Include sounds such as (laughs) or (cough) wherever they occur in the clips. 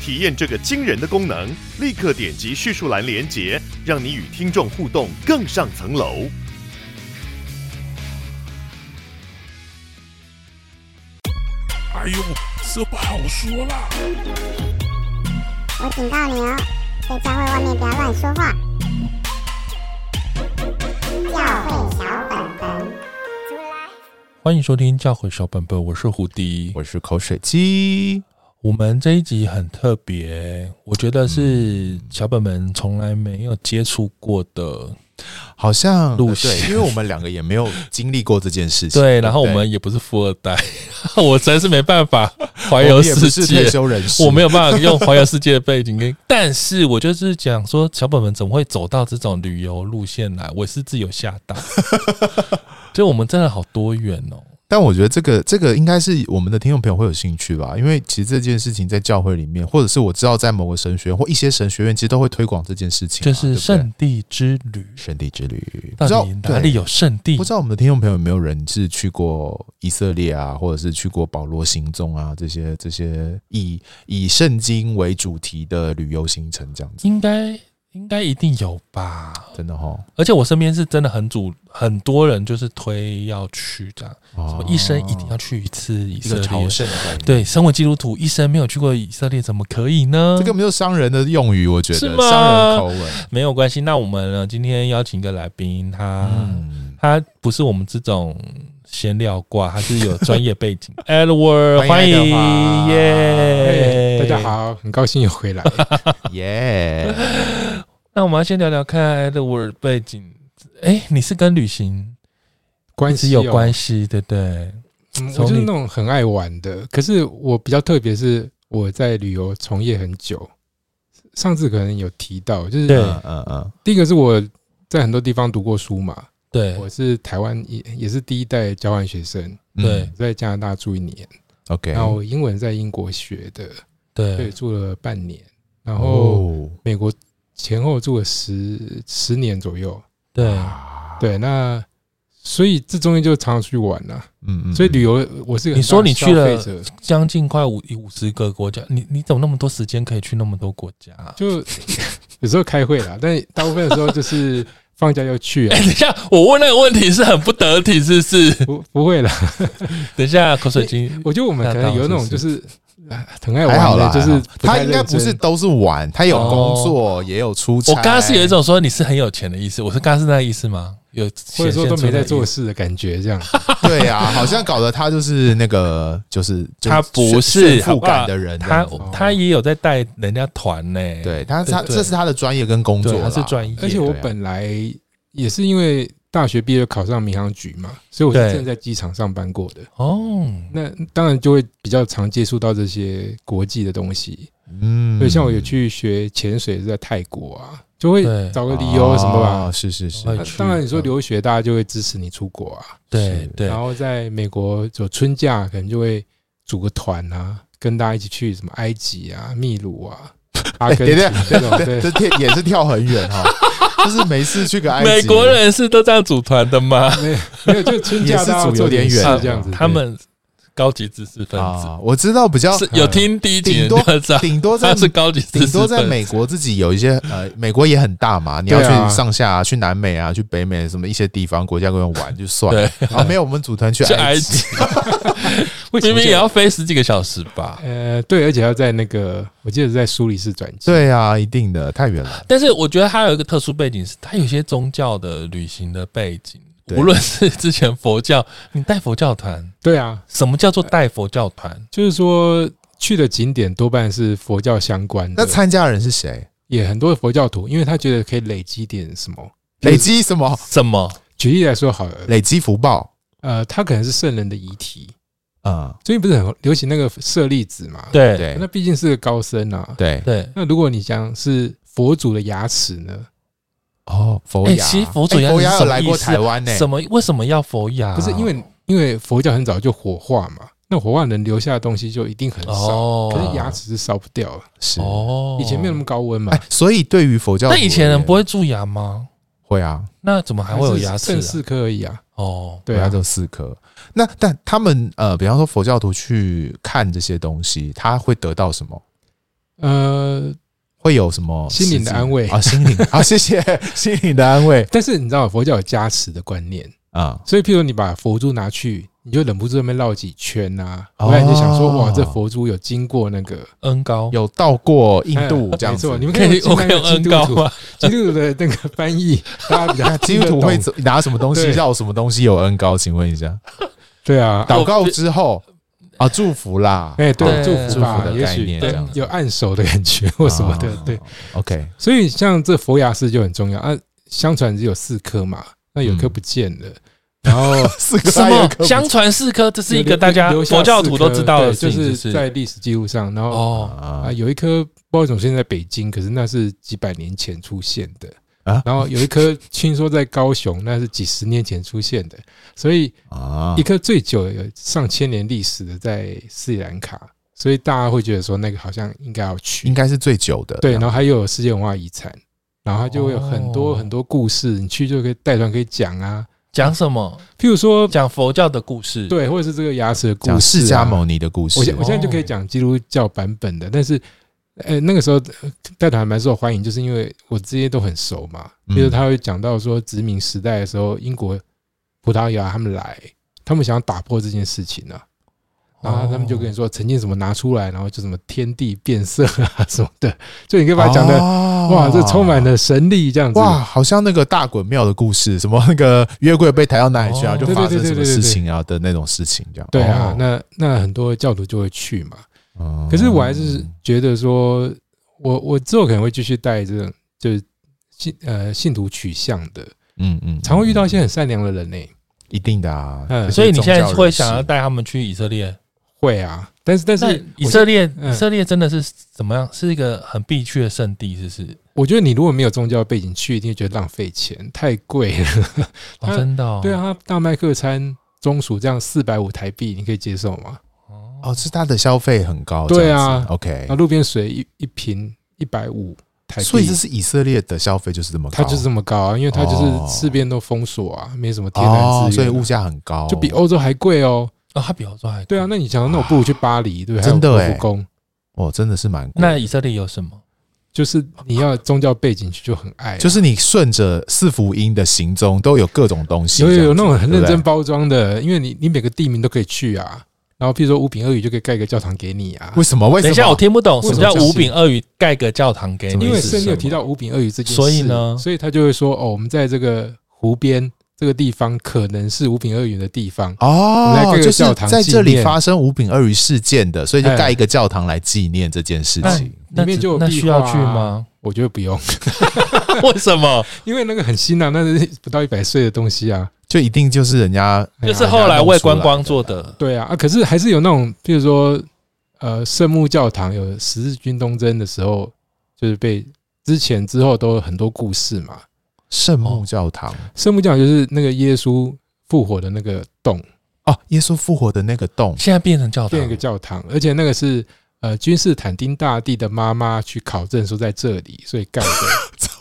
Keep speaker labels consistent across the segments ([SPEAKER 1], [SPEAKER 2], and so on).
[SPEAKER 1] 体验这个惊人的功能，立刻点击叙述栏连接，让你与听众互动更上层楼。
[SPEAKER 2] 哎呦，这不好说啦！
[SPEAKER 3] 我警告你哦，在教会外面不要乱说话。教会小本本，
[SPEAKER 4] 欢迎收听教诲小本本，我是胡迪。
[SPEAKER 5] 我是口水鸡。
[SPEAKER 4] 我们这一集很特别，我觉得
[SPEAKER 5] 嗯
[SPEAKER 4] 是小本本从来没有接触过的。
[SPEAKER 5] 好像
[SPEAKER 4] 路
[SPEAKER 5] 呃
[SPEAKER 4] 线
[SPEAKER 5] 对，因为我们两个也没有经历过这件事情。
[SPEAKER 4] 对，然后我
[SPEAKER 5] 对
[SPEAKER 4] 们也不是富二代， (laughs) 我实在是没办法环
[SPEAKER 5] 我
[SPEAKER 4] 游
[SPEAKER 5] 们也不
[SPEAKER 4] 世
[SPEAKER 5] 是
[SPEAKER 4] 界
[SPEAKER 5] 退。休人士，
[SPEAKER 4] 我没有办法用环游世界的背景跟，但是我就是讲说，小本本怎么会走到这种旅游路线来？我是自己有吓
[SPEAKER 5] (laughs)
[SPEAKER 4] 到，就我们真的好多元哦。
[SPEAKER 5] 但我觉得这个这个应该是我们的听众朋友会有兴趣吧，因为其实这件事情在教会里面，或者是我知道在某个神学院或一些神学院，其实都会推广这件事情
[SPEAKER 4] 就
[SPEAKER 5] 嘛，
[SPEAKER 4] 是
[SPEAKER 5] 对不对
[SPEAKER 4] 圣地之旅，
[SPEAKER 5] 圣地之旅，不知
[SPEAKER 4] 到
[SPEAKER 5] 道
[SPEAKER 4] 底哪里
[SPEAKER 5] 对
[SPEAKER 4] 有圣地？
[SPEAKER 5] 不知道我们的听众朋友有没有人是去过以色列啊，或者是去过保罗行踪啊这些这些以以圣经为主题的旅游行程这样子，
[SPEAKER 4] 应该应该一定有吧？
[SPEAKER 5] 真的哈、
[SPEAKER 4] 而且我身边是真的很主很多人就是推要去这样，什
[SPEAKER 5] 哦
[SPEAKER 4] 么一生一定要去一次以
[SPEAKER 5] 一
[SPEAKER 4] 色
[SPEAKER 5] 个朝
[SPEAKER 4] 列。
[SPEAKER 5] 圣的概念。
[SPEAKER 4] 对，身为基督徒，一生没有去过以色列，怎么可以呢？
[SPEAKER 5] 这根本就是商人的用语，我觉得
[SPEAKER 4] 是吗
[SPEAKER 5] 商人口吻。
[SPEAKER 4] 没有关系。那我们呢？今天邀请一个来宾，他、
[SPEAKER 5] 嗯，
[SPEAKER 4] 他不是我们这种闲聊挂，他是有专业背
[SPEAKER 5] (laughs)
[SPEAKER 4] 景。Edward，
[SPEAKER 5] 欢
[SPEAKER 4] 欢
[SPEAKER 5] 迎
[SPEAKER 4] 迎
[SPEAKER 5] Edward
[SPEAKER 4] 耶！
[SPEAKER 2] 哎大家。好，很高兴又回
[SPEAKER 4] (laughs)
[SPEAKER 2] 来。 (laughs)
[SPEAKER 5] 耶、
[SPEAKER 4] 那我们要先聊聊看 Edward 背景。哎，你是跟旅行
[SPEAKER 2] 关
[SPEAKER 4] 一直
[SPEAKER 2] 系
[SPEAKER 4] 有
[SPEAKER 2] 哦
[SPEAKER 4] 关系，对不对？
[SPEAKER 2] 嗯
[SPEAKER 4] 从
[SPEAKER 2] 我就是
[SPEAKER 4] 你
[SPEAKER 2] 那种很爱玩的，可是我比较特别是我在旅游从业很久，上次可能有提到，就
[SPEAKER 4] 对
[SPEAKER 2] 是啊
[SPEAKER 5] 嗯嗯嗯，
[SPEAKER 2] 第一个是我在很多地方读过书嘛，
[SPEAKER 4] 对，
[SPEAKER 2] 我是台湾也也是第一代交换学生，
[SPEAKER 5] 嗯
[SPEAKER 4] 对
[SPEAKER 2] 在加拿大住一年，
[SPEAKER 5] ，OK。
[SPEAKER 2] 然后我英文在英国学的，对，
[SPEAKER 4] 对，
[SPEAKER 2] 住了半年，然后
[SPEAKER 5] 哦，
[SPEAKER 2] 美国前后住了十十年左右，
[SPEAKER 4] 对，
[SPEAKER 2] 啊对，那所以这中间就常常出去玩了、
[SPEAKER 5] 嗯嗯，
[SPEAKER 2] 所以旅游我是一个
[SPEAKER 4] 你
[SPEAKER 2] 很大
[SPEAKER 4] 说
[SPEAKER 2] 的
[SPEAKER 4] 你
[SPEAKER 2] 消
[SPEAKER 4] 去了
[SPEAKER 2] 费者
[SPEAKER 4] 将近快五五十个国家，你你怎么那么多时间可以去那么多国家？啊
[SPEAKER 2] 就有时候开会啦，但大部分的时候就是放假要
[SPEAKER 4] (laughs)
[SPEAKER 2] 去、
[SPEAKER 4] 哎、 (laughs)
[SPEAKER 2] 啊，
[SPEAKER 4] 等一下，我问那个问题是很不得体，是不
[SPEAKER 2] (laughs)
[SPEAKER 4] 是？
[SPEAKER 2] 不不会啦。
[SPEAKER 4] 等一下，口水鸡，
[SPEAKER 2] 我觉得我们可能有那种就是啊很爱
[SPEAKER 5] 还好
[SPEAKER 2] 玩
[SPEAKER 5] 啦，
[SPEAKER 2] 的，就
[SPEAKER 5] 还
[SPEAKER 2] 是
[SPEAKER 5] 好他应该不是
[SPEAKER 2] 太认真
[SPEAKER 5] 都是玩，他有
[SPEAKER 4] 哦
[SPEAKER 5] 工作，也有出差。
[SPEAKER 4] 我刚刚是有一种说你是很有钱的意思，我是刚刚是那个意思吗？有
[SPEAKER 2] 或
[SPEAKER 4] 显
[SPEAKER 2] 者
[SPEAKER 4] 现出那个意
[SPEAKER 2] 说
[SPEAKER 4] 思，
[SPEAKER 2] 都没在做事的感觉，这样
[SPEAKER 5] (laughs) 对啊，好像搞得他就是那个，就是就是
[SPEAKER 4] 他不
[SPEAKER 5] 炫
[SPEAKER 4] 是
[SPEAKER 5] 炫富感的人这
[SPEAKER 4] 他
[SPEAKER 5] 样子，
[SPEAKER 2] 哦
[SPEAKER 4] 他也有在带人家团呢、，
[SPEAKER 5] 对他他
[SPEAKER 4] 对
[SPEAKER 5] 这是他的专业跟工作
[SPEAKER 4] 对，他
[SPEAKER 5] 啦，啊
[SPEAKER 4] 是专业，
[SPEAKER 2] 而且我本来也是因为大学毕业考上民航局嘛，所以我
[SPEAKER 4] 对
[SPEAKER 2] 是正在机场上班过的。
[SPEAKER 4] 哦，
[SPEAKER 2] 那当然就会比较常接触到这些国际的东西，
[SPEAKER 5] 嗯
[SPEAKER 2] 所以像我有去学潜水是在泰国啊，就会
[SPEAKER 4] 对
[SPEAKER 2] 找个理由什么吧
[SPEAKER 5] 哦。是是是，
[SPEAKER 4] 会
[SPEAKER 2] 那
[SPEAKER 4] 去
[SPEAKER 2] 当然你说留学，大家就会支持你出国啊。
[SPEAKER 4] 对
[SPEAKER 5] 是
[SPEAKER 4] 对
[SPEAKER 2] 然，后在美国有春假，可能就会组个团啊，跟大家一起去什么埃及啊、秘
[SPEAKER 5] (laughs)
[SPEAKER 2] 鲁啊、阿根
[SPEAKER 5] 对
[SPEAKER 2] 廷
[SPEAKER 5] 对
[SPEAKER 2] 这种。
[SPEAKER 5] 哦对，这
[SPEAKER 2] 对，
[SPEAKER 5] 跳也是跳很远
[SPEAKER 4] (laughs)
[SPEAKER 5] 哈，就是每次去个埃及，
[SPEAKER 4] (laughs) 美国人是都这样组团的吗？
[SPEAKER 2] 没有就春
[SPEAKER 5] 也
[SPEAKER 2] 假
[SPEAKER 5] 是
[SPEAKER 2] 大家
[SPEAKER 5] 组
[SPEAKER 2] 要做
[SPEAKER 5] 有点
[SPEAKER 2] 事
[SPEAKER 5] 远啊
[SPEAKER 2] 这样子。
[SPEAKER 4] 他们高级知识分子。
[SPEAKER 5] 啊，
[SPEAKER 2] 哦
[SPEAKER 5] 我知道比较
[SPEAKER 4] 是有听第一集
[SPEAKER 5] 顶
[SPEAKER 4] 人
[SPEAKER 5] 多
[SPEAKER 4] 就知道，
[SPEAKER 5] 顶多在
[SPEAKER 4] 他是高级知识分
[SPEAKER 5] 顶
[SPEAKER 4] 子，
[SPEAKER 5] 多在美国自己有一些呃，美国也很大嘛，你要
[SPEAKER 2] 对啊
[SPEAKER 5] 去上下啊、去南美啊、去北美什么一些地方国家公园玩就算了。
[SPEAKER 4] 对
[SPEAKER 5] 啊，没有，我们组团去
[SPEAKER 4] 去
[SPEAKER 5] 埃
[SPEAKER 4] 埃
[SPEAKER 5] 及，
[SPEAKER 4] 及，
[SPEAKER 2] 为什
[SPEAKER 4] 明明
[SPEAKER 2] 么就
[SPEAKER 4] 也要飞十几个小时吧。
[SPEAKER 2] 呃对，而且要在那个我记得是在苏黎世转机。
[SPEAKER 5] 对啊，一定的，太远了。
[SPEAKER 4] 但是我觉得他有一个特殊背景，是他有些宗教的旅行的背景，
[SPEAKER 5] 对
[SPEAKER 4] 无论是之前佛教，你带佛教团，
[SPEAKER 2] 对啊，
[SPEAKER 4] 什么叫做带佛教团？
[SPEAKER 2] 就是说去的景点多半是佛教相关
[SPEAKER 5] 那
[SPEAKER 2] 的，
[SPEAKER 5] 参加人是谁？
[SPEAKER 2] 也很多佛教徒，因为他觉得可以累积点什么。
[SPEAKER 5] 累积什么？
[SPEAKER 4] 什么？
[SPEAKER 2] 举例来说好了，
[SPEAKER 5] 累积福报
[SPEAKER 2] 呃，他可能是圣人的遗体，
[SPEAKER 5] 嗯，
[SPEAKER 2] 最近不是很流行那个舍利子嘛？，
[SPEAKER 4] 对
[SPEAKER 5] 对
[SPEAKER 2] 那毕竟是个高僧啊。
[SPEAKER 5] 对
[SPEAKER 4] 对，
[SPEAKER 2] 那如果你讲是佛祖的牙齿呢？
[SPEAKER 5] 哦，佛
[SPEAKER 4] 哎
[SPEAKER 5] 牙，
[SPEAKER 4] 其实佛祖
[SPEAKER 5] 哎
[SPEAKER 4] 牙
[SPEAKER 5] 佛
[SPEAKER 4] 是
[SPEAKER 5] 牙
[SPEAKER 4] 什
[SPEAKER 5] 有
[SPEAKER 4] 么
[SPEAKER 5] 来
[SPEAKER 4] 意
[SPEAKER 5] 过
[SPEAKER 4] 思
[SPEAKER 5] 台湾呢，
[SPEAKER 4] 什么为什么要佛牙？
[SPEAKER 2] 不是因为因为佛教很早就火化嘛，那火化能留下的东西就一定很少，
[SPEAKER 4] 哦，
[SPEAKER 2] 可是牙齿是烧不掉的。
[SPEAKER 5] 是
[SPEAKER 4] 哦，
[SPEAKER 2] 以前没有那么高温嘛
[SPEAKER 5] 哎，，所以对于佛教徒
[SPEAKER 4] 那
[SPEAKER 5] 而言，
[SPEAKER 4] 以前人不会蛀牙吗？
[SPEAKER 5] 会啊，
[SPEAKER 4] 那怎么还会有牙齿、
[SPEAKER 2] 剩
[SPEAKER 4] 啊？
[SPEAKER 2] 四颗而已啊。
[SPEAKER 4] 哦，
[SPEAKER 2] 对
[SPEAKER 5] 本来
[SPEAKER 2] 啊，
[SPEAKER 5] 就四颗。那但他们呃，比方说佛教徒去看这些东西，他会得到什么？
[SPEAKER 2] 呃，
[SPEAKER 5] 会有什么
[SPEAKER 2] 心灵
[SPEAKER 5] 实
[SPEAKER 2] 的
[SPEAKER 5] 际
[SPEAKER 2] 安慰
[SPEAKER 5] 啊？心灵啊，谢谢 (laughs) 心灵的安慰
[SPEAKER 2] 但是你知道佛教有加持的观念，
[SPEAKER 5] 啊、
[SPEAKER 2] 所以譬如你把佛珠拿去，你就忍不住在那边绕几圈呐、啊，
[SPEAKER 5] 哦
[SPEAKER 2] 回来你就想说，哇，这佛珠有经过那个
[SPEAKER 4] 恩嗯高，
[SPEAKER 5] 有到过印度
[SPEAKER 2] 哎
[SPEAKER 5] 这样
[SPEAKER 2] 没
[SPEAKER 5] 子
[SPEAKER 2] 错，，你们
[SPEAKER 4] 可
[SPEAKER 2] 看
[SPEAKER 4] 以我可以用
[SPEAKER 2] 有
[SPEAKER 4] 恩
[SPEAKER 2] 基督
[SPEAKER 4] 高
[SPEAKER 2] 徒
[SPEAKER 4] 吗？
[SPEAKER 2] 基督徒的那个翻
[SPEAKER 4] (laughs)
[SPEAKER 2] 译，大家比较
[SPEAKER 5] 那基督徒会
[SPEAKER 2] 听得懂
[SPEAKER 5] 拿什么东西
[SPEAKER 2] 对
[SPEAKER 5] 绕什么东西有恩高？请问一下，
[SPEAKER 2] 对啊，
[SPEAKER 5] 祷告之后啊，祝福啦，啊
[SPEAKER 2] 哎，
[SPEAKER 4] 对
[SPEAKER 2] 对，祝
[SPEAKER 5] 祝
[SPEAKER 2] 福
[SPEAKER 5] 福
[SPEAKER 2] 吧，
[SPEAKER 5] 的
[SPEAKER 2] 也
[SPEAKER 5] 概
[SPEAKER 2] 许
[SPEAKER 5] 念这样子
[SPEAKER 2] 有按手的感觉或什么的，
[SPEAKER 4] 哦
[SPEAKER 5] 啊
[SPEAKER 2] 对。
[SPEAKER 5] ，OK，
[SPEAKER 2] 所以像这佛牙寺就很重要啊，相传只有四颗嘛，那有颗不见了，然后
[SPEAKER 5] (laughs) 四个
[SPEAKER 4] 什
[SPEAKER 5] 大
[SPEAKER 4] 么
[SPEAKER 5] 家有
[SPEAKER 4] 相传四颗，这是一
[SPEAKER 2] 留
[SPEAKER 4] 个大家
[SPEAKER 2] 留下
[SPEAKER 4] 佛教徒都知道的事
[SPEAKER 2] 四颗
[SPEAKER 4] 情，
[SPEAKER 2] 对就是是在历史记录上，然后
[SPEAKER 5] 科普
[SPEAKER 4] 哦，
[SPEAKER 5] 啊
[SPEAKER 2] 啊，有一颗不知道怎么现在北京，可是那是几百年前出现的
[SPEAKER 5] 啊
[SPEAKER 2] 然后有一颗听说在高雄，那是几十年前出现的，所以
[SPEAKER 5] 啊
[SPEAKER 2] 一颗最久有上千年历史的在斯里兰卡，所以大家会觉得说那个好像应该要
[SPEAKER 5] 应
[SPEAKER 2] 去。
[SPEAKER 5] 该是最久的，
[SPEAKER 2] 对，然后它又有世界文化遗产，然后它就会有很多
[SPEAKER 4] 哦
[SPEAKER 2] 很多故事，你去就可以带团可以讲啊，
[SPEAKER 4] 讲什么？
[SPEAKER 2] 譬如说
[SPEAKER 4] 讲佛教的故事，，
[SPEAKER 2] 对，或者是这个牙齿的故事、
[SPEAKER 5] 讲
[SPEAKER 2] 啊。
[SPEAKER 5] 释迦牟尼的故事
[SPEAKER 2] 我现我现在就可以
[SPEAKER 4] 哦
[SPEAKER 2] 讲基督教版本的，但是，呃，那个时候呃带团还蛮受欢迎，就是因为我这些都很熟嘛。
[SPEAKER 5] 嗯
[SPEAKER 2] 比如他会讲到说殖民时代的时候，英国、葡萄牙他们来，他们想要打破这件事情啊，然后他们就跟你
[SPEAKER 5] 哦
[SPEAKER 2] 说曾经什么拿出来，然后就什么天地变色啊什么的，就你可以把它讲的、
[SPEAKER 5] 哦
[SPEAKER 2] 哇，这充满了神力这样子。
[SPEAKER 5] 哇，好像那个大滚庙的故事，什么那个约柜被抬到哪里去啊，
[SPEAKER 4] 哦
[SPEAKER 5] 就
[SPEAKER 2] 对
[SPEAKER 5] 发
[SPEAKER 2] 对
[SPEAKER 5] 生
[SPEAKER 2] 对
[SPEAKER 5] 什么
[SPEAKER 2] 对对
[SPEAKER 5] 事
[SPEAKER 2] 对
[SPEAKER 5] 情啊的那种事情，这样。
[SPEAKER 2] 对啊
[SPEAKER 5] 哦，
[SPEAKER 2] 那那很多教徒就会去嘛。
[SPEAKER 5] 嗯
[SPEAKER 2] 可是我还是觉得说，我我之后可能会继续带这种就是信呃信徒取向的，
[SPEAKER 5] 嗯嗯，
[SPEAKER 2] 常会遇到一些
[SPEAKER 5] 嗯
[SPEAKER 2] 很善良的人呢、
[SPEAKER 5] 一定的啊，
[SPEAKER 2] 嗯
[SPEAKER 5] 这些
[SPEAKER 4] 所以你
[SPEAKER 5] 宗
[SPEAKER 4] 现在
[SPEAKER 5] 教人
[SPEAKER 4] 会
[SPEAKER 5] 士
[SPEAKER 4] 想要带他们去以色列？
[SPEAKER 2] 会啊，但是但是
[SPEAKER 4] 那以
[SPEAKER 2] 我觉得
[SPEAKER 4] 色列，
[SPEAKER 2] 嗯
[SPEAKER 4] 以色列真的是怎么样？是一个很必去的圣地，是不是？
[SPEAKER 2] 我觉得你如果没有宗教背景去，一定会觉得浪费钱，太贵了。
[SPEAKER 4] 哦，
[SPEAKER 2] 他
[SPEAKER 4] 真的、哦，
[SPEAKER 2] 对，啊，大麦克餐中暑这样四百五台币，你可以接受吗？
[SPEAKER 5] 哦，是他的消费很高，
[SPEAKER 2] 对
[SPEAKER 5] 这样子
[SPEAKER 2] 啊
[SPEAKER 5] ，OK
[SPEAKER 2] 那。路边水一一瓶一百五台币，
[SPEAKER 5] 所以这是以色列的消费就是这么高，
[SPEAKER 2] 它就是这么高啊，因为它
[SPEAKER 5] 哦
[SPEAKER 2] 就是四边都封锁啊，没什么天然资源啊、
[SPEAKER 5] 哦，所以物价很高，
[SPEAKER 2] 就比欧洲还贵哦。
[SPEAKER 4] 哦，他比欧洲还
[SPEAKER 2] 对啊，那你想，那我不如去巴黎，对不对？
[SPEAKER 5] 真的
[SPEAKER 2] 还有
[SPEAKER 5] 欸
[SPEAKER 2] 卢浮宫
[SPEAKER 5] 哦，真的是蛮贵。
[SPEAKER 4] 那以色列有什么？
[SPEAKER 2] 就是你要有宗教背景去就很爱啊、
[SPEAKER 5] 哎就是你顺着四福音的行踪都有各种东西，
[SPEAKER 2] 有
[SPEAKER 5] 这
[SPEAKER 2] 有
[SPEAKER 5] 样
[SPEAKER 2] 有
[SPEAKER 5] 子
[SPEAKER 2] 那种很
[SPEAKER 5] 对
[SPEAKER 2] 认
[SPEAKER 5] 不对
[SPEAKER 2] 真包装的，因为你你每个地名都可以去啊。然后譬如说五品鳄鱼就可以盖一个教堂给你啊
[SPEAKER 5] 为，什么？为什
[SPEAKER 4] 等
[SPEAKER 5] 么？
[SPEAKER 4] 一下，我听不懂什
[SPEAKER 2] 为
[SPEAKER 4] 么
[SPEAKER 2] 什
[SPEAKER 4] 叫
[SPEAKER 2] 么
[SPEAKER 4] 五饼鳄鱼盖个教堂给你？
[SPEAKER 2] 因为
[SPEAKER 4] 是
[SPEAKER 2] 圣经有
[SPEAKER 4] 什么
[SPEAKER 2] 提到五品鳄鱼这件事，
[SPEAKER 4] 所以呢
[SPEAKER 2] 所以他就会说哦，我们在这个湖边这个地方可能是五品鳄鱼的地方，我们来
[SPEAKER 5] 哦
[SPEAKER 2] 盖，个
[SPEAKER 5] 就是
[SPEAKER 2] 教堂
[SPEAKER 5] 在这
[SPEAKER 2] 纪
[SPEAKER 5] 里
[SPEAKER 2] 念
[SPEAKER 5] 发生五品鳄鱼事件的，所以就
[SPEAKER 2] 哎
[SPEAKER 5] 盖一个教堂来纪念这件事情。
[SPEAKER 4] 那
[SPEAKER 2] 里面
[SPEAKER 4] 只
[SPEAKER 2] 就有
[SPEAKER 4] 那
[SPEAKER 2] 壁
[SPEAKER 4] 需要
[SPEAKER 2] 画
[SPEAKER 4] 去
[SPEAKER 2] 啊
[SPEAKER 4] 吗？
[SPEAKER 2] (laughs) 我觉得不用，
[SPEAKER 4] 为什
[SPEAKER 2] (laughs)
[SPEAKER 4] 么？
[SPEAKER 2] 因为那个很新啊，那是不到一百岁的东西啊。
[SPEAKER 5] 就一定就是人家
[SPEAKER 4] 就是后来为观光做的。
[SPEAKER 2] 对啊，啊，可是还是有那种，譬如说，呃，圣母教堂有十字军东征的时候，就是被之前之后都有很多故事嘛。
[SPEAKER 5] 圣母教堂
[SPEAKER 2] 圣母教堂就是那个耶稣复活的那个洞，
[SPEAKER 4] 啊
[SPEAKER 5] 哦，耶稣复活的那个
[SPEAKER 4] (laughs)
[SPEAKER 5] 洞
[SPEAKER 4] 现在变成教堂
[SPEAKER 2] 变一个教堂，而且那个是呃君士坦丁大帝的妈妈去考证说在这里，所以盖的。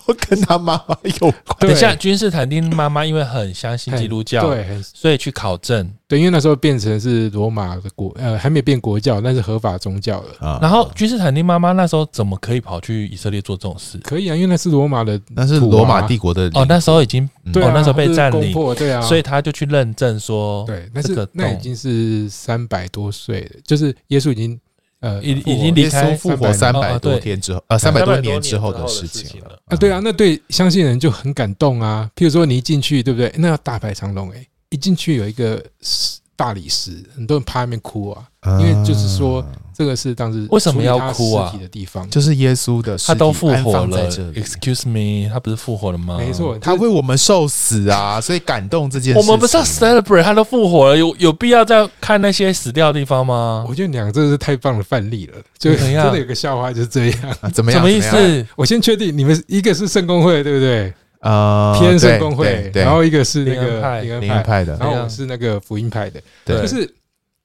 [SPEAKER 5] 我跟他妈妈有关。
[SPEAKER 4] 等一下，君士坦丁妈妈因为很相信基督教，
[SPEAKER 2] 对，很
[SPEAKER 4] 所以去考证。
[SPEAKER 2] 对，因为那时候变成是罗马的国，呃，还没变国教，但是合法宗教了。
[SPEAKER 5] 啊
[SPEAKER 4] 然后君士坦丁妈妈那时候怎么可以跑去以色列做这种事？
[SPEAKER 2] 可以啊，因为那是罗马的，
[SPEAKER 5] 那是罗马帝国的
[SPEAKER 4] 哦，那时候已经，
[SPEAKER 2] 对
[SPEAKER 4] 嗯哦
[SPEAKER 2] 啊，
[SPEAKER 4] 那时候被
[SPEAKER 2] 就是
[SPEAKER 4] 占领
[SPEAKER 2] 攻破，对啊，
[SPEAKER 4] 所以他就去认证说，
[SPEAKER 2] 对，那
[SPEAKER 4] 哦这
[SPEAKER 2] 是、
[SPEAKER 4] 个
[SPEAKER 2] 那已
[SPEAKER 4] 洞
[SPEAKER 2] 经是三百多岁了，就是耶稣已经呃
[SPEAKER 4] 已
[SPEAKER 2] 复活
[SPEAKER 4] 已经
[SPEAKER 2] 了
[SPEAKER 4] 离
[SPEAKER 5] 耶稣复活三
[SPEAKER 4] 300
[SPEAKER 5] 百
[SPEAKER 4] 哦
[SPEAKER 5] 多
[SPEAKER 4] 对
[SPEAKER 5] 天之后，呃，三百多年之后的事情了。
[SPEAKER 2] 啊，对啊，，那对相信人就很感动啊。譬如说你一进去，对不对？欸那要大排长龙哎、一进去有一个石大理石，很多人趴在那边哭啊，
[SPEAKER 5] 啊
[SPEAKER 2] 因为就是说，这个是当时
[SPEAKER 4] 为什么要哭啊
[SPEAKER 2] 处理他尸体的地方，
[SPEAKER 5] 就是耶稣的尸体
[SPEAKER 4] 他都复
[SPEAKER 5] 安
[SPEAKER 4] 活
[SPEAKER 5] 放
[SPEAKER 4] 了
[SPEAKER 5] 在这里
[SPEAKER 4] ，Excuse me，他不是复活了吗？
[SPEAKER 2] 没错，
[SPEAKER 5] 他
[SPEAKER 2] 他
[SPEAKER 5] 为我们受死啊，所以感动这件事
[SPEAKER 4] 我
[SPEAKER 5] 情。
[SPEAKER 4] 们不是要 celebrate 他都复活了，有有必要再看那些死掉的地方吗
[SPEAKER 2] 我？觉得你两个真的是太棒的范例了，就
[SPEAKER 4] 怎
[SPEAKER 2] 真
[SPEAKER 4] 样
[SPEAKER 2] 的有个笑话就是这样。
[SPEAKER 5] (laughs) 啊怎么样？
[SPEAKER 4] 什么意
[SPEAKER 5] 怎样？
[SPEAKER 4] 思？
[SPEAKER 2] 我先确定你们一个是圣公会，对不对？
[SPEAKER 5] 呃，
[SPEAKER 2] 偏圣
[SPEAKER 5] 对
[SPEAKER 2] 公会
[SPEAKER 5] 对，对
[SPEAKER 2] 然后一个是那
[SPEAKER 4] 灵恩派
[SPEAKER 2] 个灵恩
[SPEAKER 5] 灵恩
[SPEAKER 2] 派，
[SPEAKER 5] 派的
[SPEAKER 2] 然后
[SPEAKER 4] 对啊
[SPEAKER 2] 我是那个福音派的，
[SPEAKER 5] 对
[SPEAKER 2] 就是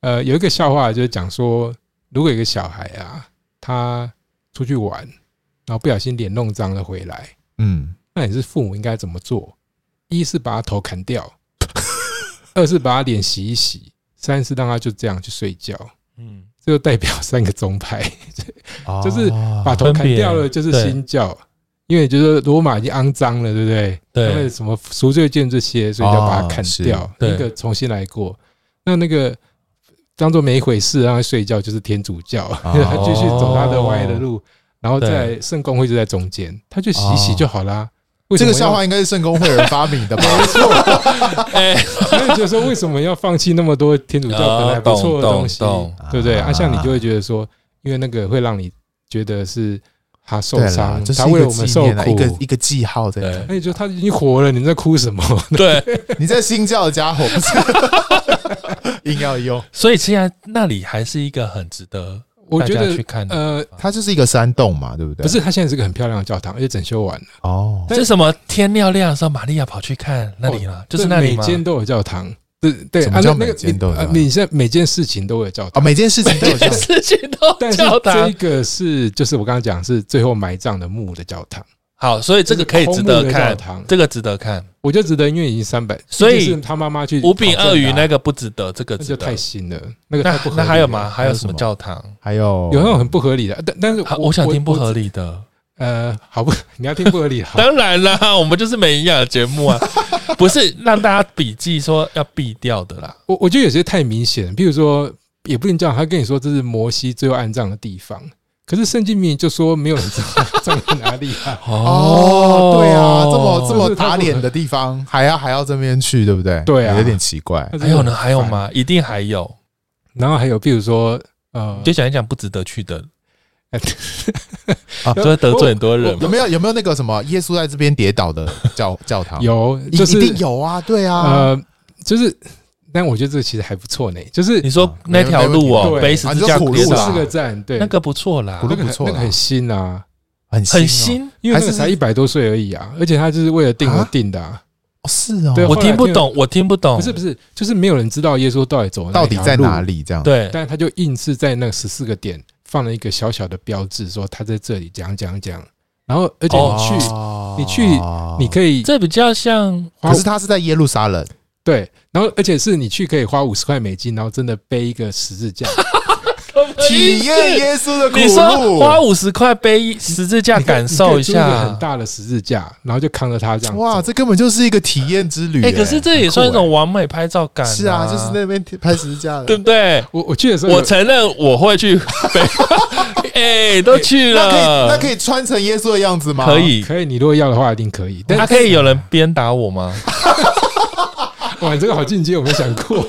[SPEAKER 2] 呃有一个笑话就是讲说，如果有一个小孩啊，他出去玩，然后不小心脸弄脏了回来，
[SPEAKER 5] 嗯，
[SPEAKER 2] 那你是父母应该怎么做？一是把他头砍掉，
[SPEAKER 4] (laughs)
[SPEAKER 2] 二是把他脸洗一洗，三是让他就这样去睡觉。
[SPEAKER 4] 嗯，
[SPEAKER 2] 这就代表 (laughs) 三个宗派，就是
[SPEAKER 5] 哦
[SPEAKER 2] 把头
[SPEAKER 4] 啊分
[SPEAKER 2] 砍
[SPEAKER 4] 别
[SPEAKER 2] 掉了就是
[SPEAKER 4] 对
[SPEAKER 2] 新教，因为就是罗马已经肮脏了，对不对？因为
[SPEAKER 4] 对，
[SPEAKER 2] 什么赎罪券这些，所以要把它砍掉，
[SPEAKER 5] 哦
[SPEAKER 4] 是对
[SPEAKER 2] 那个重新来过。那那个当做没一回事，让他睡觉，就是天主教，
[SPEAKER 5] 哦
[SPEAKER 2] (laughs) 他继续走他的歪的路，然后在圣公会就在中间，他就洗一洗就好啦。为什
[SPEAKER 5] 这
[SPEAKER 2] 么
[SPEAKER 5] 个
[SPEAKER 2] 要
[SPEAKER 5] 笑
[SPEAKER 2] (laughs)
[SPEAKER 5] 话，应该是圣公会人发明的吧？
[SPEAKER 4] (laughs) 哎，
[SPEAKER 2] 所以就说为什么要放弃那么多天主教本来不错的东西
[SPEAKER 4] 哦懂懂
[SPEAKER 5] 懂，
[SPEAKER 2] 对不对？啊，像你
[SPEAKER 5] 啊
[SPEAKER 2] 就会觉得说，因为那个会让你觉得是他受
[SPEAKER 5] 对啦，
[SPEAKER 2] 伤，
[SPEAKER 5] 这是
[SPEAKER 2] 他
[SPEAKER 5] 一
[SPEAKER 2] 为
[SPEAKER 5] 个
[SPEAKER 2] 了我们
[SPEAKER 5] 纪
[SPEAKER 2] 受
[SPEAKER 5] 念啊，一
[SPEAKER 2] 苦
[SPEAKER 5] 个。一个记号在
[SPEAKER 4] 对
[SPEAKER 5] 那。
[SPEAKER 2] 那你就他已经活了，你在哭什么？ (laughs)
[SPEAKER 4] 对，
[SPEAKER 5] 你在新教的家伙不是 (laughs) 硬要用？
[SPEAKER 4] 所以现在那里还是一个很值得
[SPEAKER 2] 我觉
[SPEAKER 4] 大
[SPEAKER 2] 得
[SPEAKER 4] 家去看的
[SPEAKER 2] 呃，
[SPEAKER 5] 它就是一个山洞嘛，对不对？
[SPEAKER 2] 不是，它现在是个很漂亮的教堂，而且整修完了。
[SPEAKER 5] 哦，
[SPEAKER 4] 这是什么天亮亮的时候，玛利亚跑去看那里了，就是那里
[SPEAKER 2] 每
[SPEAKER 4] 吗？
[SPEAKER 2] 间都有教堂。对对，
[SPEAKER 5] 什么
[SPEAKER 2] 啊那
[SPEAKER 5] 叫
[SPEAKER 2] 那个
[SPEAKER 5] 每间
[SPEAKER 2] 你
[SPEAKER 5] 都有教
[SPEAKER 2] 啊
[SPEAKER 5] 堂
[SPEAKER 2] 你现在每件事情都有教
[SPEAKER 5] 哦，
[SPEAKER 2] 堂，
[SPEAKER 5] 每件事情都有
[SPEAKER 4] 这
[SPEAKER 5] 这
[SPEAKER 2] (laughs)
[SPEAKER 5] 样。
[SPEAKER 4] 事情都
[SPEAKER 2] 但是
[SPEAKER 4] 教
[SPEAKER 2] 这
[SPEAKER 4] 堂
[SPEAKER 2] 个是就是我刚刚讲是最后埋葬的墓的教堂，
[SPEAKER 4] 好，所以这个可以值得
[SPEAKER 2] 就是空墓的教
[SPEAKER 4] 看，
[SPEAKER 2] 堂
[SPEAKER 4] 这个值得看。
[SPEAKER 2] 我就值得，因为已经三百，
[SPEAKER 4] 所以
[SPEAKER 2] 毕竟是他妈妈去
[SPEAKER 4] 五饼二鱼
[SPEAKER 2] 考证的啊
[SPEAKER 4] 那个不值得，这个
[SPEAKER 2] 那
[SPEAKER 4] 值
[SPEAKER 2] 就
[SPEAKER 4] 得
[SPEAKER 2] 太。新了，那个
[SPEAKER 4] 那
[SPEAKER 2] 太不合理
[SPEAKER 4] 那
[SPEAKER 2] 了
[SPEAKER 4] 还有吗？？啊还有
[SPEAKER 5] 还有
[SPEAKER 4] 什么
[SPEAKER 5] 什么
[SPEAKER 4] 教堂？
[SPEAKER 5] 还有
[SPEAKER 2] 有那种很不合理的，但但是
[SPEAKER 4] 好，
[SPEAKER 2] 我
[SPEAKER 4] 我想听不合
[SPEAKER 2] 理。
[SPEAKER 4] 理的。
[SPEAKER 2] 呃，好不， (laughs) 你要听不合理，好，
[SPEAKER 4] 当然啦，我们就是没营养的节 (laughs) 目啊，不是让大家笔记说要避掉的啦。
[SPEAKER 2] 我我觉得有些太明显了，比如说，也不能这样，他跟你说这是摩西最后安葬的地方，可是圣经明明就说没有人知道葬在哪里啊。
[SPEAKER 5] (laughs) 哦，对啊，这么这
[SPEAKER 2] 就
[SPEAKER 5] 么
[SPEAKER 2] 是它
[SPEAKER 5] 打
[SPEAKER 2] 不
[SPEAKER 5] 脸的地方，还要还要这边去，对不对？
[SPEAKER 2] 对啊
[SPEAKER 5] 有点奇怪。
[SPEAKER 2] 那这
[SPEAKER 4] 还
[SPEAKER 2] 个
[SPEAKER 4] 有呢？还有吗？一定还有，
[SPEAKER 2] 然后还有，比如说，呃，
[SPEAKER 4] 就讲一讲不值得去 (laughs) 的，
[SPEAKER 5] 啊
[SPEAKER 4] 就会得罪很多人
[SPEAKER 5] 有。没有有没有那个什么耶稣在这边跌倒的教教堂？，
[SPEAKER 2] 有，
[SPEAKER 5] 一
[SPEAKER 2] 就是
[SPEAKER 5] 一定有啊，对啊，
[SPEAKER 2] 呃，就是，但我觉得这个其实还不错呢，就是
[SPEAKER 4] 你说那条路哦，
[SPEAKER 2] 没问题对
[SPEAKER 4] 北十字架
[SPEAKER 5] 啊你说苦
[SPEAKER 4] 古路
[SPEAKER 5] 路是
[SPEAKER 2] 四
[SPEAKER 5] 吧
[SPEAKER 2] 个站，对，
[SPEAKER 4] 那个不错啦
[SPEAKER 5] 古，
[SPEAKER 2] 那
[SPEAKER 5] 路不
[SPEAKER 2] 个很
[SPEAKER 5] 错啦
[SPEAKER 2] 那个很新啊，
[SPEAKER 5] 很
[SPEAKER 4] 很
[SPEAKER 5] 新哦
[SPEAKER 4] 新。
[SPEAKER 2] 因为那
[SPEAKER 5] 还
[SPEAKER 2] 个
[SPEAKER 5] 是
[SPEAKER 2] 才一百多岁而已啊，而且他就是为了定而
[SPEAKER 5] 啊
[SPEAKER 2] 定的啊，
[SPEAKER 5] 哦，是哦，
[SPEAKER 2] 对
[SPEAKER 4] 我听不
[SPEAKER 2] 后来
[SPEAKER 4] 懂，我听不懂。
[SPEAKER 2] 不是不是，就是没有人知道耶稣到底走了
[SPEAKER 5] 到底在哪
[SPEAKER 2] 里。啊
[SPEAKER 5] 里这啊样？，
[SPEAKER 4] 对，
[SPEAKER 2] 但他就硬是在那十四个点放了一个小小的标志，说他在这里讲讲讲。然后，而且你
[SPEAKER 4] 哦
[SPEAKER 2] 去，
[SPEAKER 5] 哦
[SPEAKER 2] 你去你可以
[SPEAKER 4] 这比较像
[SPEAKER 2] 花
[SPEAKER 5] 可是他是在耶路撒冷，
[SPEAKER 2] 对，然后而且是你去可以花五十块美金，然后真的背一个十字架，
[SPEAKER 5] 体验耶稣的苦
[SPEAKER 4] 呃你说花
[SPEAKER 5] 路。
[SPEAKER 4] 五十块背十字架，
[SPEAKER 2] 你可以
[SPEAKER 4] 感受一
[SPEAKER 2] 你可以租个
[SPEAKER 4] 下
[SPEAKER 2] 很。大的十字架，然后就扛着它这样
[SPEAKER 5] 哇，
[SPEAKER 2] 走。
[SPEAKER 5] 这根本就是一个体验之旅。
[SPEAKER 4] 哎，可是这也算一种完美拍照感。
[SPEAKER 5] 是啊，就是那边拍十字架的
[SPEAKER 4] 对不对？
[SPEAKER 2] 我我去的时候有，
[SPEAKER 4] 我承认我会去北，哎，都去
[SPEAKER 5] 那可以
[SPEAKER 4] 了，
[SPEAKER 5] 那可以穿成耶稣的样子吗？
[SPEAKER 4] 可，以。
[SPEAKER 2] 可以，你如果要的话，一定可以。但
[SPEAKER 4] 他可以有人鞭打我吗？
[SPEAKER 2] 哇，你这个好进阶，我没想
[SPEAKER 4] (laughs)
[SPEAKER 2] 过。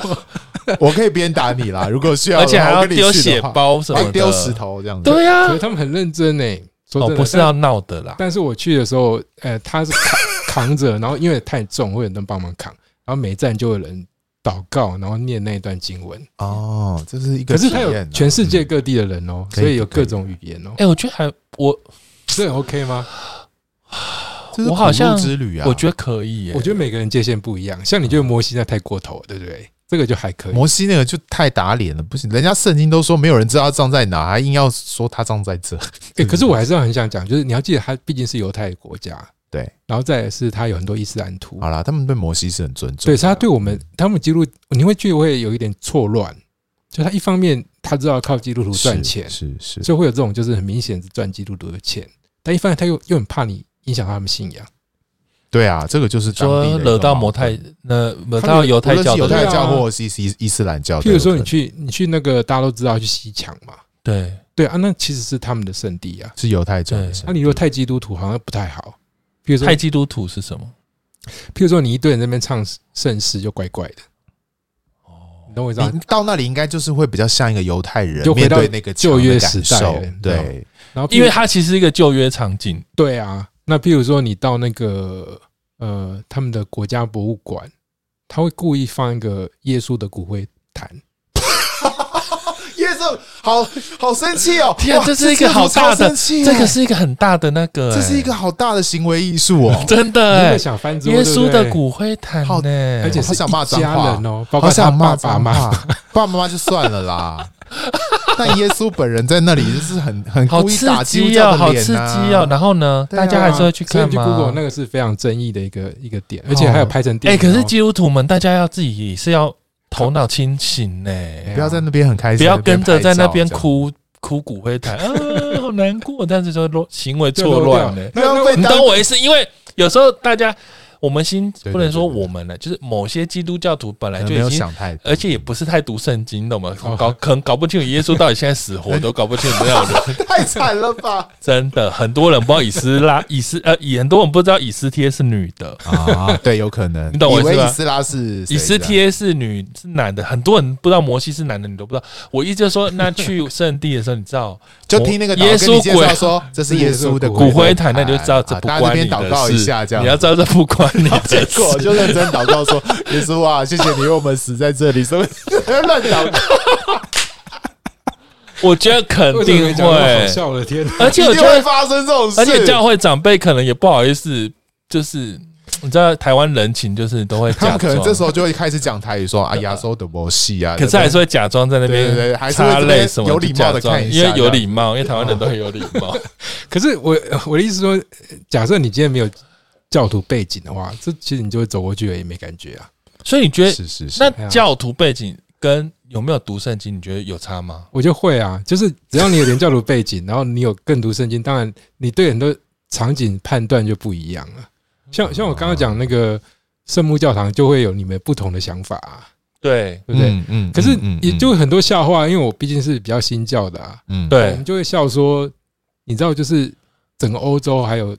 [SPEAKER 5] 我可以鞭打你啦，如果需要的
[SPEAKER 4] 而
[SPEAKER 5] 话，
[SPEAKER 4] 且还
[SPEAKER 5] 啊我
[SPEAKER 4] 要
[SPEAKER 5] 跟你
[SPEAKER 4] 丢
[SPEAKER 5] 去的
[SPEAKER 4] 血
[SPEAKER 5] 话
[SPEAKER 4] 包什么
[SPEAKER 5] 还
[SPEAKER 4] 的，
[SPEAKER 5] 丢石。头这样子。
[SPEAKER 4] 对
[SPEAKER 2] 可
[SPEAKER 4] 呀
[SPEAKER 2] 是，他们很认真呢，说
[SPEAKER 4] 哦，
[SPEAKER 2] 真的
[SPEAKER 4] 不是要闹的啦。
[SPEAKER 2] 但是我去的时候，呃，他是扛 (coughs) 扛着，然后因为太重，会有人帮忙扛，然后每站就有人祷告，然后念那一段经文。
[SPEAKER 5] 哦，这是一个
[SPEAKER 2] 可是
[SPEAKER 5] 体
[SPEAKER 2] 他
[SPEAKER 5] 验啊。嗯
[SPEAKER 2] 有全世
[SPEAKER 4] 嗯
[SPEAKER 2] 界各地的人哦，
[SPEAKER 5] 可以
[SPEAKER 2] 所以有各种语言哦，
[SPEAKER 4] 哎、我觉得还我
[SPEAKER 2] 这很 OK 吗？
[SPEAKER 5] 这是
[SPEAKER 4] 我好像
[SPEAKER 5] 苦路之旅啊，
[SPEAKER 4] 我觉得可以、耶
[SPEAKER 2] 我觉得每个人界限不一样，像你觉得摩西那太过头了，对不对？这个就还可以。
[SPEAKER 5] 嗯摩西那个就太打脸了，不行，人家圣经都说没有人知道他葬在哪，还硬要说他葬在这。
[SPEAKER 2] 诶可是我还是很想讲，就是你要记得，它毕竟是犹太国家，
[SPEAKER 5] 对，
[SPEAKER 2] 然后再来是它有很多伊斯兰徒
[SPEAKER 5] 好，啦，嗯他们对摩西是啊很尊重的，
[SPEAKER 2] 对，所以他对我们他们基督，你会就会有一点错乱，就他一方面他知道靠基督徒
[SPEAKER 5] 是
[SPEAKER 2] 赚钱，
[SPEAKER 5] 是是，
[SPEAKER 2] 就会有这种就是很明显是赚基督徒的钱，但一方面他又又很怕你影响他们信仰，
[SPEAKER 5] 对啊，这个就是当地
[SPEAKER 4] 说
[SPEAKER 5] 的一个
[SPEAKER 4] 惹到
[SPEAKER 5] 矛
[SPEAKER 4] 摩
[SPEAKER 5] 盾
[SPEAKER 4] 太，那惹
[SPEAKER 2] 他
[SPEAKER 4] 到
[SPEAKER 2] 们
[SPEAKER 4] 犹
[SPEAKER 5] 无
[SPEAKER 4] 太
[SPEAKER 5] 论
[SPEAKER 4] 教
[SPEAKER 5] 是
[SPEAKER 4] 的
[SPEAKER 5] 犹
[SPEAKER 4] 人，
[SPEAKER 5] 太
[SPEAKER 2] 对啊
[SPEAKER 5] 教或者是伊斯伊斯兰教。
[SPEAKER 2] 譬如说
[SPEAKER 5] 都有
[SPEAKER 2] 你
[SPEAKER 5] 可能
[SPEAKER 2] 去你去那个大家都知道去西墙嘛，
[SPEAKER 4] 对
[SPEAKER 2] 对啊，那其实是他们的圣地啊，
[SPEAKER 5] 是犹太教的
[SPEAKER 4] 对
[SPEAKER 5] 神
[SPEAKER 2] 那、你如果太基督徒好像不太好，譬如说
[SPEAKER 4] 太基督徒是什么？
[SPEAKER 2] 譬如说你一堆人在那边唱圣诗就怪怪的，
[SPEAKER 4] 哦，
[SPEAKER 2] 你懂我意思吗？
[SPEAKER 5] 你到那里应该就是会比较像一个犹太人，
[SPEAKER 2] 就回
[SPEAKER 5] 面
[SPEAKER 2] 到
[SPEAKER 5] 对那个
[SPEAKER 2] 旧约
[SPEAKER 5] 墙的感
[SPEAKER 2] 时代
[SPEAKER 5] 受
[SPEAKER 2] 了你知道吗
[SPEAKER 5] 对，
[SPEAKER 2] 然后譬如
[SPEAKER 4] 因为它其实是一个旧约场景，
[SPEAKER 2] 对啊，那譬如说你到那个呃他们的国家博物馆，他会故意放一个耶稣的骨灰坛，
[SPEAKER 5] 耶稣，好好生气哦！
[SPEAKER 4] 天啊，
[SPEAKER 5] 哇
[SPEAKER 4] 这是一个
[SPEAKER 5] 幅
[SPEAKER 4] 好大
[SPEAKER 5] 超
[SPEAKER 4] 的，
[SPEAKER 5] 生气
[SPEAKER 4] 这
[SPEAKER 5] 耶
[SPEAKER 4] 个是一个很大的那个、
[SPEAKER 5] 这是一个好大的行为艺术
[SPEAKER 4] 哎！
[SPEAKER 5] 哦
[SPEAKER 4] 真的、
[SPEAKER 2] 你
[SPEAKER 4] 哎
[SPEAKER 2] 会想翻桌，
[SPEAKER 4] 耶稣
[SPEAKER 2] 对
[SPEAKER 4] 的
[SPEAKER 2] 不对，
[SPEAKER 4] 骨灰坛
[SPEAKER 5] 好
[SPEAKER 4] 呢、
[SPEAKER 2] 而且是
[SPEAKER 5] 好想骂
[SPEAKER 2] 一
[SPEAKER 5] 脏
[SPEAKER 2] 家
[SPEAKER 5] 话
[SPEAKER 2] 人哦，包
[SPEAKER 5] 好
[SPEAKER 2] 括他
[SPEAKER 5] 想骂
[SPEAKER 2] 爸
[SPEAKER 5] 脏
[SPEAKER 2] 爸
[SPEAKER 5] 话
[SPEAKER 2] 妈妈，，
[SPEAKER 5] (laughs) 爸爸妈妈就算了 (laughs) 啦。但耶稣本人在那里就是很很
[SPEAKER 4] 好
[SPEAKER 5] 故意
[SPEAKER 4] 刺
[SPEAKER 5] 打基督
[SPEAKER 4] 激
[SPEAKER 5] 教
[SPEAKER 4] 哦，
[SPEAKER 5] 的
[SPEAKER 4] 好
[SPEAKER 5] 脸
[SPEAKER 4] 刺
[SPEAKER 5] 啊
[SPEAKER 4] 激哦。然后呢，
[SPEAKER 5] 对啊
[SPEAKER 4] 大家还是会去
[SPEAKER 2] 所以
[SPEAKER 4] 看
[SPEAKER 2] 你去
[SPEAKER 4] 吗
[SPEAKER 2] Google 那个是非常争议的一个一个点，而且还有拍成
[SPEAKER 4] 哎、
[SPEAKER 2] 电影哦。
[SPEAKER 4] 可是基督徒们，大家要自己也是要头脑清醒呢、
[SPEAKER 5] 不要在那边很开心，
[SPEAKER 4] 不要跟着在那边
[SPEAKER 5] 拍照。
[SPEAKER 4] 哭哭骨灰坛，啊，好难过，但是就落行为
[SPEAKER 2] 就
[SPEAKER 4] 错乱
[SPEAKER 2] 漏
[SPEAKER 4] 呢、
[SPEAKER 5] 这
[SPEAKER 2] 掉
[SPEAKER 5] 样不要
[SPEAKER 4] (laughs)
[SPEAKER 5] 被
[SPEAKER 4] 你
[SPEAKER 5] 当
[SPEAKER 4] 懂我意思？因为有时候大家，我们心
[SPEAKER 5] 对
[SPEAKER 4] 不能说
[SPEAKER 5] 对对对
[SPEAKER 4] 我们了，就是某些基督教徒本来
[SPEAKER 5] 可能
[SPEAKER 4] 就
[SPEAKER 5] 没有
[SPEAKER 4] 已经，
[SPEAKER 5] 想 (laughs) 太多，
[SPEAKER 4] 而且也不是太读圣经，懂吗
[SPEAKER 2] 哦？
[SPEAKER 4] 搞可能搞不清楚耶稣到底现在死活都搞不清楚这样
[SPEAKER 5] (laughs)
[SPEAKER 4] 的，
[SPEAKER 5] 太惨了吧？
[SPEAKER 4] 真的很多人不知道以斯拉以斯呃，以很多人不知道以斯帖是女的，
[SPEAKER 5] (laughs) 啊，对，有可能。
[SPEAKER 4] 你懂我
[SPEAKER 5] 以
[SPEAKER 4] 意思
[SPEAKER 5] 为
[SPEAKER 4] 吧
[SPEAKER 5] 以斯拉是谁
[SPEAKER 4] 以斯帖是女是男的，很多人不知道摩西是男的，你都不知道。我一直说，那
[SPEAKER 5] (laughs)
[SPEAKER 4] 去圣地的时候，你知道
[SPEAKER 5] 这样， (laughs) 就听那个
[SPEAKER 4] 耶稣
[SPEAKER 5] 导跟你介绍
[SPEAKER 4] 鬼
[SPEAKER 5] (laughs) 说这是耶稣的
[SPEAKER 4] 骨灰坛，
[SPEAKER 5] 坛，
[SPEAKER 4] 那你就知道这
[SPEAKER 5] 啊
[SPEAKER 4] 不
[SPEAKER 5] 大家这
[SPEAKER 4] 关
[SPEAKER 5] 边
[SPEAKER 4] 你
[SPEAKER 5] 祷
[SPEAKER 4] 的
[SPEAKER 5] 告
[SPEAKER 4] 事。
[SPEAKER 5] 一下，这样啊
[SPEAKER 4] 你要知道这不关
[SPEAKER 5] (laughs)
[SPEAKER 4] 你的
[SPEAKER 5] 结
[SPEAKER 4] 事。
[SPEAKER 5] 果就认真祷 (laughs) 告说：“耶稣啊，谢谢你为我们死在这里。”所以 (laughs) 乱祷告，
[SPEAKER 4] (laughs) 我觉得肯
[SPEAKER 2] 为什么
[SPEAKER 4] 定
[SPEAKER 2] 没讲到好
[SPEAKER 4] 会，
[SPEAKER 2] 笑了，天哪！
[SPEAKER 4] (laughs) 而且我
[SPEAKER 5] 一
[SPEAKER 4] 觉
[SPEAKER 5] 定会
[SPEAKER 4] 得，
[SPEAKER 5] 发生这种事。
[SPEAKER 4] 而且教会长辈可能也不好意思，就是你知道台湾人情就是都会
[SPEAKER 5] 他
[SPEAKER 4] 假
[SPEAKER 5] 们可能
[SPEAKER 4] 装，
[SPEAKER 5] 这时候就会开始讲台语，说：“啊，亚洲的摩西啊。”
[SPEAKER 4] (laughs) 可是还是会假装在那
[SPEAKER 5] 对对
[SPEAKER 4] 边
[SPEAKER 5] 对还是会
[SPEAKER 4] 擦
[SPEAKER 5] 这边
[SPEAKER 4] 泪什么，
[SPEAKER 5] 有礼貌地
[SPEAKER 4] 就假装
[SPEAKER 5] 看一下哦
[SPEAKER 4] 因为有礼貌，因为台湾人都很有礼
[SPEAKER 5] (laughs)
[SPEAKER 4] 貌。
[SPEAKER 2] 可是我我的意思说，假设你今天没有教徒背景的话，这其实你就会走过去而已，没感觉啊。
[SPEAKER 4] 所以你觉得
[SPEAKER 5] 是哎是是，
[SPEAKER 4] 那教徒背景跟有没有读圣经，你觉得有差吗？
[SPEAKER 2] 我就会啊，就是只要你有点教徒背景，然后你有更读圣经，当然你对很多场景判断就不一样了。像像我刚刚讲那个圣母教堂，就会有你们不同的想法、啊，
[SPEAKER 4] 对
[SPEAKER 2] 对不对？
[SPEAKER 5] 嗯嗯
[SPEAKER 2] 可是
[SPEAKER 5] 嗯嗯
[SPEAKER 2] 也就很多笑话，因为我毕竟是比较新教的啊，
[SPEAKER 5] 嗯，(laughs)
[SPEAKER 2] 我
[SPEAKER 4] 对
[SPEAKER 2] 们，就会笑说，你知道，就是整个欧洲还有，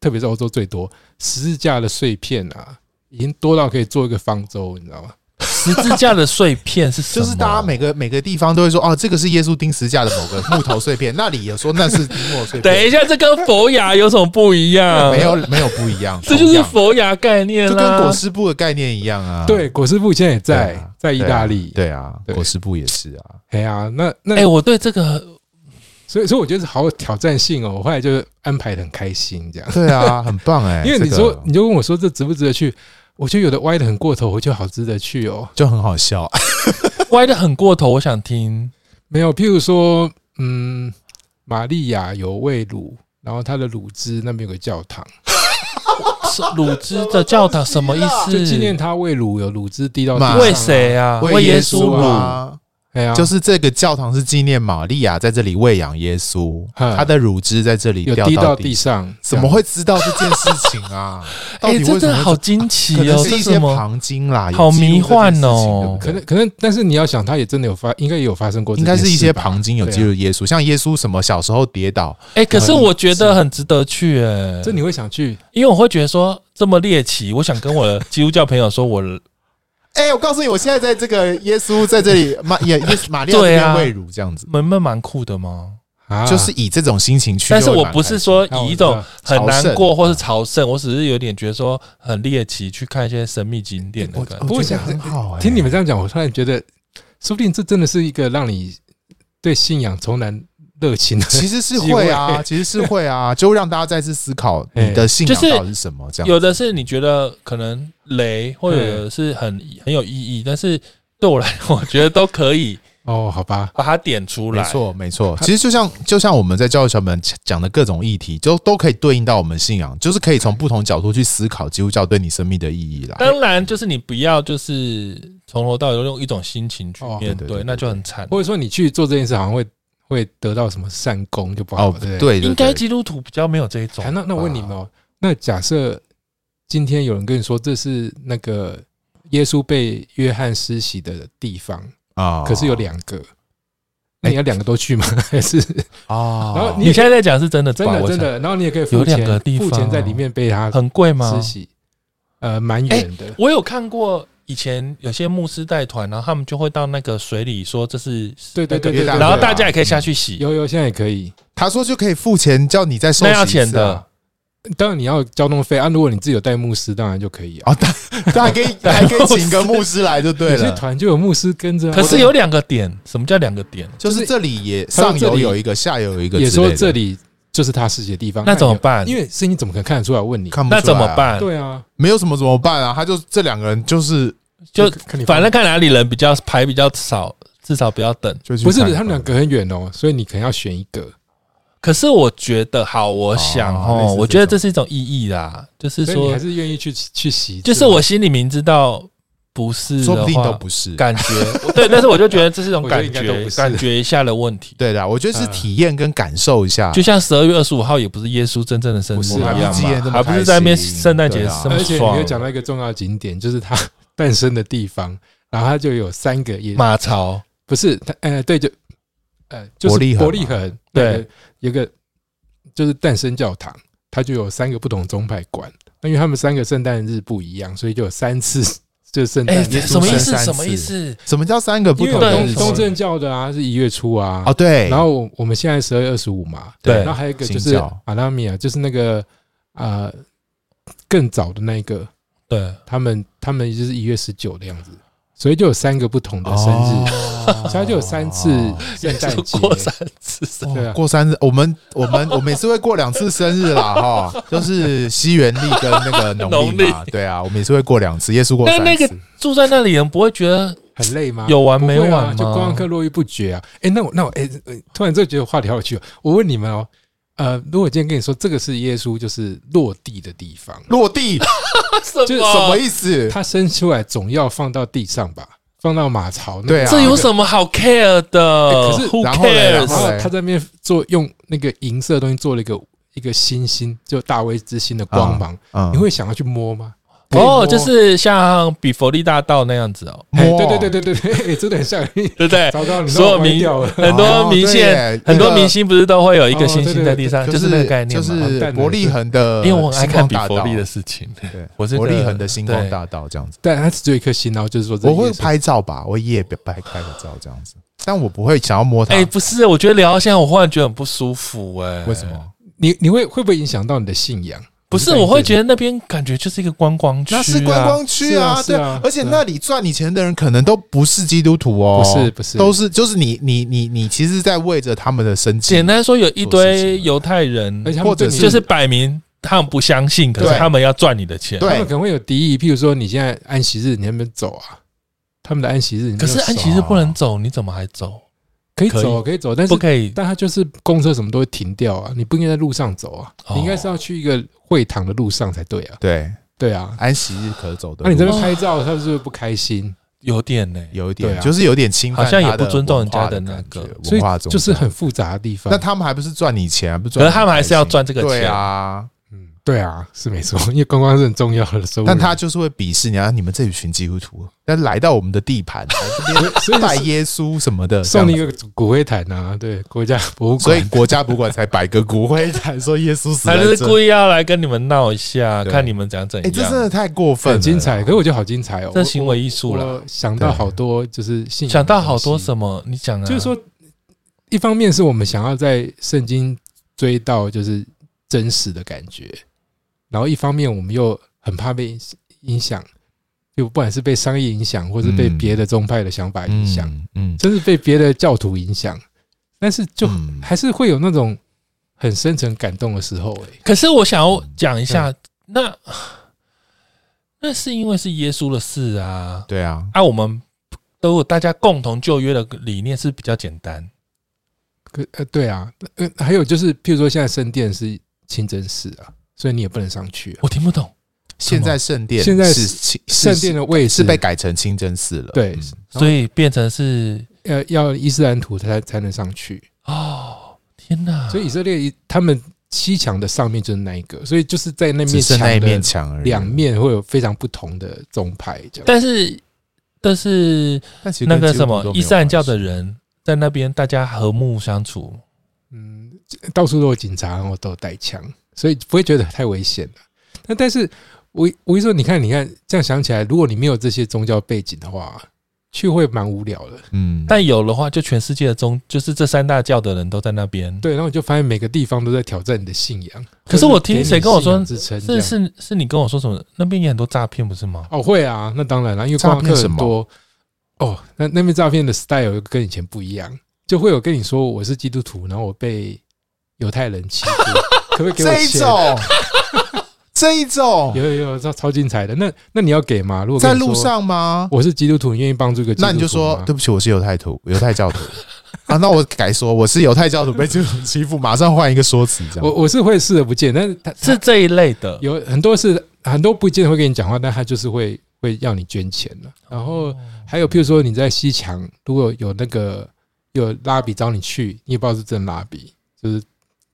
[SPEAKER 2] 特别是欧洲最多十字架的碎片啊，已经多到可以做一个方舟，你知道吗？
[SPEAKER 4] 十字架的碎片是什
[SPEAKER 5] 就
[SPEAKER 4] 么？啊
[SPEAKER 5] 是大家每个每个地方都会说：“哦，这个是耶稣钉十字架的某个木头
[SPEAKER 4] (laughs)
[SPEAKER 5] 碎片。”那里也说那是木头碎
[SPEAKER 4] 等
[SPEAKER 5] 片，
[SPEAKER 4] 一下，这跟佛牙有什么不一样？
[SPEAKER 5] (laughs) 没，有没有不一样，
[SPEAKER 4] 这就是
[SPEAKER 5] 同样
[SPEAKER 4] 佛牙概念
[SPEAKER 5] 就
[SPEAKER 4] 啦。
[SPEAKER 5] 跟裹尸布的概念一样啊。
[SPEAKER 2] 对，果师傅现在也
[SPEAKER 5] 对
[SPEAKER 2] 在、
[SPEAKER 5] 啊，
[SPEAKER 2] 在意大利，
[SPEAKER 5] 对啊，对
[SPEAKER 2] 对
[SPEAKER 5] 啊裹尸布也是啊。
[SPEAKER 2] 哎呀、那那、
[SPEAKER 4] 哎、我对这个
[SPEAKER 2] 所以所以我觉得是好有挑战性哦，我后来就安排的很开心这样，
[SPEAKER 5] 对啊，很棒
[SPEAKER 4] (laughs)
[SPEAKER 5] 哎、
[SPEAKER 2] 因为你
[SPEAKER 5] 这
[SPEAKER 2] 说、
[SPEAKER 5] 个
[SPEAKER 2] 你就问我说这值不值得去，我觉得有的歪的很过头，我觉得好值得去哦。
[SPEAKER 5] 就很好笑，
[SPEAKER 4] 歪的很过头，我想听。
[SPEAKER 2] 没有，譬如说，嗯，玛利亚有喂乳，然后她的乳汁那边有个教堂，
[SPEAKER 4] 是乳汁的教堂什么意
[SPEAKER 2] 就
[SPEAKER 5] (laughs)
[SPEAKER 4] 思？
[SPEAKER 2] 纪念她喂乳有乳汁滴到地
[SPEAKER 5] 玛
[SPEAKER 2] 上、啊。
[SPEAKER 4] 为谁啊？
[SPEAKER 5] (laughs) 喂
[SPEAKER 4] 耶
[SPEAKER 5] 稣
[SPEAKER 4] 乳。
[SPEAKER 5] 啊，
[SPEAKER 2] 哎呀，
[SPEAKER 5] 就是这个教堂是纪念玛利亚在这里喂养耶稣，
[SPEAKER 2] 嗯
[SPEAKER 5] 他的乳汁在这里
[SPEAKER 2] 有
[SPEAKER 5] 掉
[SPEAKER 2] 滴到
[SPEAKER 5] 地
[SPEAKER 2] 地，上，
[SPEAKER 5] 怎么会知道这件事情啊？到
[SPEAKER 4] 哎、
[SPEAKER 5] 底为
[SPEAKER 4] 真
[SPEAKER 5] 什
[SPEAKER 4] 的
[SPEAKER 5] 么
[SPEAKER 4] 好
[SPEAKER 5] 会知？
[SPEAKER 4] 惊奇
[SPEAKER 5] 可能
[SPEAKER 4] 哦！
[SPEAKER 5] 是
[SPEAKER 4] 这
[SPEAKER 5] 一
[SPEAKER 4] 什
[SPEAKER 5] 些
[SPEAKER 4] 么？
[SPEAKER 5] 旁经啦，有
[SPEAKER 4] 好
[SPEAKER 5] 记录
[SPEAKER 4] 迷
[SPEAKER 5] 这件
[SPEAKER 4] 幻
[SPEAKER 5] 事情
[SPEAKER 4] 哦
[SPEAKER 5] 对不对
[SPEAKER 2] 可能可能，但是你要想，她也真的有发，应该也有发生过这
[SPEAKER 5] 应
[SPEAKER 2] 件
[SPEAKER 5] 该
[SPEAKER 2] 事吧，
[SPEAKER 5] 是一些旁经有记
[SPEAKER 2] 对啊。
[SPEAKER 5] 录耶稣，像耶稣什么小时候跌倒，
[SPEAKER 4] 哎、可是我觉得很值得去哎、
[SPEAKER 2] 这你会想去？
[SPEAKER 4] 因为我会觉得说这么猎奇，我想跟我的基督教朋友说我，
[SPEAKER 5] 哎、我告诉你，我现在在这个耶稣在这里 (laughs) 玛耶耶稣玛利亚这
[SPEAKER 4] 对啊
[SPEAKER 5] 边喂乳这样子，
[SPEAKER 4] 门们蛮酷的吗？
[SPEAKER 2] 啊
[SPEAKER 5] 就是以这种心情去。
[SPEAKER 4] 但是我不是说以一种很难过或是朝圣，我只是有点觉得说很猎奇，去看一些神秘景点的
[SPEAKER 5] 我
[SPEAKER 4] 感觉。
[SPEAKER 5] 我
[SPEAKER 2] 我
[SPEAKER 5] 觉得
[SPEAKER 2] 想
[SPEAKER 5] 很好、哎
[SPEAKER 2] 听你们这样讲，我突然觉得，说不定这真的是一个让你对信仰重燃热情 (laughs) 的。
[SPEAKER 5] 其实是
[SPEAKER 2] 机
[SPEAKER 5] 会
[SPEAKER 2] 会
[SPEAKER 5] 啊，其实是会啊，就让大家再次思考
[SPEAKER 2] 哎
[SPEAKER 5] 你的信仰
[SPEAKER 4] 就是
[SPEAKER 5] 到底是什么这样。
[SPEAKER 4] 有的是你觉得可能雷，或者是很很有意义，但是对我来，我觉得都可以 (laughs)
[SPEAKER 2] 哦，好吧，
[SPEAKER 4] 把它点出
[SPEAKER 5] 没
[SPEAKER 4] 来。
[SPEAKER 5] 错，没错。其实就像就像我们在教育小本讲的各种议题，就都可以对应到我们信仰，就是可以从不同角度去思考基督教对你生命的意义啦。
[SPEAKER 4] 当然，就是你不要就是从头到尾都用一种心情去
[SPEAKER 2] 哦
[SPEAKER 4] 面
[SPEAKER 5] 对对
[SPEAKER 4] 对
[SPEAKER 5] 对，
[SPEAKER 4] 那就很惨。
[SPEAKER 2] 或者说你去做这件事，好像会会得到什么善功，就不好
[SPEAKER 5] 哦
[SPEAKER 2] 了，，对不对
[SPEAKER 5] 对，
[SPEAKER 4] 应该
[SPEAKER 5] 对
[SPEAKER 4] 基督徒比较没有这一种
[SPEAKER 2] 哎，。那那我问你们哦，那假设今天有人跟你说这是那个耶稣被约翰施洗的地方，
[SPEAKER 4] 哦
[SPEAKER 5] 啊
[SPEAKER 2] 可是有两个，
[SPEAKER 4] 哎
[SPEAKER 2] 那你要两个都去吗？ (laughs) 还是
[SPEAKER 4] (laughs)
[SPEAKER 5] 啊，
[SPEAKER 2] 然后
[SPEAKER 4] 你现在在讲是真的吧，
[SPEAKER 2] 真的
[SPEAKER 4] 我
[SPEAKER 2] 真
[SPEAKER 4] 想
[SPEAKER 2] 的？然后你也可以
[SPEAKER 4] 有
[SPEAKER 2] 付
[SPEAKER 4] 两个
[SPEAKER 2] 钱，
[SPEAKER 4] 地
[SPEAKER 2] 付
[SPEAKER 4] 方
[SPEAKER 2] 钱
[SPEAKER 4] 哦
[SPEAKER 2] 在里面被他
[SPEAKER 4] 很贵吗哎
[SPEAKER 2] 施？洗，呃，蛮远的。
[SPEAKER 4] 我有看过以前有些牧师带团，然后他们就会到那个水里说这是，
[SPEAKER 2] 对对对对，
[SPEAKER 5] 那个
[SPEAKER 2] 对
[SPEAKER 4] 然后
[SPEAKER 5] 对
[SPEAKER 4] 大家也可以啊下去洗，
[SPEAKER 2] 有有现在也可以，
[SPEAKER 5] 他说就可以付钱，叫你再收
[SPEAKER 4] 那要
[SPEAKER 5] 洗一次啊
[SPEAKER 4] 钱
[SPEAKER 5] (laughs)
[SPEAKER 4] 的，
[SPEAKER 2] 当然你要交通费啊，如果你自己有带牧师，当然就可以啊。
[SPEAKER 5] 哦，但但还可以还可以请个牧师来就
[SPEAKER 2] (laughs)
[SPEAKER 5] 对
[SPEAKER 2] 有些
[SPEAKER 5] 了。
[SPEAKER 2] 团就有牧师跟着啊，
[SPEAKER 4] 可是有两个点，什么叫两个点？
[SPEAKER 5] 就是这里也
[SPEAKER 2] 他说
[SPEAKER 5] 上
[SPEAKER 2] 这
[SPEAKER 5] 游
[SPEAKER 2] 里
[SPEAKER 5] 有一个，下游有一个之类
[SPEAKER 2] 也
[SPEAKER 5] 的，
[SPEAKER 2] 说这里就是他世界的地方，
[SPEAKER 4] 那怎么办
[SPEAKER 2] 有因为声音怎么可能看得出来？我问你，
[SPEAKER 5] 看不出来
[SPEAKER 4] 那
[SPEAKER 5] 啊
[SPEAKER 4] 怎么？办？
[SPEAKER 2] 对啊，
[SPEAKER 5] 没有什么怎么办啊？他就这两个人就是
[SPEAKER 4] 就
[SPEAKER 2] 看你
[SPEAKER 4] 反正看哪里人比较排比较少，至少不要等。
[SPEAKER 5] 就去
[SPEAKER 2] 不是
[SPEAKER 5] 看
[SPEAKER 2] 他们两个很远哦，所以你可能要选一个。
[SPEAKER 4] 可是我觉得，好，我想
[SPEAKER 5] 哦类似
[SPEAKER 4] 哦，
[SPEAKER 5] 这
[SPEAKER 4] 我觉得这是一种意义啦，就是
[SPEAKER 2] 所以你还
[SPEAKER 4] 说，
[SPEAKER 2] 是愿意去去洗，
[SPEAKER 4] 就是我心里明知道不是
[SPEAKER 5] 说不
[SPEAKER 4] 的
[SPEAKER 5] 定都
[SPEAKER 4] 话，
[SPEAKER 5] 不是。
[SPEAKER 4] 感觉 (laughs) 对，但是我就觉得这是一种
[SPEAKER 2] 我觉得 (laughs)
[SPEAKER 4] 感
[SPEAKER 2] 应该都
[SPEAKER 4] 觉
[SPEAKER 2] 不，是
[SPEAKER 4] 感觉一下的问题。
[SPEAKER 5] 对的，我觉得是
[SPEAKER 2] 嗯
[SPEAKER 5] 体验跟感受一下，
[SPEAKER 4] 就像十二月二十五号也不是耶稣真正的生日
[SPEAKER 2] 啊不是
[SPEAKER 4] 一
[SPEAKER 2] 啊
[SPEAKER 4] 样
[SPEAKER 2] 还不是
[SPEAKER 5] 纪念这
[SPEAKER 4] 嘛，
[SPEAKER 5] 么
[SPEAKER 4] 还不是在那边圣诞节
[SPEAKER 5] 开心
[SPEAKER 4] 这
[SPEAKER 5] 对
[SPEAKER 4] 么
[SPEAKER 5] 啊
[SPEAKER 2] 而且
[SPEAKER 4] 爽
[SPEAKER 2] 你又讲到一个重要景点，就是它 (laughs) 诞生的地方，然后它就有三个也
[SPEAKER 4] 马槽，
[SPEAKER 2] 不是它，呃，对，就呃，就是
[SPEAKER 5] 伯利恒
[SPEAKER 2] 伯利恒，
[SPEAKER 4] 对
[SPEAKER 2] 对，有一个就是诞生教堂，它就有三个不同宗派馆，那因为他们三个圣诞日不一样，所以就有三次 (laughs) 就是圣诞
[SPEAKER 4] 哎，
[SPEAKER 2] 耶
[SPEAKER 4] 什
[SPEAKER 2] 稣
[SPEAKER 4] 么意
[SPEAKER 2] 诞
[SPEAKER 4] 思？
[SPEAKER 5] 三次
[SPEAKER 4] 什么意思？
[SPEAKER 5] 什么叫三个不
[SPEAKER 2] 因为
[SPEAKER 5] 同
[SPEAKER 2] 有
[SPEAKER 5] 的日
[SPEAKER 2] 东
[SPEAKER 5] 子？
[SPEAKER 2] 东正教的啊，是一月初啊，
[SPEAKER 5] 哦，对，
[SPEAKER 2] 然后我我们现在十二月二十五嘛，
[SPEAKER 4] 哎对
[SPEAKER 2] 然后还有一个就
[SPEAKER 5] 信
[SPEAKER 2] 是
[SPEAKER 5] 教
[SPEAKER 2] 阿拉米亚，就是那个呃更早的那一个，
[SPEAKER 4] 对，
[SPEAKER 2] 他们他们就是一月十九的样子，所以就有三个不同的生日，
[SPEAKER 5] 日
[SPEAKER 2] 所以它就有三次
[SPEAKER 4] (laughs)
[SPEAKER 2] 圣诞节。
[SPEAKER 4] 哦过三次 (laughs) 生
[SPEAKER 2] 对啊
[SPEAKER 5] 哦过生日，我们我们 (laughs) 我们也是会过两次生日啦，哈，就是西元历跟那个农历嘛，对啊，我们也是会过两次，耶稣过
[SPEAKER 4] 那
[SPEAKER 5] 三
[SPEAKER 4] 那
[SPEAKER 5] 次
[SPEAKER 4] 个，住在那里人不会觉得
[SPEAKER 2] 很累吗？
[SPEAKER 4] 有完没
[SPEAKER 2] 不会
[SPEAKER 4] 完
[SPEAKER 2] 啊
[SPEAKER 4] 吗？
[SPEAKER 2] 就观光客络绎不绝啊！哎，那我那我哎，呃突然这觉得话题好有趣哦。我问你们哦，呃，如果今天跟你说这个是耶稣就是落地的地方，
[SPEAKER 5] 落地
[SPEAKER 4] 什么
[SPEAKER 2] 就
[SPEAKER 5] 什么意思？
[SPEAKER 2] 他生出来总要放到地上吧，放到马槽那个
[SPEAKER 5] 对啊哎
[SPEAKER 4] 这有什么好 care 的？
[SPEAKER 2] 欸可是
[SPEAKER 4] Who
[SPEAKER 5] 然后嘞然
[SPEAKER 2] 然
[SPEAKER 4] cares？
[SPEAKER 2] 后
[SPEAKER 5] 嘞
[SPEAKER 2] 他在那边做用那个银色的东西做了一个一个星星，就大卫之星的光芒，
[SPEAKER 5] 嗯
[SPEAKER 2] 你会想要去摸吗？可以摸
[SPEAKER 4] 啊哦，就是像比佛利大道那样子哦，
[SPEAKER 2] 哎
[SPEAKER 5] 摸，
[SPEAKER 2] 对对对对对对，哎真的
[SPEAKER 4] (laughs)
[SPEAKER 2] 很像。
[SPEAKER 4] 对不对？
[SPEAKER 2] 糟糕，你
[SPEAKER 4] 所有
[SPEAKER 2] 让我歪
[SPEAKER 4] 名
[SPEAKER 2] 掉了。
[SPEAKER 4] 很多明
[SPEAKER 5] 对耶
[SPEAKER 4] 线，很多
[SPEAKER 5] 那个
[SPEAKER 4] 明星不是都会有一个
[SPEAKER 2] 哦
[SPEAKER 4] 星星在地上，
[SPEAKER 5] 就是
[SPEAKER 4] 那个概念
[SPEAKER 5] 就
[SPEAKER 4] 嘛。
[SPEAKER 5] 是呃伯利恒的，
[SPEAKER 4] 因为我很爱看比佛利的，事情，
[SPEAKER 5] 对，
[SPEAKER 4] 我是
[SPEAKER 5] 伯利恒的星光大道这样子。
[SPEAKER 2] 但他只有一颗心，然后就是说这
[SPEAKER 5] 我会
[SPEAKER 2] 耶稣
[SPEAKER 5] 拍照吧，我也拍拍个照这样子，但我不会想要摸它
[SPEAKER 4] 哎、。不是，我觉得聊到现在，我忽然觉得很不舒服、哎，
[SPEAKER 5] 为什？么？
[SPEAKER 2] 你，你会会不会影响到你的信仰？
[SPEAKER 4] 不是，
[SPEAKER 2] 你
[SPEAKER 4] 我会觉
[SPEAKER 2] 得
[SPEAKER 4] 得那边感觉就是一个观光区、啊，
[SPEAKER 5] 那是观光区啊，
[SPEAKER 2] 是
[SPEAKER 5] 对
[SPEAKER 2] 啊是啊，
[SPEAKER 5] 而且
[SPEAKER 2] 是啊
[SPEAKER 5] 那里赚你钱的人可能都不是基督徒哦，
[SPEAKER 2] 不是不是
[SPEAKER 5] 都是就是你你你你，其实在为着他们的生计
[SPEAKER 4] 简，单说，有一
[SPEAKER 5] 做事
[SPEAKER 4] 堆
[SPEAKER 5] 情
[SPEAKER 4] 犹太人
[SPEAKER 2] 而，且他们对你
[SPEAKER 5] 或者
[SPEAKER 4] 就是摆明他们不相信，可
[SPEAKER 5] 对
[SPEAKER 4] 是他们要赚你的钱。
[SPEAKER 2] 他们
[SPEAKER 5] 对
[SPEAKER 2] 可，能会有敌意。譬如说，你现在安息日，你还没走啊？他们的安息日，你没有
[SPEAKER 4] 可是安息
[SPEAKER 2] 走
[SPEAKER 4] 日
[SPEAKER 2] 啊
[SPEAKER 4] 不能走，你怎么还走？
[SPEAKER 2] 可以
[SPEAKER 4] 可以
[SPEAKER 2] 走，可以走，但是
[SPEAKER 4] 不可以
[SPEAKER 2] 但他就是公车什么都会停掉啊，你不应该在路上走啊，
[SPEAKER 4] 哦
[SPEAKER 2] 你应该是要去一个会堂的路上才对啊，
[SPEAKER 5] 对，
[SPEAKER 2] 对啊。
[SPEAKER 5] 安息日可走的路，
[SPEAKER 2] 那、啊你这边拍照，他是不是不开心？
[SPEAKER 4] 有点呢、
[SPEAKER 5] 有一
[SPEAKER 2] 对
[SPEAKER 5] 点，
[SPEAKER 2] 啊
[SPEAKER 5] 就是有点侵犯
[SPEAKER 4] 好像也
[SPEAKER 5] 他的
[SPEAKER 4] 不尊重人家的
[SPEAKER 5] 文化
[SPEAKER 4] 那个
[SPEAKER 5] 感觉
[SPEAKER 2] 所
[SPEAKER 5] 文
[SPEAKER 2] 以
[SPEAKER 5] 化中，
[SPEAKER 2] 就是很复杂的地方。
[SPEAKER 5] 那他们还不是赚你钱，还不是赚
[SPEAKER 4] 可
[SPEAKER 5] 你开心？
[SPEAKER 4] 是他们还是要赚这个
[SPEAKER 5] 对
[SPEAKER 4] 钱。
[SPEAKER 5] 啊，
[SPEAKER 2] 嗯，对啊，是没错，因为观光是很重要的收入。
[SPEAKER 5] 但他就是会鄙视你啊！你们这一群基督徒，但来到我们的地盘，来这边
[SPEAKER 2] 所以
[SPEAKER 5] 拜耶稣什么的，
[SPEAKER 2] 送你一
[SPEAKER 5] 这样
[SPEAKER 2] 个骨灰坛啊，对，国家博物
[SPEAKER 5] 子所
[SPEAKER 2] 馆。
[SPEAKER 5] 以国家不管才摆个骨灰坛，说耶稣死
[SPEAKER 4] 他
[SPEAKER 5] 在
[SPEAKER 4] 就是
[SPEAKER 5] 这。
[SPEAKER 4] 故意要来跟你们闹一下，
[SPEAKER 5] 对
[SPEAKER 4] 看你们怎样怎
[SPEAKER 5] 哎，这真的
[SPEAKER 4] 样。
[SPEAKER 5] 太过分了，
[SPEAKER 2] 很精彩，可是我觉得好精彩哦！
[SPEAKER 4] 这行为艺术
[SPEAKER 2] 了，
[SPEAKER 4] 了，
[SPEAKER 2] 我想到
[SPEAKER 5] 对
[SPEAKER 2] 好多就是信仰的
[SPEAKER 4] 想到好多
[SPEAKER 2] 东西
[SPEAKER 4] 什么？你
[SPEAKER 5] 嗯
[SPEAKER 4] 讲啊，
[SPEAKER 2] 就是说，一方面是我们想要在圣经追到就是真实的感觉，然后一方面我们又很怕被影响，就不管是被商业影响，或是被
[SPEAKER 5] 嗯
[SPEAKER 2] 别的宗派的想法影响，
[SPEAKER 5] 嗯嗯，
[SPEAKER 2] 甚至被别的教徒影响，但是就
[SPEAKER 5] 嗯
[SPEAKER 2] 还是会有那种很深层感动的时候、欸。
[SPEAKER 4] 可是我想要讲一下，那那是因为是耶稣的事啊，
[SPEAKER 5] 对啊，
[SPEAKER 4] 啊，我们都有大家共同旧约的理念是比较简单，
[SPEAKER 2] 可呃，对啊，呃，还有就是，譬如说现在圣殿是清真寺啊，所以你也不能上去、啊。
[SPEAKER 4] 我听不懂。
[SPEAKER 5] 现在圣殿
[SPEAKER 2] 现在
[SPEAKER 5] 是清
[SPEAKER 2] 圣
[SPEAKER 5] 是
[SPEAKER 2] 殿的位置
[SPEAKER 5] 是被改成清真寺了，
[SPEAKER 2] 对
[SPEAKER 5] 嗯，
[SPEAKER 4] 所以变成是
[SPEAKER 2] 呃要伊斯兰徒才才能上去。
[SPEAKER 4] 哦，天哪！
[SPEAKER 2] 所以以色列一他们七强的上面就是那一个，所以就是在那
[SPEAKER 5] 只
[SPEAKER 2] 面
[SPEAKER 5] 剩
[SPEAKER 2] 墙
[SPEAKER 5] 那一面
[SPEAKER 2] 的
[SPEAKER 5] 墙而已。
[SPEAKER 2] 两，面会有非常不同的宗派，这样
[SPEAKER 4] 嗯但是但是
[SPEAKER 5] 但其实
[SPEAKER 4] 那
[SPEAKER 5] 跟
[SPEAKER 4] 个
[SPEAKER 5] 基督
[SPEAKER 4] 什
[SPEAKER 5] 徒都
[SPEAKER 4] 么
[SPEAKER 5] 没有
[SPEAKER 4] 伊斯兰教的
[SPEAKER 5] 关系，嗯
[SPEAKER 4] 人在那边大家和睦相处，
[SPEAKER 2] 嗯，到处都有警察，然后都有带枪，所以不会觉得太危险了。那但是我我一说，你看，你看，这样想起来，如果你没有这些宗教背景的话，去会蛮无聊的。
[SPEAKER 5] 嗯，
[SPEAKER 4] 但有的话，就全世界的宗，就是这三大教的人都在那边。
[SPEAKER 2] 对，然后你就发现每个地方都在挑战你的信仰。
[SPEAKER 4] 可是我听谁跟我说
[SPEAKER 2] 或者是给你信仰支撑这
[SPEAKER 4] 是
[SPEAKER 2] 样
[SPEAKER 4] 是是你跟我说什么？那边也很多诈骗，不是吗？
[SPEAKER 2] 哦，会啊，那当然啦，因为
[SPEAKER 5] 诈
[SPEAKER 2] 观光
[SPEAKER 5] 骗
[SPEAKER 2] 客
[SPEAKER 5] 什
[SPEAKER 2] 很
[SPEAKER 5] 么
[SPEAKER 2] 多。哦，那那边诈骗的 style 又跟以前不一样，就会有跟你说我是基督徒，然后我被犹太人欺负，可不可以给我
[SPEAKER 5] 这一 (laughs)
[SPEAKER 2] 钱？
[SPEAKER 5] 种，这一种
[SPEAKER 2] 有有有，超超精彩的。那那你要给吗？如果跟
[SPEAKER 5] 在
[SPEAKER 2] 你
[SPEAKER 5] 路
[SPEAKER 2] 说
[SPEAKER 5] 上吗？
[SPEAKER 2] 我是基督徒，你愿意帮助一个基督徒
[SPEAKER 5] 那你就说
[SPEAKER 2] 吗
[SPEAKER 5] 对不起，我是犹太徒，犹太 (laughs) 教徒啊。那我改说我是犹太教徒被这种欺负，马上换一个说辞，这
[SPEAKER 2] 我
[SPEAKER 5] 样。
[SPEAKER 2] 我是会视而不见，但是他
[SPEAKER 4] 是这一类的。
[SPEAKER 2] 有很多是很多不见得会跟你讲话，但他就是会会要你捐钱了。然
[SPEAKER 4] 哦
[SPEAKER 2] 后还有，譬如说你在西墙，如果有那个有拉比找你去，你也不知道是真拉比，就是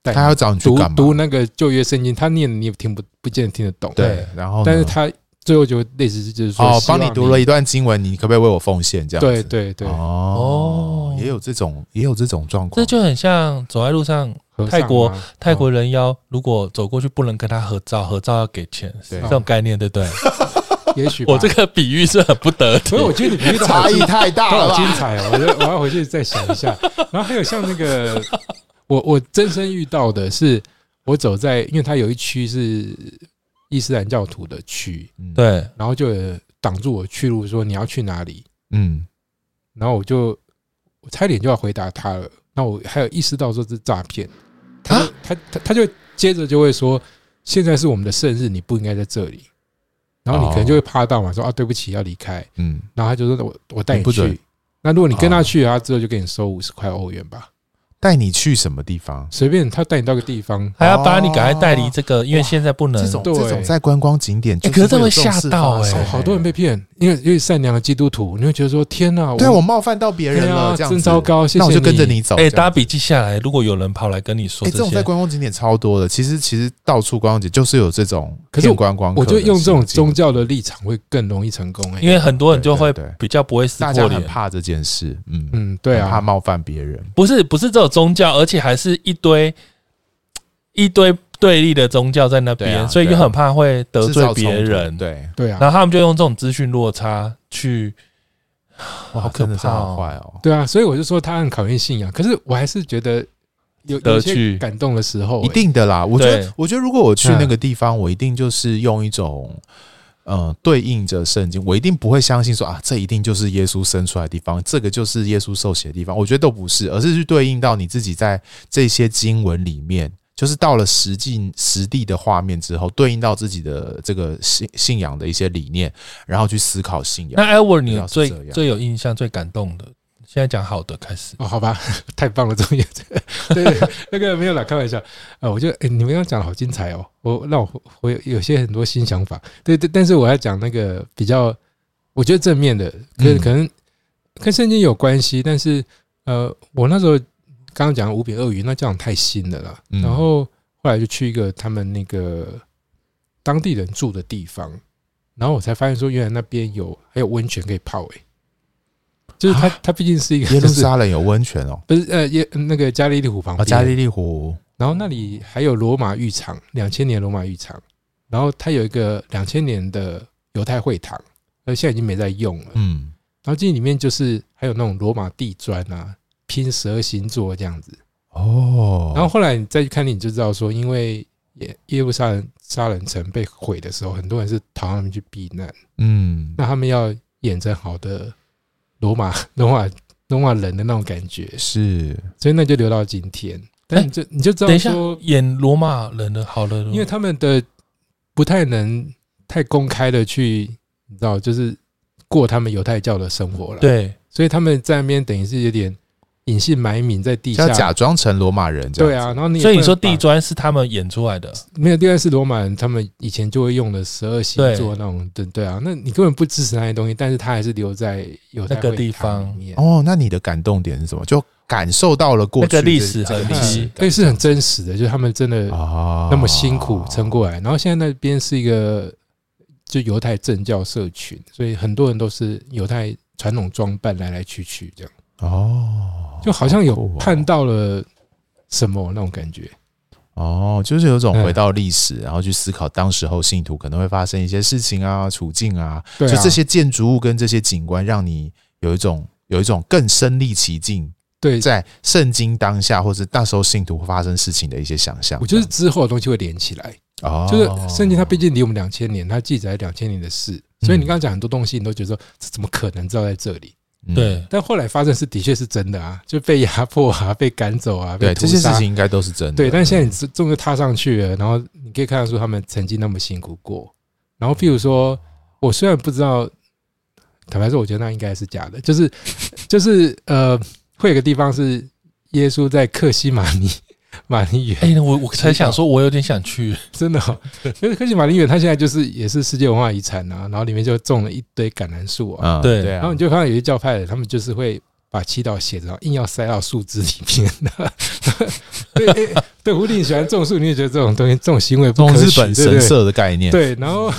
[SPEAKER 2] 带
[SPEAKER 5] 他要找你去
[SPEAKER 2] 读
[SPEAKER 5] 干嘛？
[SPEAKER 2] 读那个旧约圣经，他念的你也听不不见得听得懂，
[SPEAKER 5] 对，然后呢
[SPEAKER 2] 但是他最后就类似就是说
[SPEAKER 5] 哦，
[SPEAKER 2] 希望
[SPEAKER 5] 帮你读了一段经文，你可不可以为我奉献？这样子
[SPEAKER 2] 对对对，
[SPEAKER 5] 哦
[SPEAKER 4] 哦，
[SPEAKER 5] 也有这种也有这种状
[SPEAKER 4] 这
[SPEAKER 5] 况，
[SPEAKER 4] 就很像走在路上，
[SPEAKER 5] 嗯
[SPEAKER 2] 和尚
[SPEAKER 4] 泰国
[SPEAKER 2] 啊
[SPEAKER 4] 泰国人妖如果走过去不能跟他合照，合照要给钱，
[SPEAKER 5] 对
[SPEAKER 4] 是这种概念对 (laughs) 不对？
[SPEAKER 2] 也许吧
[SPEAKER 4] 我这，个比喻是很不得体
[SPEAKER 2] (laughs) 所以。我觉得你比喻的
[SPEAKER 5] 差异太大
[SPEAKER 2] 都
[SPEAKER 5] 了
[SPEAKER 2] (laughs) 好精
[SPEAKER 5] 吧。
[SPEAKER 2] 彩哦！我觉得我要回去再想一 (laughs) 下。然后还有像那个，我我真身遇到的是，我走在，因为它有一区是伊斯兰教徒的区，
[SPEAKER 5] 嗯，
[SPEAKER 4] 对，
[SPEAKER 2] 然后就有挡住我去路，说你要去哪里？
[SPEAKER 5] 嗯，
[SPEAKER 2] 然后我就我差点就要回答他了，那我还有意识到说这是诈骗，他就他他他就接着就会说，现在是我们的圣日，你不应该在这里。然后你可能就会趴到嘛，说啊对不起要离开，
[SPEAKER 5] 嗯，
[SPEAKER 2] 然后他就说那我我带
[SPEAKER 5] 你
[SPEAKER 2] 你
[SPEAKER 5] 不准哦
[SPEAKER 2] 去。那如果你跟他去，啊他之后就给你收五十块欧元吧，
[SPEAKER 5] 带你去什么地方？
[SPEAKER 2] 随便他带你到个地方，哦
[SPEAKER 4] 还要把你赶快带离这个，因为现在不能
[SPEAKER 5] 哦这。种
[SPEAKER 2] 对哎
[SPEAKER 5] 这种在观光景点就
[SPEAKER 4] 欸可是
[SPEAKER 5] 会
[SPEAKER 4] 这
[SPEAKER 5] 有
[SPEAKER 4] 会
[SPEAKER 5] 这种事
[SPEAKER 4] 吓到
[SPEAKER 5] 发生
[SPEAKER 4] 欸
[SPEAKER 5] 欸
[SPEAKER 2] 哦，好多人被骗，因为因为善良的基督徒，你会觉得说天哪，
[SPEAKER 5] 对啊我冒犯到别人
[SPEAKER 2] 对啊
[SPEAKER 5] 了，这样子
[SPEAKER 2] 真糟糕谢谢
[SPEAKER 5] 那我就跟着你走。
[SPEAKER 4] 哎，
[SPEAKER 5] 这
[SPEAKER 4] 大
[SPEAKER 5] 样
[SPEAKER 4] 家笔记下来，如果有人跑来跟你说
[SPEAKER 5] 哎，这种在
[SPEAKER 4] 些，
[SPEAKER 5] 观光景点超多的，其实其实到处观光景就是有这种
[SPEAKER 2] 可是
[SPEAKER 5] 骗观光客
[SPEAKER 2] 我
[SPEAKER 5] 的行
[SPEAKER 2] 觉得
[SPEAKER 5] 径，
[SPEAKER 2] 用这种宗教的立场会更容易成功哎、
[SPEAKER 4] 因为很多人就会
[SPEAKER 5] 对对对
[SPEAKER 4] 比较不会撕
[SPEAKER 5] 大
[SPEAKER 4] 破
[SPEAKER 5] 家很
[SPEAKER 4] 脸。
[SPEAKER 5] 怕这件事，嗯，
[SPEAKER 2] 嗯，对
[SPEAKER 5] 很怕
[SPEAKER 2] 啊，
[SPEAKER 5] 冒犯别人，
[SPEAKER 4] 不是不是只有宗教，而且还是一堆一堆对立的宗教在那
[SPEAKER 5] 对
[SPEAKER 4] 边，
[SPEAKER 5] 啊
[SPEAKER 4] 所以
[SPEAKER 5] 对
[SPEAKER 4] 又
[SPEAKER 5] 啊
[SPEAKER 4] 很怕会得
[SPEAKER 5] 制造
[SPEAKER 4] 罪别
[SPEAKER 5] 冲突
[SPEAKER 4] 人。，
[SPEAKER 5] 对，
[SPEAKER 2] 对啊，
[SPEAKER 4] 然后他们就用这种资讯落差去，
[SPEAKER 5] 哇，
[SPEAKER 4] 好可
[SPEAKER 5] 真的是
[SPEAKER 4] 怕
[SPEAKER 5] 好
[SPEAKER 4] 哦
[SPEAKER 5] 坏哦。
[SPEAKER 2] 对啊，所以我就说他很考验信仰，可是我还是觉得有有
[SPEAKER 4] 得
[SPEAKER 2] 一些
[SPEAKER 4] 去
[SPEAKER 2] 感动的时候、
[SPEAKER 5] 一定的啦。我觉
[SPEAKER 4] 对
[SPEAKER 5] 得，我觉得如果我去那个地方，我一定就是用一种。呃，对应着圣经，我一定不会相信说啊，这一定就是耶稣生出来的地方，这个就是耶稣受洗的地方。我觉得都不是，而是去对应到你自己在这些经文里面，就是到了实际实地的画面之后，对应到自己的这个信信仰的一些理念，然后去思考信仰。
[SPEAKER 4] 那 Edward，你有
[SPEAKER 5] 要啊是
[SPEAKER 4] 最
[SPEAKER 5] 这样
[SPEAKER 4] 最有印象、最感动的，现在讲好的开始。
[SPEAKER 2] 哦，好吧，太棒了，终于对对，那个没有啦，开玩笑。呃，我觉得、诶你们刚刚讲的好精彩哦，我让我我有有些很多新想法。对对，但是我要讲那个比较，我觉得正面的，跟、
[SPEAKER 5] 嗯
[SPEAKER 2] 可能跟圣经有关系，但是呃，我那时候刚刚讲五饼鳄鱼，那这样太新了啦。
[SPEAKER 5] 嗯
[SPEAKER 2] 然后后来就去一个他们那个当地人住的地方，然后我才发现说，原来那边有还有温泉可以泡诶、就是它，
[SPEAKER 5] 啊
[SPEAKER 2] 它毕竟是一个
[SPEAKER 5] 耶路
[SPEAKER 2] 就是
[SPEAKER 5] 撒冷有温泉哦，
[SPEAKER 2] 不是呃，也那个加利利湖旁
[SPEAKER 5] 啊，
[SPEAKER 2] 边，
[SPEAKER 5] 加利利湖，
[SPEAKER 2] 然后那里还有罗马浴场，两千年罗马浴场，然后它有一个两千年的犹太会堂，呃，现在已经没在用了。
[SPEAKER 5] 嗯，
[SPEAKER 2] 然后这里面就是还有那种罗马地砖啊，拼十二星座这样子。
[SPEAKER 5] 哦，
[SPEAKER 2] 然后后来你再去看你就知道说，因为耶耶路撒冷杀人城被毁的时候，很多人是逃到那边去避难，
[SPEAKER 5] 嗯，
[SPEAKER 2] 那他们要演着好的罗马 (laughs) 罗马罗马人的那种感觉，
[SPEAKER 5] 是
[SPEAKER 2] 所以那就留到今天。但你就你就知
[SPEAKER 4] 等
[SPEAKER 2] 道
[SPEAKER 4] 一下
[SPEAKER 2] 啊说，，
[SPEAKER 4] 演罗马人的好了，
[SPEAKER 2] 因为他们的不太能太公开的去，你知道，就是过他们犹太教的生活了。，
[SPEAKER 4] 对
[SPEAKER 2] 所以他们在那边等于是有点隐姓埋名在地
[SPEAKER 5] 要
[SPEAKER 2] 下。
[SPEAKER 5] 假装成罗马人这
[SPEAKER 2] 对
[SPEAKER 5] 样
[SPEAKER 2] 啊，
[SPEAKER 5] 子。
[SPEAKER 2] 然后你
[SPEAKER 4] 所以你说
[SPEAKER 2] 地
[SPEAKER 4] 地砖是他们演出来的，
[SPEAKER 2] 没有地砖是罗马人他们以前就会用的十二星座那种，对对啊，那你根本不支持那些东西，但是他还是留在犹太
[SPEAKER 4] 那个
[SPEAKER 2] 会
[SPEAKER 4] 地
[SPEAKER 2] 堂
[SPEAKER 4] 方
[SPEAKER 2] 里面，
[SPEAKER 5] 哦，那你的感动点是什么？就感受到了过去
[SPEAKER 4] 那个历
[SPEAKER 5] 这
[SPEAKER 4] 史
[SPEAKER 5] 这个
[SPEAKER 4] 痕
[SPEAKER 5] 历史
[SPEAKER 4] 迹
[SPEAKER 5] 感
[SPEAKER 2] 对，是很真实的，就是他们真的
[SPEAKER 5] 啊
[SPEAKER 2] 那么辛苦撑过来。然后现在那边是一个就犹太正教社群，所以很多人都是犹太传统装扮来来去去，这样
[SPEAKER 5] 哦，
[SPEAKER 2] 就好像有
[SPEAKER 5] 好酷哦
[SPEAKER 2] 看到了什么那种感觉。
[SPEAKER 5] 哦，就是有种
[SPEAKER 2] 嗯
[SPEAKER 5] 回到历史，然后去思考当时候信徒可能会发生一些事情啊、处境啊，
[SPEAKER 2] 对啊
[SPEAKER 5] 就这些建筑物跟这些景观，让你有一种有一种更身临其境，
[SPEAKER 2] 对，
[SPEAKER 5] 在圣经当下或是那时候信徒会发生事情的一些想象。
[SPEAKER 2] 我觉得之后的东西会连起来。
[SPEAKER 5] 这样
[SPEAKER 2] 就是
[SPEAKER 5] 哦，
[SPEAKER 2] 圣经它毕竟离我们两千年，它记载两千年的事，所以你刚刚讲很多东西，你都觉得说这怎么可能知道在这里？
[SPEAKER 5] 嗯
[SPEAKER 4] 对，
[SPEAKER 2] 但后来发生是的确是真的啊，就被压迫啊，被赶走啊，
[SPEAKER 5] 对
[SPEAKER 2] 被
[SPEAKER 5] 这
[SPEAKER 2] 屠
[SPEAKER 5] 些事
[SPEAKER 2] 杀。
[SPEAKER 5] 情应该都是真的。
[SPEAKER 2] 对，但是现在你终于踏上去了，然后你可以看得出他们曾经那么辛苦过。然后譬如说，我虽然不知道，坦白说，我觉得那应该是假的，就是 (laughs) 就是呃，会有个地方是耶稣在克西马尼 (laughs) 马尼园。
[SPEAKER 4] 哎、我我才想说，我有点想去。
[SPEAKER 2] 真的、哦，因为科技马林园它现在就是也是世界文化遗产啊，然后里面就种了一堆橄榄树啊，
[SPEAKER 5] 嗯，
[SPEAKER 4] 对
[SPEAKER 5] 对
[SPEAKER 2] 然后
[SPEAKER 5] 啊
[SPEAKER 2] 你，就看到有些教派的，他们就是会把祈祷写着，然后硬要塞到树枝里面。
[SPEAKER 5] (laughs)
[SPEAKER 2] 对诶对，狐狸你喜欢种树，你也觉得这种东西这种行为不
[SPEAKER 5] 从
[SPEAKER 2] 可
[SPEAKER 5] 日
[SPEAKER 2] 取
[SPEAKER 5] 本
[SPEAKER 2] 对不
[SPEAKER 5] 神
[SPEAKER 2] 对
[SPEAKER 5] 社的概念，，
[SPEAKER 2] 对，
[SPEAKER 5] (laughs)
[SPEAKER 2] 然后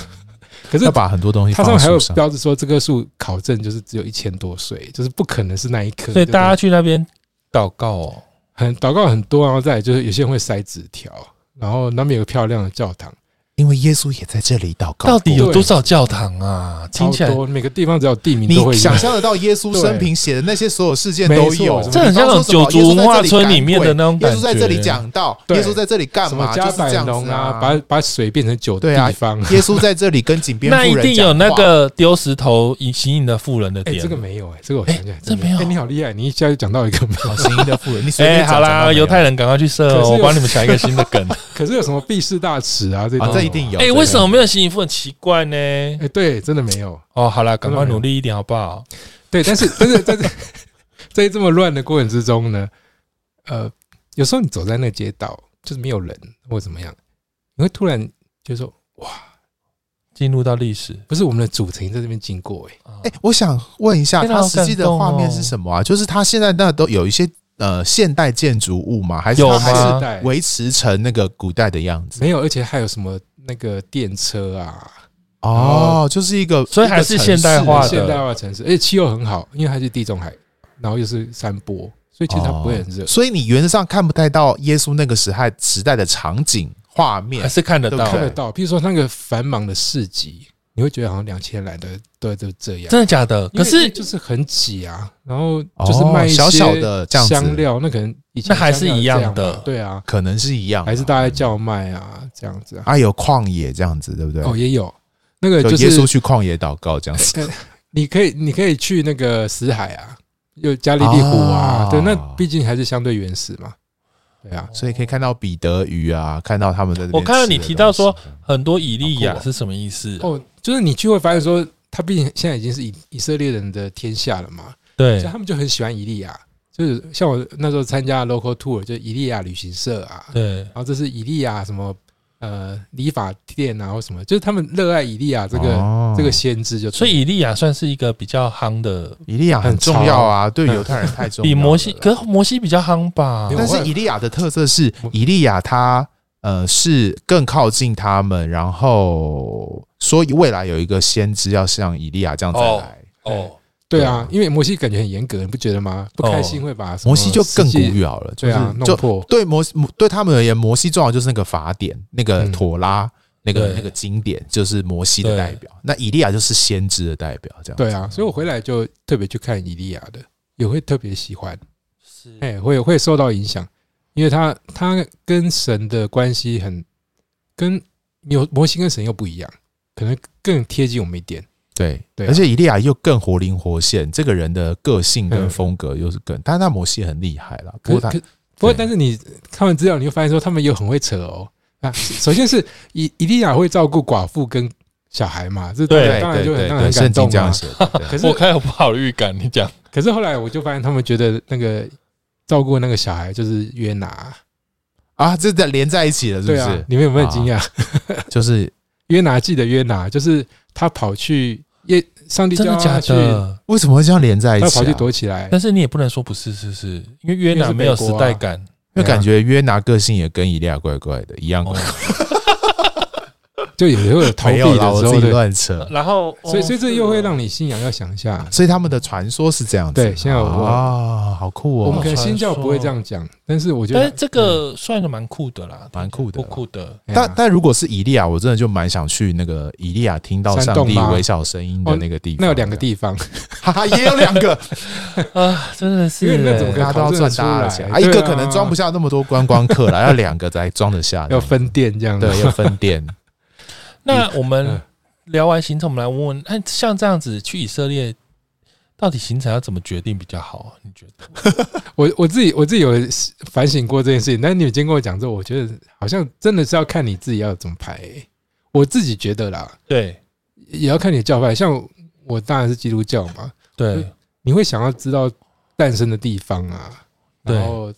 [SPEAKER 2] 可是
[SPEAKER 5] 要把很多东西
[SPEAKER 2] 它
[SPEAKER 5] 放
[SPEAKER 2] 上
[SPEAKER 5] 在
[SPEAKER 2] 面还有
[SPEAKER 5] 树上。
[SPEAKER 2] 标志说这棵树考证就是只有一千多岁，就是不可能是那一棵。
[SPEAKER 4] 所以
[SPEAKER 2] 对不对
[SPEAKER 4] 大家去那边祷告哦。
[SPEAKER 2] 很祷告很多，然后再来就是有些人会塞纸条，然后那边有个漂亮的教堂。
[SPEAKER 5] 因为耶稣也在这里祷告。
[SPEAKER 4] 到底有多少教堂啊？听起来
[SPEAKER 2] 超多，每个地方只要有地名
[SPEAKER 5] 你
[SPEAKER 2] 都会有
[SPEAKER 5] 想象得到耶稣生平写的那些所有事件都
[SPEAKER 2] 没错
[SPEAKER 5] 有，
[SPEAKER 2] 什么
[SPEAKER 4] 这很像那种九族文化村里面的那种
[SPEAKER 5] 耶
[SPEAKER 4] 感觉。
[SPEAKER 5] 稣在这里，讲道，
[SPEAKER 2] 对
[SPEAKER 5] 耶稣在这里干
[SPEAKER 2] 什么
[SPEAKER 5] 嘛？就
[SPEAKER 2] 加
[SPEAKER 5] 是这
[SPEAKER 2] 百
[SPEAKER 5] 样
[SPEAKER 2] 农
[SPEAKER 5] 子
[SPEAKER 2] 啊，把把水变成酒的
[SPEAKER 5] 对啊
[SPEAKER 2] (laughs) 地方。
[SPEAKER 5] 耶稣在这里跟井边
[SPEAKER 4] 那一
[SPEAKER 5] 妇人
[SPEAKER 4] 定
[SPEAKER 5] 讲
[SPEAKER 4] 有
[SPEAKER 5] 话
[SPEAKER 4] 那个丢石头以吸引的妇人的
[SPEAKER 2] 哎，
[SPEAKER 4] 点。
[SPEAKER 2] 这个没有哎，这个我想起来，
[SPEAKER 4] 这没有
[SPEAKER 2] 哎，你好厉害，你一下就讲到一个没有。
[SPEAKER 5] 好行淫的妇人，你随
[SPEAKER 4] 哎、
[SPEAKER 5] 便
[SPEAKER 4] 好啦，犹太
[SPEAKER 5] 人
[SPEAKER 4] 人赶快去射
[SPEAKER 2] 可是
[SPEAKER 4] 哦！
[SPEAKER 2] 有
[SPEAKER 4] 我帮你们想一个新的
[SPEAKER 2] (laughs)
[SPEAKER 4] 梗。
[SPEAKER 2] (laughs) 可是有什么避世大耻啊？这
[SPEAKER 5] 啊，
[SPEAKER 2] 种
[SPEAKER 5] 这一定有。
[SPEAKER 4] 哎、
[SPEAKER 5] 这
[SPEAKER 4] 为什么没有吸引妇很奇怪呢？
[SPEAKER 2] 哎，对，真的没有。
[SPEAKER 4] 哦，好啦，赶快努力一点好不好？
[SPEAKER 2] 对，但是 (laughs) 但是在这在这么乱的过程之中呢，呃，有时候你走在那个街道，就是没有人或怎么样，你会突然就说，
[SPEAKER 4] 进入到历史。
[SPEAKER 2] 不是我们的主曾经在这边经过哎，
[SPEAKER 4] 啊
[SPEAKER 5] 哎，我想问一下，
[SPEAKER 4] 天哪
[SPEAKER 5] 他实际的
[SPEAKER 4] 好感
[SPEAKER 5] 画
[SPEAKER 4] 动哦
[SPEAKER 5] 面是什么啊？就是他现在那都有一些呃现代建筑物哦吗？还是
[SPEAKER 4] 有
[SPEAKER 5] 他
[SPEAKER 4] 吗
[SPEAKER 5] 还
[SPEAKER 2] 世
[SPEAKER 5] 是
[SPEAKER 2] 代
[SPEAKER 5] 维持成那个古代的样子？
[SPEAKER 2] 没有，而且还有什么那个电车啊，
[SPEAKER 5] 哦，就是一个，
[SPEAKER 4] 所以还是
[SPEAKER 5] 一个城市哦
[SPEAKER 4] 现代化的
[SPEAKER 2] 现代化城市，而且气候很好，因为它是地中海，然后又是山坡，所以其实它不会很热。
[SPEAKER 5] 所以你原则上看不太到耶稣那个时代时代的场景画
[SPEAKER 4] 还
[SPEAKER 5] 面。
[SPEAKER 4] 是看得到，
[SPEAKER 5] 对
[SPEAKER 2] 看得到，譬如说那个繁忙的市集，你会觉得好像两千来的都都这样。
[SPEAKER 4] 真的假的？
[SPEAKER 2] 因
[SPEAKER 4] 可
[SPEAKER 2] 为
[SPEAKER 4] 是
[SPEAKER 2] 就是很挤啊，然后就是卖一些
[SPEAKER 5] 哦小小的这样子
[SPEAKER 2] 香料，那可能以前
[SPEAKER 4] 那还是一样的
[SPEAKER 2] 香料这嘛对啊，
[SPEAKER 5] 可能是一样吧，
[SPEAKER 2] 还是大家叫卖啊这样子啊。
[SPEAKER 5] 啊有旷野这样子，对不对？
[SPEAKER 2] 哦，也有那个
[SPEAKER 5] 就
[SPEAKER 2] 就
[SPEAKER 5] 耶稣
[SPEAKER 2] 是
[SPEAKER 5] 去旷野祷告这样子。
[SPEAKER 2] 你可以你可以去那个死海啊，有加利利湖啊
[SPEAKER 5] 啊，
[SPEAKER 2] 对，那毕竟还是相对原始嘛，对啊，
[SPEAKER 5] 所以可以看到彼得鱼啊，看到他们在那边
[SPEAKER 4] 我看到
[SPEAKER 5] 吃的
[SPEAKER 4] 你提到说
[SPEAKER 5] 东西
[SPEAKER 4] 很多以利
[SPEAKER 5] 好
[SPEAKER 4] 亚
[SPEAKER 2] 啊
[SPEAKER 5] 酷哦
[SPEAKER 4] 是什么意思？
[SPEAKER 2] 哦，就是你去会发现说，他毕竟现在已经是以以色列人的天下了嘛，
[SPEAKER 4] 对
[SPEAKER 2] 所以，他们就很喜欢以利亚。就是像我那时候参加 local tour，就以利亚旅行社啊，
[SPEAKER 4] 对，
[SPEAKER 2] 然后这是以利亚什么呃理发店啊或什么，就是他们热爱以利亚这个、
[SPEAKER 5] 哦
[SPEAKER 2] 这个先知就，
[SPEAKER 4] 所以以利亚算是一个比较夯的，
[SPEAKER 5] 以利亚很重要啊，对犹太人太重要
[SPEAKER 4] 比
[SPEAKER 5] 了。
[SPEAKER 4] 摩西，可是摩西比较夯吧
[SPEAKER 2] 没？有
[SPEAKER 5] 但是以利亚的特色是，以利亚他呃是更靠近他们，然后说未来有一个先知要像以利亚这样再
[SPEAKER 4] 哦
[SPEAKER 5] 来。
[SPEAKER 4] 哦，
[SPEAKER 2] 对啊，因为摩西感觉很严格，你不觉得吗？不开心会把什
[SPEAKER 5] 哦
[SPEAKER 2] 么
[SPEAKER 5] 摩西就更
[SPEAKER 2] 世
[SPEAKER 5] 古
[SPEAKER 2] 界
[SPEAKER 5] 老了，就
[SPEAKER 2] 对
[SPEAKER 5] 是
[SPEAKER 2] 啊弄
[SPEAKER 5] 就
[SPEAKER 2] 破，
[SPEAKER 5] 对摩西对他们而言，摩西重要就是那个法典，那个
[SPEAKER 2] 嗯
[SPEAKER 5] 妥拉，那个
[SPEAKER 4] 对
[SPEAKER 5] 那个经典，就是摩西的代表。那以利亚就是先知的代表，这样子
[SPEAKER 2] 对啊，所以我回来就特别去看以利亚的，也会特别喜欢，
[SPEAKER 4] 是
[SPEAKER 2] 哎、会会受到影响，因为他他跟神的关系很跟有摩西跟神又不一样，可能更贴近我们一点，
[SPEAKER 5] 对
[SPEAKER 2] 对啊
[SPEAKER 5] 而且以利亚又更活灵活现，这个人的个性跟
[SPEAKER 2] 嗯
[SPEAKER 5] 风格又是更，但那摩西很厉害啦，不过
[SPEAKER 2] 可
[SPEAKER 5] 他
[SPEAKER 2] 可不过，
[SPEAKER 5] 对
[SPEAKER 2] 但是你看完资料，你会发现说他们也很会扯哦。啊，首先是以以利亚会照顾寡妇跟小孩嘛，这当
[SPEAKER 4] 对
[SPEAKER 2] 然当然就很让
[SPEAKER 5] 对
[SPEAKER 2] 人
[SPEAKER 5] 圣
[SPEAKER 2] 感
[SPEAKER 5] 经
[SPEAKER 2] 动
[SPEAKER 5] 这样
[SPEAKER 2] 嘛。
[SPEAKER 5] 写的，
[SPEAKER 2] (laughs)
[SPEAKER 5] 对
[SPEAKER 2] 可是
[SPEAKER 4] 我开有不好的预感，你讲
[SPEAKER 2] 可是后来我就发现，他们觉得那个照顾那个小孩就是约拿，
[SPEAKER 5] 啊，这这连在一起了，是不
[SPEAKER 2] 对啊
[SPEAKER 5] 是，？
[SPEAKER 2] 你们有没有很惊讶？
[SPEAKER 5] 就是
[SPEAKER 2] 约拿记得约拿，就是他跑去耶，上帝
[SPEAKER 4] 真
[SPEAKER 2] 叫
[SPEAKER 4] 的假
[SPEAKER 2] 他去，
[SPEAKER 4] 的？
[SPEAKER 5] 为什么会这样连在一
[SPEAKER 2] 他
[SPEAKER 5] 起
[SPEAKER 2] 跑
[SPEAKER 5] 啊？
[SPEAKER 2] 去躲起来。
[SPEAKER 4] 但是你也不能说不是，是不是？因为约拿没有时
[SPEAKER 2] 啊
[SPEAKER 4] 代感，
[SPEAKER 5] 因为感觉约拿个性也跟以利亚怪怪的一样怪
[SPEAKER 4] 哦
[SPEAKER 5] 怪，
[SPEAKER 2] 就也会哦有逃避
[SPEAKER 5] (laughs) 没有啦，
[SPEAKER 2] 的
[SPEAKER 5] 我
[SPEAKER 2] 时
[SPEAKER 5] 自
[SPEAKER 2] 候
[SPEAKER 5] 己
[SPEAKER 2] 的，
[SPEAKER 5] 乱扯。
[SPEAKER 4] 然后，
[SPEAKER 2] 所以所以这又会
[SPEAKER 4] 哦
[SPEAKER 2] 让你信仰要想一下。
[SPEAKER 5] 所以他们的传说是这样子，
[SPEAKER 2] 对现在有
[SPEAKER 5] 啊，好酷
[SPEAKER 2] 我们
[SPEAKER 5] 哦
[SPEAKER 2] 可，能新教不会这样讲，但是我觉
[SPEAKER 4] 但是
[SPEAKER 2] 得，
[SPEAKER 4] 哎这个算是蛮酷的啦，
[SPEAKER 5] 蛮酷的
[SPEAKER 4] 不
[SPEAKER 5] 啦。
[SPEAKER 4] 酷的。
[SPEAKER 2] 哎呀
[SPEAKER 5] 但但如果是以利亚，我真的就蛮想去那个以利亚听到上
[SPEAKER 2] 山洞
[SPEAKER 5] 帝
[SPEAKER 2] 吗哦
[SPEAKER 5] 微小声音的那个地方。
[SPEAKER 2] 那有两个，地方，
[SPEAKER 5] 哈哈，也有两个，
[SPEAKER 4] 啊，真的是
[SPEAKER 2] 因
[SPEAKER 4] 欸，
[SPEAKER 2] 为 (laughs) 那怎么可能
[SPEAKER 5] 大家都要赚大家的钱
[SPEAKER 2] 对
[SPEAKER 5] 啊！
[SPEAKER 2] 啊
[SPEAKER 5] 一个可能装不下那么多观光客了，要两个才装得下。
[SPEAKER 2] 要分啊店这样子。
[SPEAKER 5] 对，要分店。
[SPEAKER 4] 那我们
[SPEAKER 2] 嗯
[SPEAKER 4] 聊完行程，我们来问问，哎，像这样子去以色列，到底行程要怎么决定比较好啊？你觉得？
[SPEAKER 2] 我我自己我自己有反省过这件事情，但你有经过我讲之后，我觉得好像真的是要看你自己要怎么排、我自己觉得啦，
[SPEAKER 4] 对
[SPEAKER 2] 也要看你的教派。像我当然是基督教嘛，
[SPEAKER 4] 对
[SPEAKER 2] 你会想要知道诞生的地方啊，
[SPEAKER 4] 对
[SPEAKER 2] 然后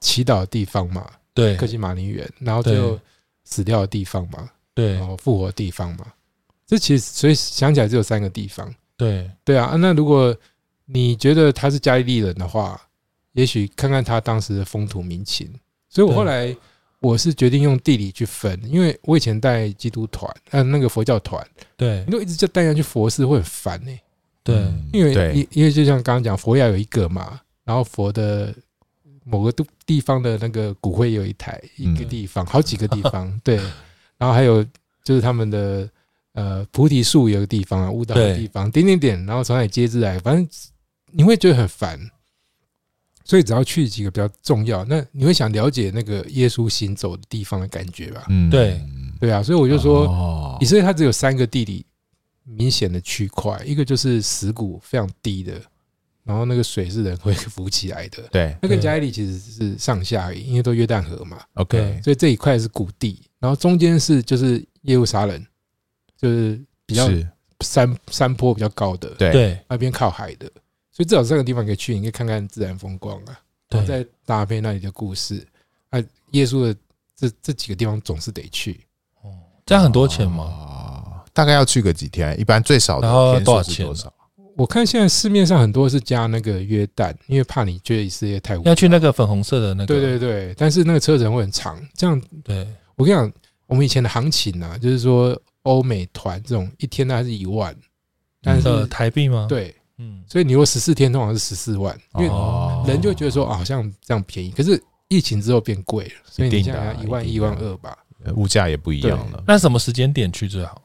[SPEAKER 2] 祈祷的地方嘛，
[SPEAKER 4] 对
[SPEAKER 2] 克西马尼园，然后最后
[SPEAKER 4] 对
[SPEAKER 2] 死掉的地方嘛，然
[SPEAKER 4] 对
[SPEAKER 2] 后复活的地方嘛。这其实所以想起来只有三个地方。
[SPEAKER 4] 对，
[SPEAKER 2] 对啊，啊那如果你觉得他是加利利人的话，也许看看他当时的风土民情。所以我
[SPEAKER 4] 对
[SPEAKER 2] 后来我是决定用地理去分，因为我以前带基督团，呃，那个佛教团，
[SPEAKER 4] 对
[SPEAKER 2] 你都一直叫带人家去佛寺会很烦欸呢、
[SPEAKER 4] 对
[SPEAKER 5] 嗯
[SPEAKER 2] 因为
[SPEAKER 5] 对
[SPEAKER 2] 因因为就像刚刚讲，佛要有一个嘛，然后佛的某个地地方的那个骨灰也有一台，一个
[SPEAKER 5] 嗯
[SPEAKER 2] 地方，好几个地
[SPEAKER 5] (laughs)
[SPEAKER 2] 方，对，然后还有就是他们的呃菩提树有个地方啊，舞蹈的
[SPEAKER 4] 对
[SPEAKER 2] 地方，点点点，然后从哪里接着来，反正你会觉得很烦。所以只要去几个比较重要，那你会想了解那个耶稣行走的地方的感觉吧？
[SPEAKER 5] 嗯
[SPEAKER 4] 对，
[SPEAKER 2] 对啊，所以我就说，
[SPEAKER 5] 哦
[SPEAKER 2] 以色列它只有三个地理明显的区块，一个就是石谷非常低的，然后那个水是人会浮起来的。 (laughs)
[SPEAKER 5] 对
[SPEAKER 2] 那跟
[SPEAKER 4] 对
[SPEAKER 2] 加利利其实是上下而已，因为都约旦河嘛，
[SPEAKER 5] ，OK，
[SPEAKER 4] 对
[SPEAKER 2] 所以这一块是谷地，然后中间是就是耶路撒冷，就是比较
[SPEAKER 5] 是
[SPEAKER 2] 山山坡比较高的，
[SPEAKER 5] 对
[SPEAKER 4] 对
[SPEAKER 2] 那边靠海的，所以至少这个地方可以去，你可以看看自然风光啊，然后
[SPEAKER 4] 对
[SPEAKER 2] 再搭配那里的故事啊，耶稣的这这几个地方总是得去，
[SPEAKER 4] 这样很多钱吗？
[SPEAKER 5] 哦大概要去个几天？一般最少的
[SPEAKER 4] 然后
[SPEAKER 5] 天
[SPEAKER 4] 多少
[SPEAKER 5] 数是
[SPEAKER 4] 钱
[SPEAKER 5] 多少？
[SPEAKER 2] 我看现在市面上很多是加那个约旦，因为怕你觉得以色列太无
[SPEAKER 4] 要去那个粉红色的那个，
[SPEAKER 2] 对对对，但是那个车程会很长。这样，
[SPEAKER 4] 对
[SPEAKER 2] 我跟你讲，我们以前的行情啊，就是说欧美团这种一天大概是一万，但是、
[SPEAKER 4] 呃，台币吗？，
[SPEAKER 2] 对，
[SPEAKER 4] 嗯，
[SPEAKER 2] 所以你如果十四天通常是十四万，因为
[SPEAKER 5] 哦
[SPEAKER 2] 人就觉得说、啊好像这样便宜，可是疫情之后变贵了，所以你
[SPEAKER 5] 一
[SPEAKER 2] 现
[SPEAKER 5] 定的啊
[SPEAKER 2] 在一万
[SPEAKER 5] 一
[SPEAKER 2] 一
[SPEAKER 5] 定的
[SPEAKER 2] 万二吧。
[SPEAKER 5] 呃物价也不一样了。
[SPEAKER 4] 那什么时间点去最好？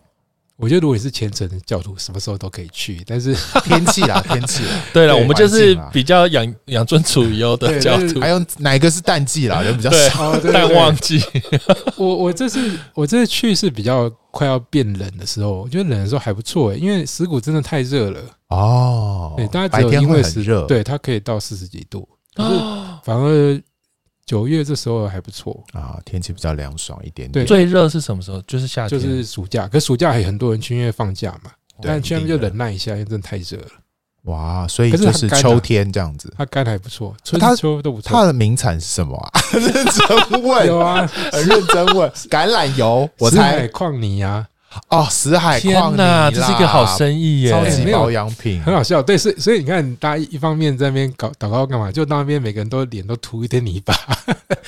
[SPEAKER 2] 我觉得如果你是虔诚的教徒，什么时候都可以去，但是
[SPEAKER 5] 天气
[SPEAKER 2] (laughs)
[SPEAKER 5] 啊，天气啊，
[SPEAKER 4] 对了，
[SPEAKER 5] 对
[SPEAKER 4] 我们就是
[SPEAKER 5] 环境啊
[SPEAKER 4] 比较养养尊处优的
[SPEAKER 2] 对
[SPEAKER 4] 角
[SPEAKER 2] 但是哎
[SPEAKER 4] 度，
[SPEAKER 5] 还有哪一个是淡季啦？人比较
[SPEAKER 4] 对
[SPEAKER 5] 少。
[SPEAKER 2] 哦，对对
[SPEAKER 4] 淡
[SPEAKER 2] 对
[SPEAKER 4] 旺季，
[SPEAKER 2] 我我这次我这次去是比较快要变冷的时候，我觉得冷的时候还不错诶，欸因为石鼓真的太热了，
[SPEAKER 5] 哦，
[SPEAKER 2] 对，大家
[SPEAKER 5] 白
[SPEAKER 2] 只有
[SPEAKER 5] 天
[SPEAKER 2] 因
[SPEAKER 5] 会
[SPEAKER 2] 为
[SPEAKER 5] 很
[SPEAKER 2] 是
[SPEAKER 5] 热，
[SPEAKER 2] 对，它可以到四十几度，可是反而九月这时候还不错，
[SPEAKER 5] 啊，天气比较凉爽一点点。
[SPEAKER 2] 对
[SPEAKER 4] 最热是什么时候？就是夏
[SPEAKER 2] 就
[SPEAKER 4] 天，
[SPEAKER 2] 是暑假，可暑假也很多人去，因为放假嘛，
[SPEAKER 5] 啊对
[SPEAKER 2] 但去那边
[SPEAKER 5] 一定
[SPEAKER 2] 就
[SPEAKER 5] 的
[SPEAKER 2] 忍耐一下，因为真的太热了，
[SPEAKER 5] 哇，所以
[SPEAKER 2] 可是
[SPEAKER 5] 就
[SPEAKER 2] 很
[SPEAKER 5] 是
[SPEAKER 2] 干啊
[SPEAKER 5] 秋天这样子。
[SPEAKER 2] 它干得还不错，春
[SPEAKER 5] 啊它
[SPEAKER 2] 秋都不
[SPEAKER 5] 它
[SPEAKER 2] 错，
[SPEAKER 5] 的名产是什么
[SPEAKER 2] (laughs)
[SPEAKER 5] 啊？认真
[SPEAKER 2] 有
[SPEAKER 5] 问，
[SPEAKER 2] 啊，
[SPEAKER 5] 很认真
[SPEAKER 2] (laughs)
[SPEAKER 5] 问。橄榄油，我
[SPEAKER 2] 死海
[SPEAKER 5] 猜
[SPEAKER 2] 矿泥啊，
[SPEAKER 5] 哦，死海
[SPEAKER 4] 天
[SPEAKER 5] 矿泥
[SPEAKER 4] 哪，
[SPEAKER 5] 啦，
[SPEAKER 4] 啊这是一个好生意耶！
[SPEAKER 5] 超
[SPEAKER 2] 哎
[SPEAKER 5] 级
[SPEAKER 2] 没有
[SPEAKER 5] 保养品
[SPEAKER 2] 很好笑，对，所以所以你看，大家一方面在那边搞祷告干嘛，就那边每个人都脸都涂一点泥巴。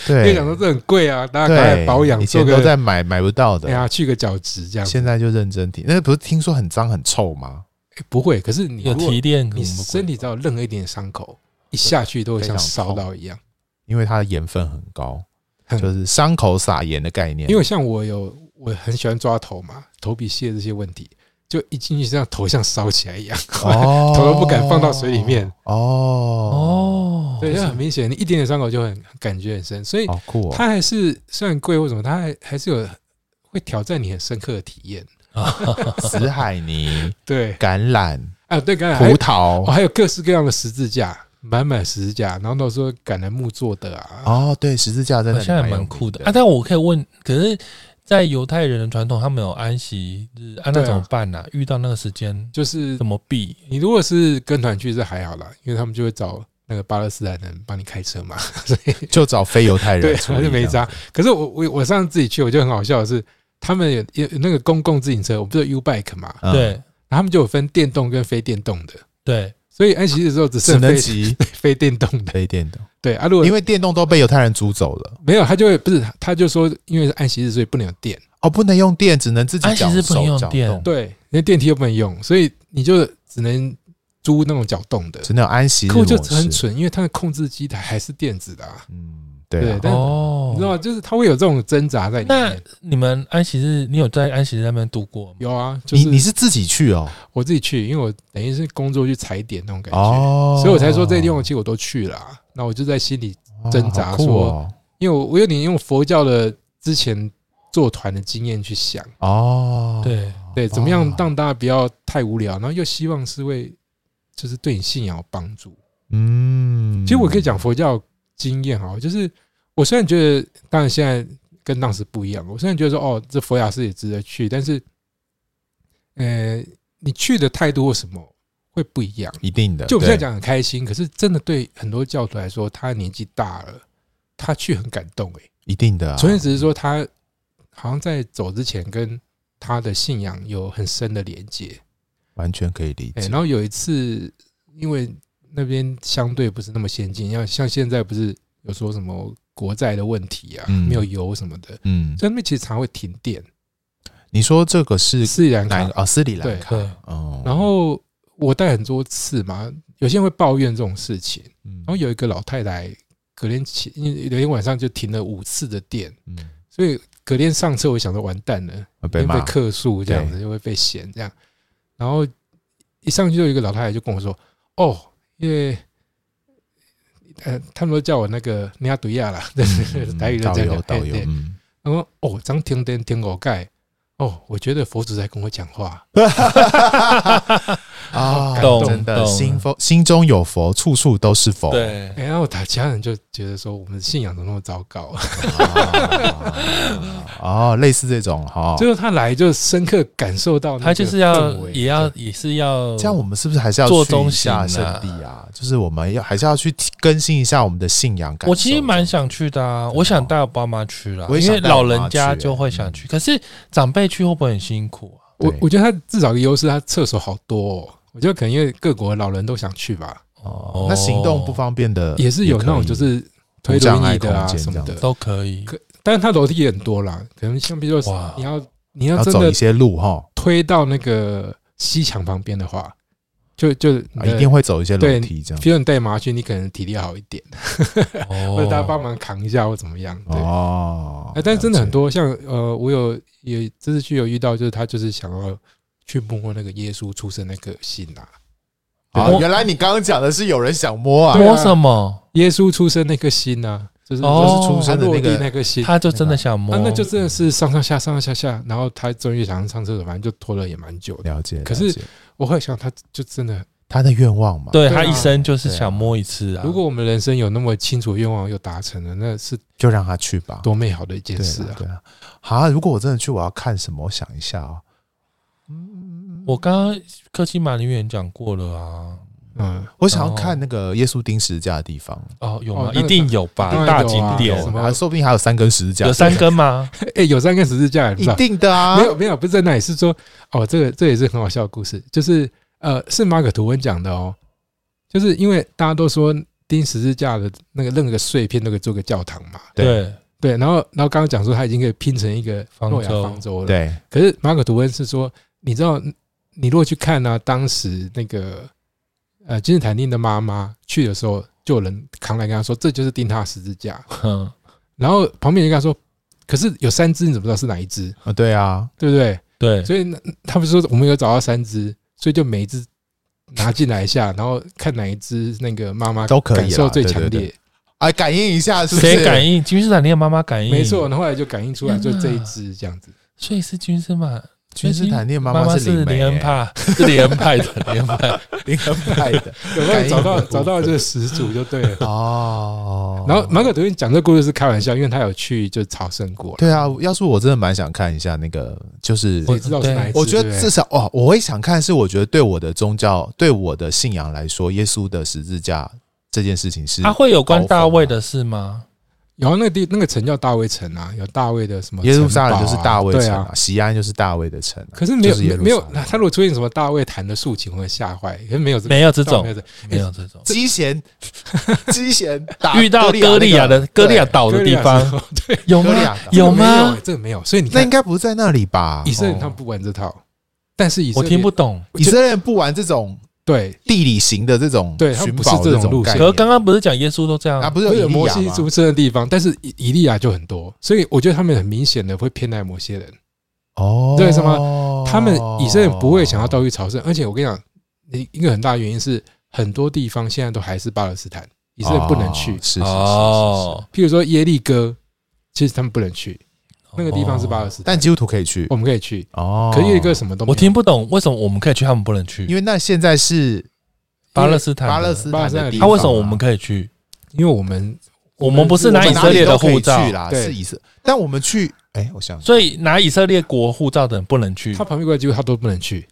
[SPEAKER 2] 因为
[SPEAKER 5] 对
[SPEAKER 2] 想说这很贵啊，大家赶快
[SPEAKER 5] 对，
[SPEAKER 2] 保养，
[SPEAKER 5] 以
[SPEAKER 2] 做
[SPEAKER 5] 前
[SPEAKER 2] 个
[SPEAKER 5] 都在买买不到
[SPEAKER 2] 哎
[SPEAKER 5] 的，
[SPEAKER 2] 呀去个角质这样，
[SPEAKER 5] 现在就认真听。那不是听说很脏很臭吗？
[SPEAKER 2] 哎不会。可是你
[SPEAKER 4] 有
[SPEAKER 2] 如果
[SPEAKER 4] 提炼，
[SPEAKER 2] 你身体只要有任何一点伤口，一下去都会像烧到一样。
[SPEAKER 5] 因为它的盐分很高，
[SPEAKER 2] 哼
[SPEAKER 5] 就是伤口撒盐的概念。
[SPEAKER 2] 嗯因为像我有我很喜欢抓头嘛，头皮屑这些问题，就一进去这样头像烧起来一样，
[SPEAKER 5] 哦
[SPEAKER 2] (laughs) 头都不敢放到水里面。
[SPEAKER 5] 哦
[SPEAKER 4] 哦，
[SPEAKER 2] 对，就很明显，你一点点伤口就很感觉很深，所以
[SPEAKER 5] 好酷哦！
[SPEAKER 2] 它还是虽然贵或什么，它还还是有会挑战你很深刻的体验。
[SPEAKER 5] 死海泥、
[SPEAKER 2] 对
[SPEAKER 5] 橄榄、
[SPEAKER 2] 啊，对，刚才还
[SPEAKER 5] 葡
[SPEAKER 2] 有哦，
[SPEAKER 5] 萄。
[SPEAKER 2] 还有各式各样的十字架，满满十字架，然后都说橄榄木做的啊，
[SPEAKER 5] 哦，对，十字架真
[SPEAKER 4] 好
[SPEAKER 5] 的
[SPEAKER 4] 像还
[SPEAKER 5] 有
[SPEAKER 4] 蛮
[SPEAKER 5] 名
[SPEAKER 4] 酷的啊。但我可以问，可是，在犹太人的传统，他们有安息日，啊，那
[SPEAKER 2] 对啊
[SPEAKER 4] 怎么办呢、啊？遇到那个时间
[SPEAKER 2] 就是
[SPEAKER 4] 怎么避？
[SPEAKER 2] 你如果是跟团去是还好啦，因为他们就会找那个巴勒斯坦人帮你开车嘛，所以
[SPEAKER 5] 就找非犹太
[SPEAKER 2] 对，
[SPEAKER 5] 人啊处
[SPEAKER 2] 他
[SPEAKER 5] 理
[SPEAKER 2] (laughs) 就
[SPEAKER 5] 这
[SPEAKER 2] 没
[SPEAKER 5] 样子，
[SPEAKER 2] 差。可是我我我上次自己去，我就很好笑的是，他们有有那个公共自行车，我不是有 U bike 嘛，
[SPEAKER 5] 嗯，
[SPEAKER 4] 对
[SPEAKER 2] 然后他们就有分电动跟非电动的，
[SPEAKER 4] 对，
[SPEAKER 2] 所以安息日之后只哎
[SPEAKER 5] 只
[SPEAKER 2] 剩
[SPEAKER 5] 能
[SPEAKER 2] (laughs) 非
[SPEAKER 5] 骑
[SPEAKER 2] 非电动的，
[SPEAKER 5] 非电动。
[SPEAKER 2] 对啊，如果
[SPEAKER 5] 因为电动都被犹太人租走了。
[SPEAKER 2] 没有，他就会不是，他就说因为是按息日，所以不能有电，
[SPEAKER 5] 哦，不能用电，只能自己
[SPEAKER 4] 安息
[SPEAKER 5] 脚
[SPEAKER 4] 日啊不能
[SPEAKER 5] 手
[SPEAKER 4] 用
[SPEAKER 5] 脚
[SPEAKER 4] 电
[SPEAKER 5] 动，
[SPEAKER 2] 对，连电梯又不能用，所以你就只能租那种脚动的。
[SPEAKER 5] 只能有安息日
[SPEAKER 2] 可我
[SPEAKER 5] 模
[SPEAKER 2] 就很
[SPEAKER 5] 式。
[SPEAKER 2] 蠢，因为它的控制机台还是电子的、啊，
[SPEAKER 5] 嗯，对啊
[SPEAKER 2] 对，但
[SPEAKER 4] 哦
[SPEAKER 2] 你知道吗？就是它会有这种挣扎在里
[SPEAKER 4] 那
[SPEAKER 2] 面。
[SPEAKER 4] 你们安息日，你有在安息日那边度过吗？
[SPEAKER 2] 有啊，就
[SPEAKER 5] 你你
[SPEAKER 2] 是
[SPEAKER 5] 是自己去哦，
[SPEAKER 2] 我自己去，因为我等于是工作去踩点那种感觉，
[SPEAKER 5] 哦，
[SPEAKER 2] 所以我才说这些地方其实我都去了、啊。那我就在心里，挣扎
[SPEAKER 5] 哦好酷
[SPEAKER 2] 说
[SPEAKER 5] 哦
[SPEAKER 2] 因为我我有点用佛教的之前做团的经验去想，
[SPEAKER 5] 哦，
[SPEAKER 4] 对，
[SPEAKER 2] 对，怎么样
[SPEAKER 5] 哦
[SPEAKER 2] 让大家不要太无聊，然后又希望是为就是对你信仰有帮助。
[SPEAKER 5] 嗯，
[SPEAKER 2] 其实我可以讲佛教经验哈，就是我虽然觉得，当然现在跟当时不一样，我虽然觉得说哦，这佛雅寺也值得去，但是，呃，你去的态度或什么会不一样。
[SPEAKER 5] 一定的，
[SPEAKER 2] 就我们现在
[SPEAKER 5] 对，
[SPEAKER 2] 讲很开心，可是真的对很多教徒来说，他年纪大了，他去很感动诶、
[SPEAKER 5] 一定的啊，
[SPEAKER 2] 昨天只是说他好像在走之前跟他的信仰有很深的连接，
[SPEAKER 5] 完全可以理
[SPEAKER 2] 哎、
[SPEAKER 5] 解
[SPEAKER 2] 然。后有一次，因为那边相对不是那么先进，要像现在不是有说什么国债的问题啊，
[SPEAKER 5] 嗯
[SPEAKER 2] 没有油什么的，
[SPEAKER 5] 嗯，
[SPEAKER 2] 所以那边其实常会停电，
[SPEAKER 5] 你说这个是
[SPEAKER 2] 斯里兰
[SPEAKER 5] 哪
[SPEAKER 2] 卡
[SPEAKER 5] 个？。哦，斯里兰
[SPEAKER 2] 对
[SPEAKER 5] 卡。
[SPEAKER 4] 对，
[SPEAKER 5] 哦，
[SPEAKER 2] 然后我带很多次嘛，有些人会抱怨这种事情。
[SPEAKER 5] 嗯，
[SPEAKER 2] 然后有一个老太太，隔天起，因为有一天晚上就停了五次的电，
[SPEAKER 5] 嗯
[SPEAKER 2] 所以隔天上车，我想说完蛋了，
[SPEAKER 5] 会被
[SPEAKER 2] 因为
[SPEAKER 5] 骂
[SPEAKER 2] 被，客诉这样子，就会被嫌这样。然后一上去就有一个老太太就跟我说：“哦，因为呃，他们都叫我那个尼亚杜亚啦， (laughs) 对对对，
[SPEAKER 5] 嗯
[SPEAKER 2] 台语就
[SPEAKER 5] 导
[SPEAKER 2] 这
[SPEAKER 5] 游
[SPEAKER 2] 样讲。
[SPEAKER 5] 导
[SPEAKER 2] 哎
[SPEAKER 5] 游，
[SPEAKER 2] 对 (laughs)
[SPEAKER 5] 嗯，
[SPEAKER 2] 他说：“哦，张天灯天狗盖，哦，我觉得佛祖在跟我讲话。
[SPEAKER 5] 啊
[SPEAKER 2] 感动
[SPEAKER 5] 真的
[SPEAKER 4] 懂
[SPEAKER 5] 心佛心中有佛，处处都是佛。
[SPEAKER 4] 对，
[SPEAKER 2] 哎，然后他家人就觉得说，我们信仰怎么那么糟糕？
[SPEAKER 5] (laughs) 啊，
[SPEAKER 2] (laughs)
[SPEAKER 5] 哦，类似这种
[SPEAKER 2] (laughs)
[SPEAKER 5] 哈，
[SPEAKER 2] 最后他来就深刻感受到那个
[SPEAKER 4] 他就是要
[SPEAKER 2] 氛围
[SPEAKER 4] 也要也是
[SPEAKER 2] 哦
[SPEAKER 4] 要
[SPEAKER 5] 这样我们是不是还是要
[SPEAKER 4] 做
[SPEAKER 5] 去一
[SPEAKER 4] 中
[SPEAKER 5] 下圣
[SPEAKER 4] 行啊
[SPEAKER 5] 地啊？就是我们要还是要去更新一下我们的信仰感受。
[SPEAKER 4] 我其实蛮想去的啊，
[SPEAKER 5] 的
[SPEAKER 4] 我想带我爸妈去啦，
[SPEAKER 5] 我也
[SPEAKER 4] 因
[SPEAKER 5] 想
[SPEAKER 4] 为
[SPEAKER 5] 带我
[SPEAKER 4] 老
[SPEAKER 5] 妈
[SPEAKER 4] 人家
[SPEAKER 5] 去
[SPEAKER 4] 就会想去。可是长辈去会不会很辛苦啊？
[SPEAKER 2] 我
[SPEAKER 5] 对
[SPEAKER 2] 我觉得他至少一个优势，他厕所好多、哦。我觉得可能因为各国的老人都想去吧，
[SPEAKER 5] 哦，那行动不方便的
[SPEAKER 2] 哦也是有那种
[SPEAKER 5] 可以
[SPEAKER 2] 就是推
[SPEAKER 5] 无障
[SPEAKER 2] 轮
[SPEAKER 5] 碍
[SPEAKER 2] 椅的啊
[SPEAKER 5] 空间
[SPEAKER 2] 什么
[SPEAKER 5] 这
[SPEAKER 2] 的
[SPEAKER 5] 样，
[SPEAKER 4] 都可以
[SPEAKER 2] 可。但是它楼梯也很多啦，可能像比如
[SPEAKER 4] 哇
[SPEAKER 2] 说你要你要
[SPEAKER 5] 要
[SPEAKER 2] 真
[SPEAKER 5] 走
[SPEAKER 2] 的
[SPEAKER 5] 一些路哈，
[SPEAKER 2] 推到那个西墙旁边的话，就就
[SPEAKER 5] 啊一定
[SPEAKER 2] 会。
[SPEAKER 5] 会走一些楼
[SPEAKER 2] 对
[SPEAKER 5] 梯这样
[SPEAKER 2] 比。如你带麻去，你可能体力好一点， (laughs)
[SPEAKER 4] 哦
[SPEAKER 2] 或者大家帮忙扛一下或怎么样。对，
[SPEAKER 5] 哦
[SPEAKER 2] 哎，但是真的很
[SPEAKER 5] 了解
[SPEAKER 2] 多，像呃，我有也这次去有遇到，就是他就是想要去摸摸那个耶稣出生那个心啊，
[SPEAKER 5] 啊！
[SPEAKER 4] 摸
[SPEAKER 5] 原来你刚刚讲的是有人想摸啊，
[SPEAKER 2] 对
[SPEAKER 4] 摸
[SPEAKER 2] 啊
[SPEAKER 4] 什么？
[SPEAKER 2] 耶稣出生那颗心啊，就是
[SPEAKER 4] 哦
[SPEAKER 5] 就是出
[SPEAKER 2] 他
[SPEAKER 5] 生的
[SPEAKER 2] 落
[SPEAKER 5] 那
[SPEAKER 2] 地
[SPEAKER 5] 个
[SPEAKER 2] 那颗心，
[SPEAKER 4] 他就真的想摸，
[SPEAKER 2] 啊，那就真的是上上下上上下下，然后他终于想上厕所，反正就拖了也蛮久的。
[SPEAKER 5] 了解。
[SPEAKER 2] 可是
[SPEAKER 5] 了解
[SPEAKER 2] 我后来想，他就真的，
[SPEAKER 5] 他的愿望嘛，
[SPEAKER 4] 对
[SPEAKER 2] 对
[SPEAKER 4] 他
[SPEAKER 2] 啊
[SPEAKER 4] 一生就是想摸一次啊。
[SPEAKER 2] 如果我们人生有那么清楚的愿望又达成了，那是
[SPEAKER 5] 就让他去吧。
[SPEAKER 2] 多美好的一件
[SPEAKER 5] 对
[SPEAKER 2] 事
[SPEAKER 5] 啊
[SPEAKER 2] 啊！
[SPEAKER 5] 对啊。啊，如果我真的去，我要看什么？我想一下啊。
[SPEAKER 4] 我刚刚科技马林园讲过了啊，
[SPEAKER 2] 嗯，
[SPEAKER 5] 我想要看那个耶稣钉十字架的地方，
[SPEAKER 4] 哦，有吗
[SPEAKER 2] 哦？那
[SPEAKER 4] 一
[SPEAKER 2] 个
[SPEAKER 4] 定有吧
[SPEAKER 2] 当然，有
[SPEAKER 4] 大
[SPEAKER 2] 啊
[SPEAKER 4] 景
[SPEAKER 2] 什
[SPEAKER 4] 点
[SPEAKER 2] 么
[SPEAKER 5] 啊，说不定还有三根十字架，
[SPEAKER 4] 有三根吗？
[SPEAKER 2] 哎，有三根十字架，你
[SPEAKER 5] 一
[SPEAKER 2] 知道？
[SPEAKER 5] 定的啊
[SPEAKER 2] 没。有没有，不是在那里，是说哦，这个这也是很好笑的故事，就是呃，是马可吐温讲的哦，就是因为大家都说钉十字架的那个任何一个碎片都可以做个教堂嘛，
[SPEAKER 5] 对
[SPEAKER 4] 对，
[SPEAKER 2] 对，然后然后刚刚讲说他已经可以拼成一个
[SPEAKER 4] 方
[SPEAKER 2] 诺亚
[SPEAKER 4] 舟
[SPEAKER 2] 方舟了，
[SPEAKER 5] 对，
[SPEAKER 2] 可是马可·吐温是说，你知道，你如果去看呢、当时那个呃金斯坦丁的妈妈去的时候，就有人扛来跟他说，这就是钉他十字架。
[SPEAKER 4] 嗯，
[SPEAKER 2] 然后旁边人跟他说，可是有三只，你怎么知道是哪一只？
[SPEAKER 5] 啊，对啊，
[SPEAKER 2] 对不对？
[SPEAKER 4] 对，
[SPEAKER 2] 所以那他们说我们有找到三只，所以就每一只拿进来一下，然后看哪一只那个妈妈
[SPEAKER 5] 都可以啦
[SPEAKER 2] 感受最强
[SPEAKER 5] 对对
[SPEAKER 2] 烈。
[SPEAKER 5] 哎，感应一下，是不是
[SPEAKER 4] 谁感？应？金斯坦利的妈妈感应，
[SPEAKER 2] 没错，。然后后来就感应出来，就
[SPEAKER 4] 天哪
[SPEAKER 2] 这一只这样
[SPEAKER 5] 嗯
[SPEAKER 2] 子。
[SPEAKER 4] 所以是军师嘛？
[SPEAKER 5] 君士坦丁妈
[SPEAKER 4] 妈是
[SPEAKER 5] 是
[SPEAKER 4] 林恩
[SPEAKER 5] 派，
[SPEAKER 4] 帕，是林恩派的林恩派。
[SPEAKER 5] (laughs) 林恩派的
[SPEAKER 2] 有没有
[SPEAKER 5] (laughs) 感应的
[SPEAKER 2] 找到
[SPEAKER 5] 部分
[SPEAKER 2] 找到这个始祖就对了。
[SPEAKER 5] 哦。
[SPEAKER 2] 然后马可吐温讲这个故事是开玩笑，因为他有去就朝圣过，
[SPEAKER 5] 对啊，要是我真的蛮想看一下那个，就是
[SPEAKER 2] 谁知道是哪一次？
[SPEAKER 5] 我觉
[SPEAKER 2] 对
[SPEAKER 5] 得
[SPEAKER 2] 不对
[SPEAKER 5] 至少哦，我会想看是我觉得对我的宗教、对我的信仰来说，耶稣的十字架这件事情是
[SPEAKER 4] 他会有关大卫
[SPEAKER 5] 高峰
[SPEAKER 4] 的事吗？
[SPEAKER 2] 然后那个地那个城叫大卫城啊，有大卫的什么、
[SPEAKER 5] 耶路撒冷就是大卫城
[SPEAKER 2] 城、
[SPEAKER 5] 啊，西安就是大卫的城啊、
[SPEAKER 2] 可是没有、
[SPEAKER 5] 就是耶路撒冷
[SPEAKER 2] 没有，他如果出现什么大卫弹的竖琴，我会吓坏。可是没有这
[SPEAKER 4] 没有这
[SPEAKER 2] 倒
[SPEAKER 4] 种
[SPEAKER 2] 没有这
[SPEAKER 4] 没有这种。
[SPEAKER 5] 机弦，机弦打
[SPEAKER 4] 遇到
[SPEAKER 5] 哥
[SPEAKER 4] 哥利亚
[SPEAKER 5] 那个
[SPEAKER 4] 的哥利亚
[SPEAKER 5] 对
[SPEAKER 4] 岛的地
[SPEAKER 2] 歌利亚是
[SPEAKER 4] 方
[SPEAKER 2] 吗对啊
[SPEAKER 5] (laughs)
[SPEAKER 4] 有
[SPEAKER 5] 哥利
[SPEAKER 4] 吗
[SPEAKER 5] 亚？岛
[SPEAKER 4] 有
[SPEAKER 2] 没有
[SPEAKER 4] 吗
[SPEAKER 2] 欸？这个没有，所以你
[SPEAKER 5] 那
[SPEAKER 2] 看
[SPEAKER 5] 应该不是在那里吧？
[SPEAKER 2] 以色列人他
[SPEAKER 5] 哦
[SPEAKER 2] 们不玩这套，但是以色
[SPEAKER 4] 我
[SPEAKER 2] 列
[SPEAKER 4] 听不懂。
[SPEAKER 5] 以色列人不玩这种
[SPEAKER 2] 对
[SPEAKER 5] 地理型的这种
[SPEAKER 2] 对他
[SPEAKER 5] 寻
[SPEAKER 2] 们不是
[SPEAKER 5] 宝的
[SPEAKER 2] 这种
[SPEAKER 5] 这种
[SPEAKER 2] 路
[SPEAKER 5] 概
[SPEAKER 2] 线
[SPEAKER 4] 可是
[SPEAKER 5] 念。
[SPEAKER 4] 刚刚不是讲耶稣都这
[SPEAKER 5] 啊，
[SPEAKER 4] 样？
[SPEAKER 5] 不是
[SPEAKER 2] 会有
[SPEAKER 5] 以利
[SPEAKER 2] 摩
[SPEAKER 5] 亚
[SPEAKER 2] 西
[SPEAKER 5] 吗
[SPEAKER 2] 出生的地方，但是以以利亚就很多，所以我觉得他们很明显的会偏爱某些人。
[SPEAKER 5] 哦，
[SPEAKER 2] 对什他们以色列人不会想要到处朝圣，而且我跟你讲，一一个很大的原因是很多地方现在都还是巴勒斯坦，以
[SPEAKER 5] 以
[SPEAKER 2] 色列不能去，
[SPEAKER 5] 是是是是
[SPEAKER 4] 哦，
[SPEAKER 2] 譬如说耶利哥，其实他们不能去，那个地方是巴勒斯
[SPEAKER 5] 是
[SPEAKER 2] 坦，
[SPEAKER 5] 但基督徒可以去
[SPEAKER 2] 我们可以去，
[SPEAKER 5] 哦。
[SPEAKER 2] 可是耶利哥什么都没有
[SPEAKER 4] 我听，不懂为什么我们可以去，他们不能去？
[SPEAKER 5] 因为那现在是
[SPEAKER 4] 巴勒斯坦的，
[SPEAKER 5] 巴勒斯
[SPEAKER 2] 巴勒
[SPEAKER 5] 坦
[SPEAKER 2] 斯坦
[SPEAKER 5] 的
[SPEAKER 2] 的
[SPEAKER 5] 地
[SPEAKER 2] 地
[SPEAKER 4] 他
[SPEAKER 5] 方啊，
[SPEAKER 4] 为什么我们可以去？
[SPEAKER 2] 因为我们
[SPEAKER 4] 我们不是拿以
[SPEAKER 5] 以
[SPEAKER 4] 色列的护
[SPEAKER 5] 我们哪里都可以
[SPEAKER 4] 照
[SPEAKER 5] 去，啦？
[SPEAKER 2] 对
[SPEAKER 5] 是以色，但我们去，哎，我想
[SPEAKER 4] 所以拿以色列国护照的人不能去
[SPEAKER 2] 他。旁边国家几乎他都不能去，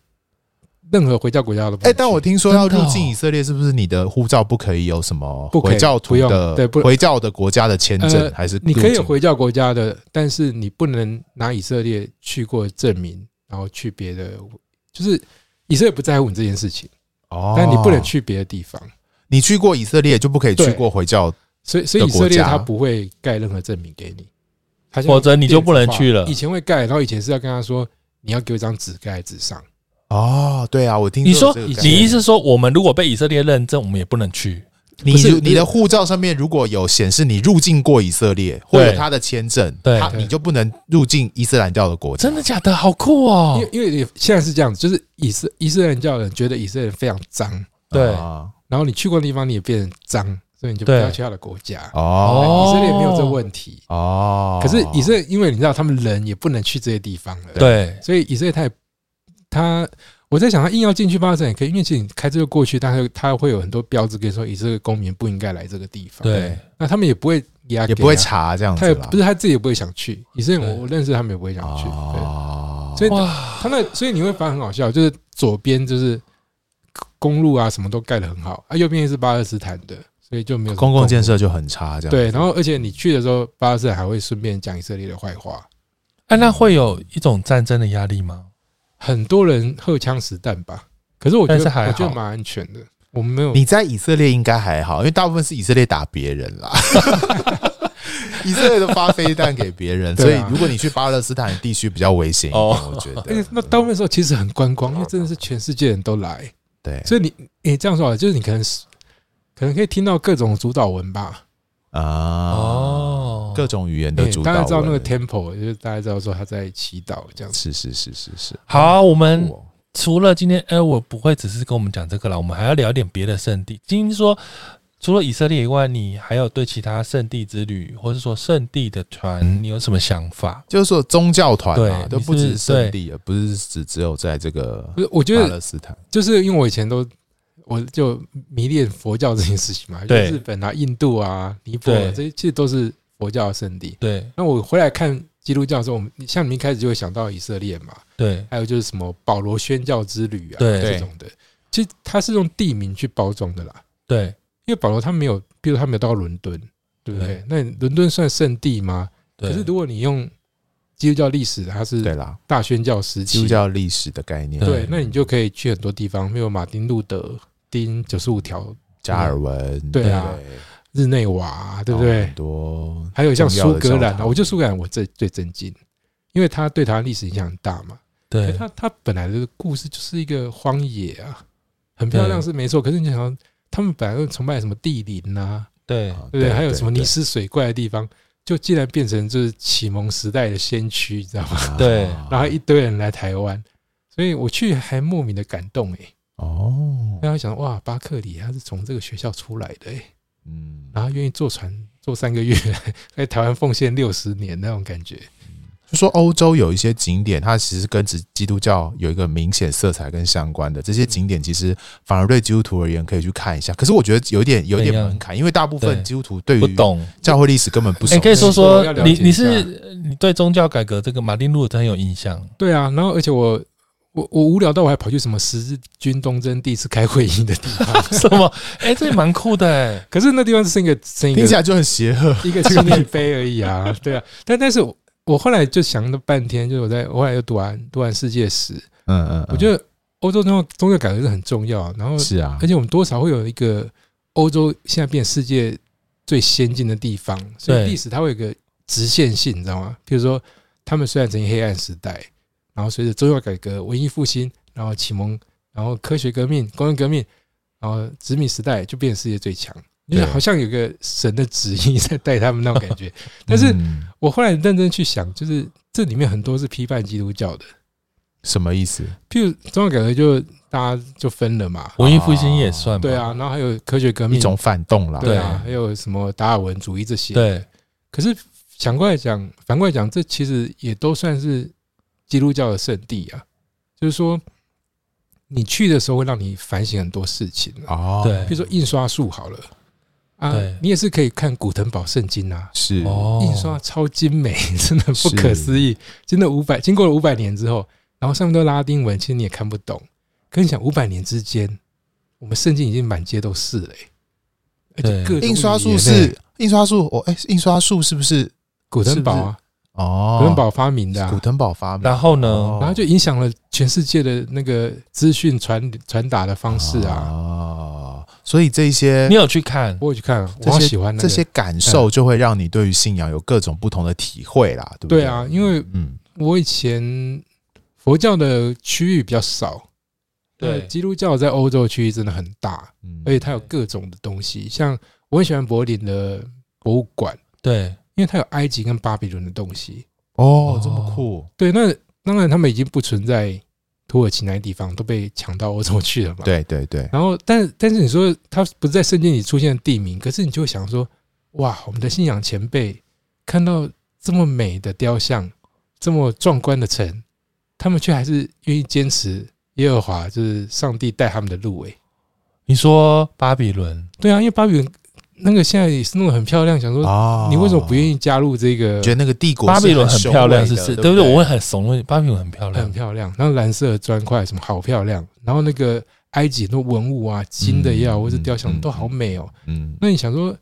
[SPEAKER 2] 任何回教国家都不能
[SPEAKER 5] 哎，
[SPEAKER 2] 去。
[SPEAKER 5] 但我听说要
[SPEAKER 4] 真的
[SPEAKER 5] 入
[SPEAKER 4] 哦
[SPEAKER 5] 境以色列，是不是你的护照不可以有什么
[SPEAKER 2] 不可以
[SPEAKER 5] 回教徒
[SPEAKER 2] 不用
[SPEAKER 5] 的
[SPEAKER 2] 对不
[SPEAKER 5] 回教的国家的签证
[SPEAKER 2] 呃
[SPEAKER 5] 还是
[SPEAKER 2] 你可以有
[SPEAKER 5] 入境
[SPEAKER 2] 回教国家的，但是你不能拿以色列去过的证明，然后去别的，就是以色列不在乎你这件事情，
[SPEAKER 5] 哦，
[SPEAKER 2] 但你不能，去别的地方，
[SPEAKER 5] 你去过以色列就不可以去
[SPEAKER 2] 对
[SPEAKER 5] 过回教
[SPEAKER 2] 所以所以
[SPEAKER 5] 的
[SPEAKER 2] 以
[SPEAKER 5] 国
[SPEAKER 2] 色列
[SPEAKER 5] 家
[SPEAKER 2] 他不会盖任何证明给你，他现在
[SPEAKER 4] 否则你就不能去了
[SPEAKER 2] 以前会盖，然后以前是要跟他说你要给我一张纸盖在纸上，
[SPEAKER 5] 哦，对啊，我听
[SPEAKER 4] 你
[SPEAKER 5] 说
[SPEAKER 4] 说，
[SPEAKER 5] 有这个
[SPEAKER 4] 你
[SPEAKER 5] 概
[SPEAKER 4] 意
[SPEAKER 5] 念
[SPEAKER 4] 思是说，我们如果被以色列认证，我们也不能去？
[SPEAKER 5] 你
[SPEAKER 2] 不是
[SPEAKER 5] 如
[SPEAKER 2] 不是
[SPEAKER 5] 你的护照上面如果有显示你入境过以色列，或者他的签证，
[SPEAKER 4] 对
[SPEAKER 5] 他
[SPEAKER 2] 对
[SPEAKER 5] 你就不能入境伊斯兰教的国家。
[SPEAKER 4] 真的假的？好酷
[SPEAKER 2] 因
[SPEAKER 4] 哦
[SPEAKER 2] 为！因为现在是这样子，就是以色伊斯兰教人觉得以色列人非常脏，
[SPEAKER 4] 对
[SPEAKER 5] 啊
[SPEAKER 2] 然后你去过的地方你也变成脏，所以你就不
[SPEAKER 4] 对
[SPEAKER 2] 要去他的国家。
[SPEAKER 5] 哦
[SPEAKER 2] 以色列没有这问题，
[SPEAKER 5] 哦，
[SPEAKER 2] 可是以色列，因为你知道他们人也不能去这些地方了，，
[SPEAKER 4] 对，
[SPEAKER 2] 所以以色列他也他，我在想他硬要进去巴勒斯坦也可以，因为其实你开车过去，但是他会有很多标志跟说以色列公民不应该来这个地方，
[SPEAKER 4] 对，
[SPEAKER 2] 那他们也不会给他
[SPEAKER 5] 也不会，查这样
[SPEAKER 2] 他
[SPEAKER 5] 子
[SPEAKER 2] 也
[SPEAKER 5] 啦
[SPEAKER 2] 不是他自己也不会想去，以色列我
[SPEAKER 4] 对
[SPEAKER 2] 我认识他们也不会想去，对，
[SPEAKER 5] 哦，
[SPEAKER 2] 所以
[SPEAKER 4] 哇，
[SPEAKER 2] 他那所以你会发现很好笑，就是左边就是公路啊什么都盖得很好，啊右边是巴勒斯坦的，所以就没有什么
[SPEAKER 5] 公共建
[SPEAKER 2] 路
[SPEAKER 5] 设就很差这样。
[SPEAKER 2] 对，然后而且你去的时候，巴勒斯坦还会顺便讲以色列的坏话，
[SPEAKER 4] 哎，那会有一种战争的压力吗？
[SPEAKER 2] 很多人荷枪实弹吧。可是我觉
[SPEAKER 4] 但是
[SPEAKER 2] 得
[SPEAKER 4] 还好
[SPEAKER 2] 我觉得蛮安全的，我们没有
[SPEAKER 5] 你在以色列应该还好，因为大部分是以色列打别人
[SPEAKER 2] (laughs)
[SPEAKER 5] 啦。以色列都发飞弹给别人，所
[SPEAKER 2] 对
[SPEAKER 5] 以
[SPEAKER 2] 啊
[SPEAKER 5] 如果你去巴勒斯坦地区比较危险一点，
[SPEAKER 4] 哦
[SPEAKER 5] 我觉
[SPEAKER 2] 而且
[SPEAKER 5] 得。
[SPEAKER 2] 那大部分时候其实很观光，因为真的是全世界人都来，
[SPEAKER 5] 对
[SPEAKER 2] 所以你你这样说好了，就是你可能是可能可以听到各种主导文吧，
[SPEAKER 5] 啊，
[SPEAKER 4] 哦，
[SPEAKER 5] 各种语言的
[SPEAKER 2] 对，
[SPEAKER 5] 主导
[SPEAKER 2] 哎大
[SPEAKER 5] 文，
[SPEAKER 2] 家知道那个 temple，就是大家知道说他在祈祷这样
[SPEAKER 5] 是
[SPEAKER 2] 子。
[SPEAKER 5] 是是是是。
[SPEAKER 4] 好，我们
[SPEAKER 5] 我
[SPEAKER 4] 除了今天，哎，我不会只是跟我们讲这个啦，我们还要聊点别的圣地。听说除了以色列以外，你还有对其他圣地之旅，或是说圣地的
[SPEAKER 2] 嗯
[SPEAKER 4] 团，你有什么想法？
[SPEAKER 5] 就是说宗教团嘛，
[SPEAKER 4] 对
[SPEAKER 5] 都
[SPEAKER 4] 你
[SPEAKER 5] 不
[SPEAKER 4] 是
[SPEAKER 5] 止圣地，不是只只有在这个
[SPEAKER 2] 不是，我觉
[SPEAKER 5] 巴
[SPEAKER 2] 得
[SPEAKER 5] 勒斯坦。
[SPEAKER 2] 就是因为我以前都我就迷恋佛教这件事情嘛，就
[SPEAKER 4] 对
[SPEAKER 2] 日本啊、印度啊、尼泊尔
[SPEAKER 4] 对
[SPEAKER 2] 这些其实都是佛教的圣地。
[SPEAKER 4] 对
[SPEAKER 2] 那我回来看基督教的时候，我们像你们一开始就会想到以色列嘛，
[SPEAKER 4] 对
[SPEAKER 2] 还有就是什么保罗宣教之旅啊，
[SPEAKER 4] 对
[SPEAKER 2] 这种的，其实它是用地名去包装的啦。
[SPEAKER 4] 对，
[SPEAKER 2] 因为保罗他没有，比如他没有到伦敦，对不
[SPEAKER 4] 对？
[SPEAKER 2] 对那伦敦算圣地吗？
[SPEAKER 4] 对
[SPEAKER 2] 可是如果你用基督教历史，它
[SPEAKER 5] 对
[SPEAKER 2] 是
[SPEAKER 5] 啦，
[SPEAKER 2] 大宣教时期，
[SPEAKER 5] 基督教历史的概念，
[SPEAKER 2] 嗯对，那你就可以去很多地方，比如马丁路德丁九十五条、
[SPEAKER 5] 加尔文，
[SPEAKER 2] 对啊日内瓦啊，对不
[SPEAKER 5] 然后
[SPEAKER 2] 对
[SPEAKER 5] 很？多
[SPEAKER 2] 还有像苏格兰
[SPEAKER 5] 哦重要的教
[SPEAKER 2] 啊，
[SPEAKER 5] 堂
[SPEAKER 2] 我就苏格兰我最最震惊，因为他对他历史影响很大嘛。可
[SPEAKER 4] 对
[SPEAKER 2] 是他他本来的故事就是一个荒野啊，很漂亮
[SPEAKER 4] 对
[SPEAKER 2] 是没错，可是你想要他们本来会崇拜什么地灵啊，
[SPEAKER 4] 对
[SPEAKER 5] 啊
[SPEAKER 2] 对不对？还有什么尼
[SPEAKER 5] 对
[SPEAKER 2] 斯水怪的地方，就竟然变成就是启蒙时代的先驱，你知道吗？
[SPEAKER 4] 对
[SPEAKER 5] 啊
[SPEAKER 2] 然后一堆人来台湾，所以我去还莫名的感动诶、
[SPEAKER 5] 哦，
[SPEAKER 2] 然后想哇，巴克里他是从这个学校出来的诶、欸
[SPEAKER 5] 嗯，
[SPEAKER 2] 然后愿意坐船坐三个月 (laughs) 在台湾奉献六十年那种感觉，
[SPEAKER 5] 就说欧洲有一些景点，它其实跟基基督教有一个明显色彩跟相关的这些景点，其实反而对基督徒而言可以去看一下。可是我觉得有点有点
[SPEAKER 4] 怎样
[SPEAKER 5] 门槛，因为大部分
[SPEAKER 4] 对
[SPEAKER 5] 基督徒对
[SPEAKER 4] 不
[SPEAKER 5] 于
[SPEAKER 4] 懂。
[SPEAKER 5] 教会历史根本不
[SPEAKER 4] 哎、
[SPEAKER 5] 熟悉。
[SPEAKER 4] 可以说说
[SPEAKER 2] 要了解
[SPEAKER 4] 你
[SPEAKER 2] 一下 (laughs)
[SPEAKER 4] 你是你对宗教改革这个马丁路德很有印象，
[SPEAKER 2] 对啊，然后而且我我我无聊到我还跑去什么十字军东征第一次开会营的地方，
[SPEAKER 4] 什么？哎，这也蛮酷的
[SPEAKER 2] (laughs)
[SPEAKER 4] 哎。
[SPEAKER 2] 可是那地方是一个剩
[SPEAKER 5] (laughs)
[SPEAKER 2] 一
[SPEAKER 5] 听起
[SPEAKER 2] 个
[SPEAKER 5] 来就很邪恶。
[SPEAKER 2] 一个训练碑而已啊，对啊。但但是我我后来就想了半天，就是我在我后来又读完读完世界史，
[SPEAKER 5] 嗯嗯，
[SPEAKER 2] 我觉得欧洲宗教宗教改革是很重要，然后
[SPEAKER 5] 得是啊
[SPEAKER 2] 而，且我们多少会有一个欧洲现在变世界最先进的地方，所以
[SPEAKER 4] 对
[SPEAKER 2] 历史它会有一个直线性，你知道吗？比如说，他们虽然曾经黑暗时代，然后随着宗教改革、文艺复兴，然后启蒙，然后科学革命、工业革命，然后殖民时代就变成世界最强，就是
[SPEAKER 5] 对
[SPEAKER 2] 好像有个神的旨意在带他们那种
[SPEAKER 5] (laughs)
[SPEAKER 2] 感觉。但是
[SPEAKER 5] 嗯
[SPEAKER 2] 我后来认真去想，就是这里面很多是批判基督教的，
[SPEAKER 5] 什么意思？
[SPEAKER 2] 譬如宗教改革就大家就分了嘛。
[SPEAKER 4] 文艺复兴也算嘛
[SPEAKER 2] 对，啊，然后还有科学革
[SPEAKER 5] 嗯
[SPEAKER 2] 命
[SPEAKER 5] 一种反动啦。
[SPEAKER 2] 对啊，还有什么达尔文主义这些。，
[SPEAKER 4] 对，
[SPEAKER 2] 可是反过来讲，反过来讲，这其实也都算是基督教的圣地啊。就是说，你去的时候会让你反省很多事情啊，
[SPEAKER 5] 哦，
[SPEAKER 4] 对
[SPEAKER 2] 比如说印刷术好了啊
[SPEAKER 4] 对，
[SPEAKER 2] 你也是可以看古腾堡圣经啊。
[SPEAKER 5] 是
[SPEAKER 4] 哦，
[SPEAKER 2] 印刷超精美， (laughs) 真的不
[SPEAKER 5] 是
[SPEAKER 2] 可思议。真的五百，经过了五百年之后，然后上面都拉丁文，其实你也看不懂。可你想，五百年之间，我们圣经已经满街都是了、欸，而且
[SPEAKER 4] 对
[SPEAKER 2] 各种
[SPEAKER 5] 印刷术
[SPEAKER 2] 语言欸
[SPEAKER 5] 是印刷术，哦，哎，印刷术是不是？
[SPEAKER 2] 古腾堡啊，
[SPEAKER 5] 哦，
[SPEAKER 2] 古腾堡发明的、啊，
[SPEAKER 5] 古腾堡发明，
[SPEAKER 4] 然后呢
[SPEAKER 5] 哦
[SPEAKER 2] 然后就影响了全世界的那个资讯传传达的方式啊。
[SPEAKER 5] 哦，所以这些
[SPEAKER 4] 你有去看？
[SPEAKER 2] 我有去看，我
[SPEAKER 5] 这
[SPEAKER 2] 好
[SPEAKER 5] 些
[SPEAKER 2] 喜欢那
[SPEAKER 5] 这
[SPEAKER 2] 个嗯
[SPEAKER 5] 些感受，就会让你对于信仰有各种不同的体会啦，对不
[SPEAKER 2] 对啊，因为
[SPEAKER 5] 嗯，
[SPEAKER 2] 我以前佛教的区域比较少，
[SPEAKER 4] 对
[SPEAKER 2] 呃基督教在欧洲区域真的很大，
[SPEAKER 5] 嗯
[SPEAKER 2] 而且它有各种的东西，像我很喜欢柏林的博物馆，
[SPEAKER 4] 对，
[SPEAKER 2] 因为它有埃及跟巴比伦的东西。
[SPEAKER 5] 哦，这么酷，
[SPEAKER 2] 对，那当然他们已经不存在土耳其那些地方，都被抢到欧洲去了嘛。
[SPEAKER 5] 对对对，
[SPEAKER 2] 然后，但但是你说他不是在圣经里出现的地名，可是你就会想说，哇，我们的信仰前辈看到这么美的雕像，这么壮观的城，他们却还是愿意坚持耶和华就是上帝带他们的路、欸。
[SPEAKER 4] 你说巴比伦，
[SPEAKER 2] 对啊，因为巴比伦那个现在也是弄得很漂亮，想说
[SPEAKER 5] 哦
[SPEAKER 2] 你为什么不愿
[SPEAKER 5] 意？
[SPEAKER 2] 意加入这个？
[SPEAKER 5] 觉得那个帝国
[SPEAKER 4] 巴比伦很漂亮，是
[SPEAKER 5] 是
[SPEAKER 4] 是，
[SPEAKER 5] 很雄伟的
[SPEAKER 4] 对
[SPEAKER 5] 对
[SPEAKER 4] 不对？我会很怂的，巴比伦很漂亮
[SPEAKER 2] 很，漂亮，然后蓝色的砖块什么好漂亮，然后那个埃及很多文物啊，金的也好，
[SPEAKER 5] 嗯
[SPEAKER 2] 或是雕
[SPEAKER 5] 嗯
[SPEAKER 2] 像
[SPEAKER 5] 嗯
[SPEAKER 2] 都好美哦。
[SPEAKER 5] 嗯，
[SPEAKER 2] 那你想说，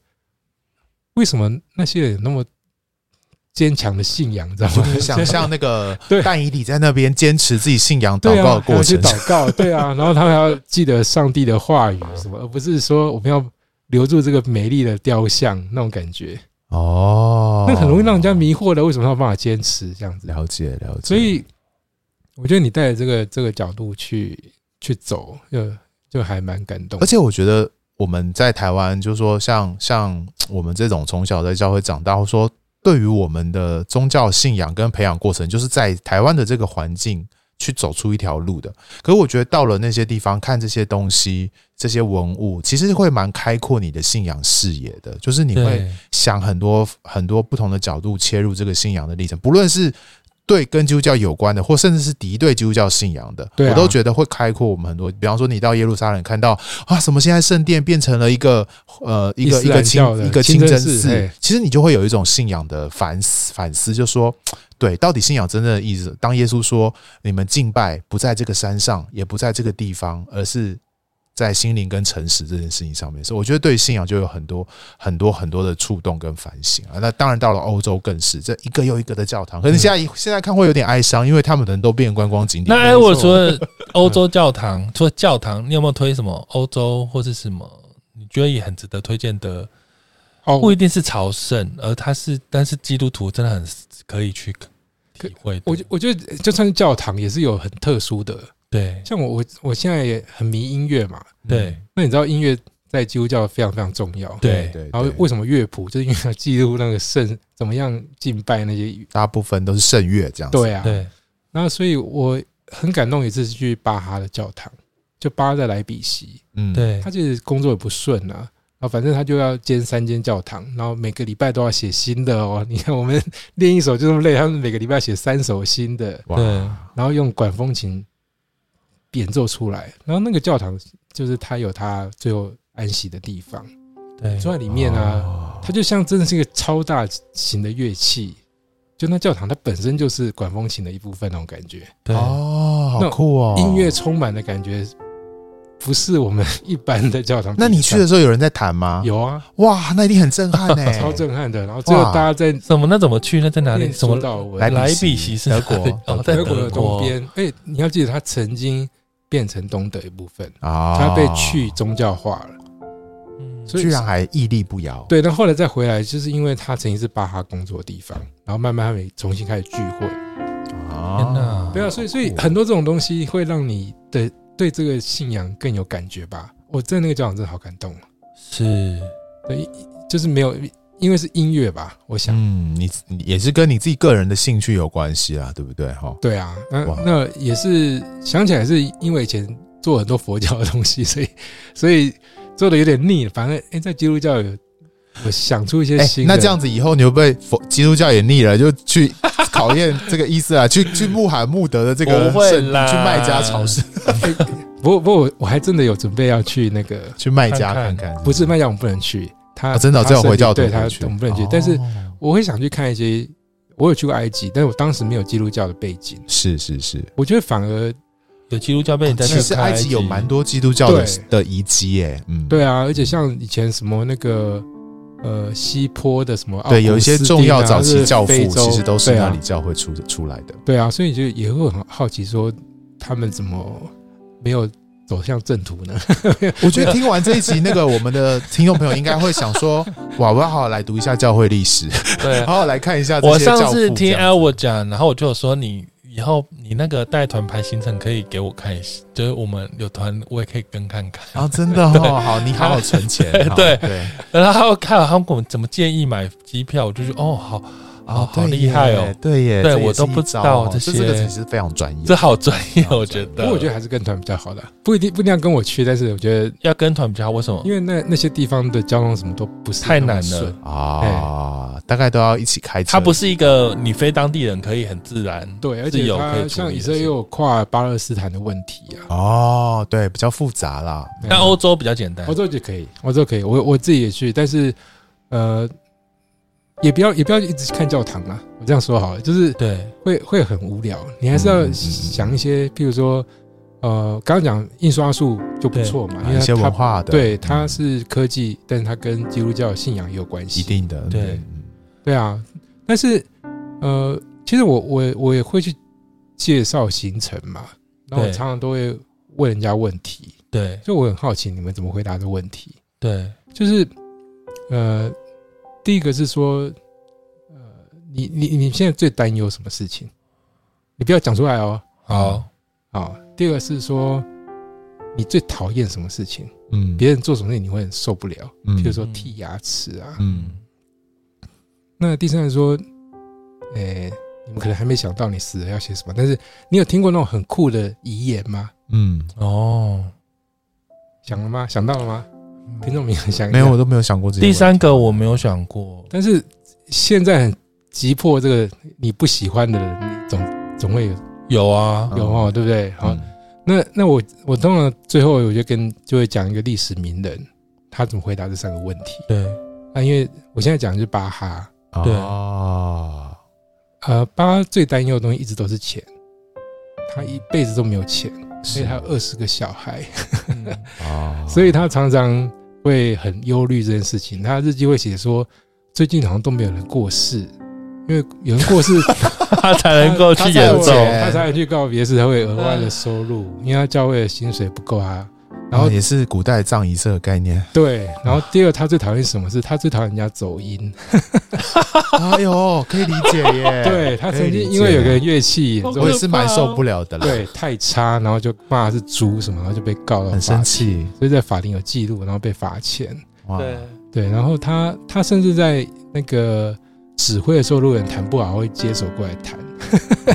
[SPEAKER 2] 为什么那些人有那么坚强的信仰，你知道
[SPEAKER 5] 就
[SPEAKER 2] 吗
[SPEAKER 5] 可以？想象那个
[SPEAKER 2] 对
[SPEAKER 5] 但以理在那边坚持自己信仰
[SPEAKER 2] (laughs) 对
[SPEAKER 5] 祷告
[SPEAKER 2] 啊
[SPEAKER 5] 的，
[SPEAKER 2] 还要
[SPEAKER 5] 过
[SPEAKER 2] 去
[SPEAKER 5] 程，
[SPEAKER 2] 祷告，对啊， (laughs) 然后他们还要记得上帝的话语什么，而不是说我们要留住这个美丽的雕像那种感觉，
[SPEAKER 5] 哦，
[SPEAKER 2] 那很容易让人家迷惑的。为什么他有办法坚持这样子？
[SPEAKER 5] 了解了解，
[SPEAKER 2] 所以我觉得你带着这个这个角度去去走，就就还蛮感动
[SPEAKER 5] 而。且我觉得我们在台湾，就是说像像我们这种从小在教会长大，或说对于我们的宗教信仰跟培养过程，就是在台湾的这个环境去走出一条路的。可是我觉得到了那些地方，看这些东西、这些文物，其实会蛮开阔你的信仰视野的，就是你会
[SPEAKER 4] 对
[SPEAKER 5] 想很多很多不同的角度切入这个信仰的历程，不论是对跟基督教有关的，或甚至是敌对基督教信仰的，
[SPEAKER 2] 对啊
[SPEAKER 5] 我都觉得会开阔我们很多。比方说，你到耶路撒冷看到啊，什么现在圣殿变成了一个呃一个
[SPEAKER 2] 伊
[SPEAKER 5] 一
[SPEAKER 2] 斯兰
[SPEAKER 5] 个清
[SPEAKER 2] 教的
[SPEAKER 5] 一个
[SPEAKER 2] 清
[SPEAKER 5] 清真
[SPEAKER 2] 真寺哎
[SPEAKER 5] 寺
[SPEAKER 2] 嘿，
[SPEAKER 5] 其实你就会有一种信仰的反思反思，就说。对，到底信仰真正的意思？当耶稣说你们敬拜不在这个山上，也不在这个地方，而是在心灵跟诚实这件事情上面，所以我觉得对信仰就有很多很多很多的触动跟反省啊。那当然到了欧洲更是，这一个又一个的教堂，
[SPEAKER 2] 嗯
[SPEAKER 5] 可是现在、现在看会有点哀伤，因为他们的人都变观光景点。
[SPEAKER 4] 那哎，
[SPEAKER 5] 没错
[SPEAKER 4] 我除了欧洲教堂，除了教堂，你有没有推什么欧洲或是什么？你觉得也很值得推荐的，
[SPEAKER 2] 哦，
[SPEAKER 4] 不一定是朝圣，而它是，但是基督徒真的很可以去体会的。
[SPEAKER 2] 我觉我觉得就算是教堂也是有很特殊的，
[SPEAKER 4] 对
[SPEAKER 2] 像我我我现在也很迷音乐嘛，
[SPEAKER 4] 对
[SPEAKER 2] 那你知道音乐在基督教非常非常重要，
[SPEAKER 4] 对
[SPEAKER 5] 对，
[SPEAKER 2] 然后为什么乐谱，就是因为要记录那个圣怎么样敬拜那些，
[SPEAKER 5] 大部分都是圣乐这样子？
[SPEAKER 2] 对啊，
[SPEAKER 4] 对，
[SPEAKER 2] 那所以我很感动，一次是去巴哈的教堂，就巴哈在莱比锡，
[SPEAKER 5] 嗯
[SPEAKER 4] 对
[SPEAKER 2] 他就是工作也不顺啊，然后反正他就要兼三间教堂，然后每个礼拜都要写新的哦。 (laughs) 你看我们练一首就这么累，他们每个礼拜要写三首新的，
[SPEAKER 5] 哇
[SPEAKER 4] 对
[SPEAKER 2] 然后用管风琴演奏出来。然后那个教堂就是他有他最后安息的地方，
[SPEAKER 4] 对
[SPEAKER 2] 坐在里面啊，
[SPEAKER 5] 哦
[SPEAKER 2] 它就像真的是一个超大型的乐器，就那教堂它本身就是管风琴的一部分那种感觉，
[SPEAKER 4] 对，
[SPEAKER 5] 哦，好
[SPEAKER 2] 那
[SPEAKER 5] 酷哦，
[SPEAKER 2] 音乐。充满的感觉，不是我们一般的教堂。
[SPEAKER 5] 那你去的时哎候有人在弹吗？，
[SPEAKER 2] 有啊，
[SPEAKER 5] 哇，那一定很震
[SPEAKER 2] (laughs)
[SPEAKER 5] 撼呢、
[SPEAKER 2] 超震撼的。然后最后
[SPEAKER 5] 哇
[SPEAKER 2] 大家在
[SPEAKER 4] 什么那怎么去？那在哪里？
[SPEAKER 2] 念
[SPEAKER 4] 什
[SPEAKER 2] 主
[SPEAKER 4] 么
[SPEAKER 2] 导文，
[SPEAKER 5] 来
[SPEAKER 4] 莱
[SPEAKER 5] 比
[SPEAKER 4] 比锡
[SPEAKER 5] 锡
[SPEAKER 4] 是
[SPEAKER 5] 德
[SPEAKER 4] 哪
[SPEAKER 5] 国
[SPEAKER 4] 里哦，在
[SPEAKER 2] 德国的东
[SPEAKER 4] 国。
[SPEAKER 2] 边。哎，你要记得，它曾经变成东德一部分，
[SPEAKER 5] 啊，
[SPEAKER 2] 它被去宗教化了。
[SPEAKER 4] 嗯
[SPEAKER 2] 所以
[SPEAKER 5] 居然还屹立不摇。，
[SPEAKER 2] 对，但后来再回来，就是因为它曾经是巴哈工作的地方，然后慢慢他们重新开始聚会。
[SPEAKER 5] 啊
[SPEAKER 4] 天哪
[SPEAKER 2] 对啊，所以
[SPEAKER 5] 哦
[SPEAKER 2] 所以很多这种东西会让你的对这个信仰更有感觉吧。我在那个教堂真的好感动，
[SPEAKER 4] 是
[SPEAKER 2] 对，就是没有，因为是音乐吧，我想。
[SPEAKER 5] 嗯，你你也是跟你自己个人的兴趣有关系啦，对不对？哈，
[SPEAKER 2] 对啊，那
[SPEAKER 5] 哇
[SPEAKER 2] 那也是想起来是因为以前做很多佛教的东西， (laughs) 所以所以做的有点腻了。反正哎、诶在基督教有我想出一些
[SPEAKER 5] 哎、
[SPEAKER 2] 新的，
[SPEAKER 5] 那这样子以后你会不会佛基督教也腻了，就去考验这个伊斯兰，去 (laughs) 去穆罕默德的这个
[SPEAKER 4] 不会
[SPEAKER 5] 圣
[SPEAKER 4] 啦
[SPEAKER 5] 去麦加朝圣，
[SPEAKER 2] 不过不过我我还真的有准备要去那个，
[SPEAKER 5] (laughs) 去麦加看
[SPEAKER 4] 看看
[SPEAKER 5] 看，
[SPEAKER 2] 不是麦加我们不能去，他、
[SPEAKER 5] 啊真的哦
[SPEAKER 2] 他
[SPEAKER 5] 只有
[SPEAKER 2] 圣
[SPEAKER 5] 回
[SPEAKER 2] 地
[SPEAKER 5] 教徒
[SPEAKER 2] 对他
[SPEAKER 5] 会去哦
[SPEAKER 2] 我们不能去，但是我会想去看一些。我有去过埃及，但是我当时没有基督教的背景，
[SPEAKER 5] 是是是，
[SPEAKER 2] 我觉得反而
[SPEAKER 4] 有基督教被你在那
[SPEAKER 5] 啊其
[SPEAKER 4] 个
[SPEAKER 5] 实
[SPEAKER 4] 看
[SPEAKER 5] 埃及有蛮多基督教的的遗迹耶，嗯，
[SPEAKER 2] 对啊，而且像以前什么那个呃西坡的什么奥古斯
[SPEAKER 5] 对，
[SPEAKER 2] 丁啊、
[SPEAKER 5] 有一些重要早
[SPEAKER 2] 或
[SPEAKER 5] 期
[SPEAKER 2] 者
[SPEAKER 5] 教父
[SPEAKER 2] 非洲
[SPEAKER 5] 其实都是
[SPEAKER 2] 对
[SPEAKER 5] 那
[SPEAKER 2] 啊
[SPEAKER 5] 里教会出的出
[SPEAKER 2] (laughs)
[SPEAKER 5] 来的，
[SPEAKER 2] 对啊，所以就也会很好奇说，他们怎么没有走向正途
[SPEAKER 5] (laughs)
[SPEAKER 2] 呢？
[SPEAKER 5] 我觉得听完这一集，那个我们的听众朋友应该会想说：哇，我要好好来读一下教会历
[SPEAKER 2] (laughs)
[SPEAKER 5] 史，
[SPEAKER 4] 对
[SPEAKER 5] 好好来看一下这
[SPEAKER 4] 我
[SPEAKER 5] 些教父。
[SPEAKER 4] 上次听
[SPEAKER 5] 这样
[SPEAKER 4] Elwood 讲，然后我就有说你以后你那个带团排行程可以给我看一下，就是我们有团我也可以跟看 (laughs) 看。
[SPEAKER 5] 啊，真的哦，好，你好好存钱。
[SPEAKER 4] (laughs)
[SPEAKER 5] 好
[SPEAKER 4] 对哦
[SPEAKER 5] 对，
[SPEAKER 4] 然后他又看了他们怎么建议买机票，我就觉得哦，好好
[SPEAKER 5] 哦
[SPEAKER 4] 好
[SPEAKER 5] 对
[SPEAKER 4] 厉
[SPEAKER 5] 耶
[SPEAKER 4] 害哦，
[SPEAKER 5] 对耶，
[SPEAKER 4] 对
[SPEAKER 5] 这也
[SPEAKER 4] 我都
[SPEAKER 5] 是一
[SPEAKER 4] 不知
[SPEAKER 5] 招
[SPEAKER 4] 道
[SPEAKER 5] 哦
[SPEAKER 4] 这
[SPEAKER 5] 这个
[SPEAKER 4] 些
[SPEAKER 5] 其实非常专业。
[SPEAKER 4] 这好专业，
[SPEAKER 5] 好
[SPEAKER 4] 我觉
[SPEAKER 2] 不
[SPEAKER 4] 得。
[SPEAKER 2] 过我觉得还是跟团比较好的，啊不一定不一定要跟我去，但是我觉得
[SPEAKER 4] 要跟团比较好，为什
[SPEAKER 5] 哦
[SPEAKER 4] 么
[SPEAKER 2] 因？为那那些地方的交通什么都不是
[SPEAKER 4] 太
[SPEAKER 2] 那么
[SPEAKER 4] 难了
[SPEAKER 2] 顺，
[SPEAKER 5] 啊，大概都要一起开车。
[SPEAKER 4] 它不是一个你非当地人可以很自然，
[SPEAKER 2] 对，而
[SPEAKER 4] 是
[SPEAKER 2] 且
[SPEAKER 4] 有可以处理
[SPEAKER 2] 它
[SPEAKER 4] 的
[SPEAKER 2] 像以色列
[SPEAKER 4] 事
[SPEAKER 2] 又有跨巴勒斯坦的问题啊，
[SPEAKER 5] 哦，对，比较复杂啦。
[SPEAKER 2] 对啊
[SPEAKER 4] 但欧洲比较简单
[SPEAKER 2] 欧。洲就可以，欧洲可以，我我自己也去，但是呃，也不要也不要一直看教堂啊，我这样说好了，就是
[SPEAKER 4] 对，
[SPEAKER 2] 会会很无聊，你还是要
[SPEAKER 5] 嗯嗯嗯嗯
[SPEAKER 2] 想一些，譬如说，呃，刚刚讲印刷术就不错嘛，
[SPEAKER 5] 啊
[SPEAKER 2] 因为
[SPEAKER 5] 一些
[SPEAKER 2] 它
[SPEAKER 5] 文化的，
[SPEAKER 2] 对
[SPEAKER 5] 嗯
[SPEAKER 2] 它是科技，但是它跟基督教信仰也有关系，
[SPEAKER 5] 一定的，
[SPEAKER 4] 对
[SPEAKER 5] 嗯，
[SPEAKER 2] 对啊。但是呃，其实我我我也会去介绍行程嘛，然后我
[SPEAKER 4] 对
[SPEAKER 2] 常常都会问人家问题，
[SPEAKER 4] 对
[SPEAKER 2] 所以我很好奇你们怎么回答这个问题，
[SPEAKER 4] 对，
[SPEAKER 2] 就是呃，第一个是说，呃，你你你现在最担忧什么事情？你不要讲出来哦。
[SPEAKER 4] 好，
[SPEAKER 2] 啊、第二个是说，你最讨厌什么事情？
[SPEAKER 5] 嗯，
[SPEAKER 2] 别人做什么事情你会很受不了，
[SPEAKER 5] 嗯
[SPEAKER 2] 比如说剔牙齿啊。
[SPEAKER 5] 嗯，
[SPEAKER 2] 那第三个是说，诶、你们可能还没想到你死了要写什么，但是你有听过那种很酷的遗言吗？
[SPEAKER 5] 嗯，
[SPEAKER 4] 哦，
[SPEAKER 2] 想了吗？想到了吗？听众们有想一下
[SPEAKER 5] 没有，我，都没有想过这些
[SPEAKER 4] 第
[SPEAKER 5] 问题。
[SPEAKER 4] 三个我没有想过，
[SPEAKER 2] 但是现在很急迫，这个你不喜欢的人，你总总会有
[SPEAKER 4] 有啊，
[SPEAKER 5] 嗯
[SPEAKER 2] 有哦，对不对？好、
[SPEAKER 5] 嗯，
[SPEAKER 2] 那那我我通常最后我就跟就会讲一个历史名人，他怎么回答这三个问题。
[SPEAKER 4] 对，
[SPEAKER 2] 啊，因为我现在讲的是巴哈，
[SPEAKER 4] 对
[SPEAKER 5] 哦
[SPEAKER 2] 呃，巴哈最担忧的东西一直都是钱，他一辈子都没有钱，所
[SPEAKER 5] 是
[SPEAKER 2] 以他有二十个小孩，
[SPEAKER 4] 嗯
[SPEAKER 5] 啊，
[SPEAKER 2] 所以他常常会很忧虑这件事情。他日记会写说，最近好像都没有人过世，因为有人过世
[SPEAKER 4] 他才能够去
[SPEAKER 5] 他才
[SPEAKER 4] 演
[SPEAKER 5] 有
[SPEAKER 4] 奏。
[SPEAKER 5] 钱嗯
[SPEAKER 2] 他才能去告别式，他会有额外的收入，因为他教会的薪水不够啊。然后
[SPEAKER 5] 啊也是古代葬仪社的概
[SPEAKER 4] (laughs)
[SPEAKER 5] 念。
[SPEAKER 2] 对，然后第二，他最讨厌什么是？他最讨厌人家走音。
[SPEAKER 5] 哎呦，可以理解
[SPEAKER 4] (laughs)
[SPEAKER 5] 耶。
[SPEAKER 2] 对他
[SPEAKER 5] 哎可以
[SPEAKER 2] 曾
[SPEAKER 5] 理
[SPEAKER 2] 经
[SPEAKER 5] 解
[SPEAKER 2] 因为有个乐器演奏
[SPEAKER 5] 我也是蛮受不了的啦，
[SPEAKER 2] 对太差，然后就骂是猪什么，然后就被告到
[SPEAKER 5] 很生
[SPEAKER 2] 法庭，
[SPEAKER 5] 气。
[SPEAKER 2] 所以在法庭有记录，然后被罚钱。
[SPEAKER 4] 啊
[SPEAKER 5] 哇，
[SPEAKER 2] 对，然后他他甚至在那个指挥的时候，如果有人弹不好，会接手过来弹。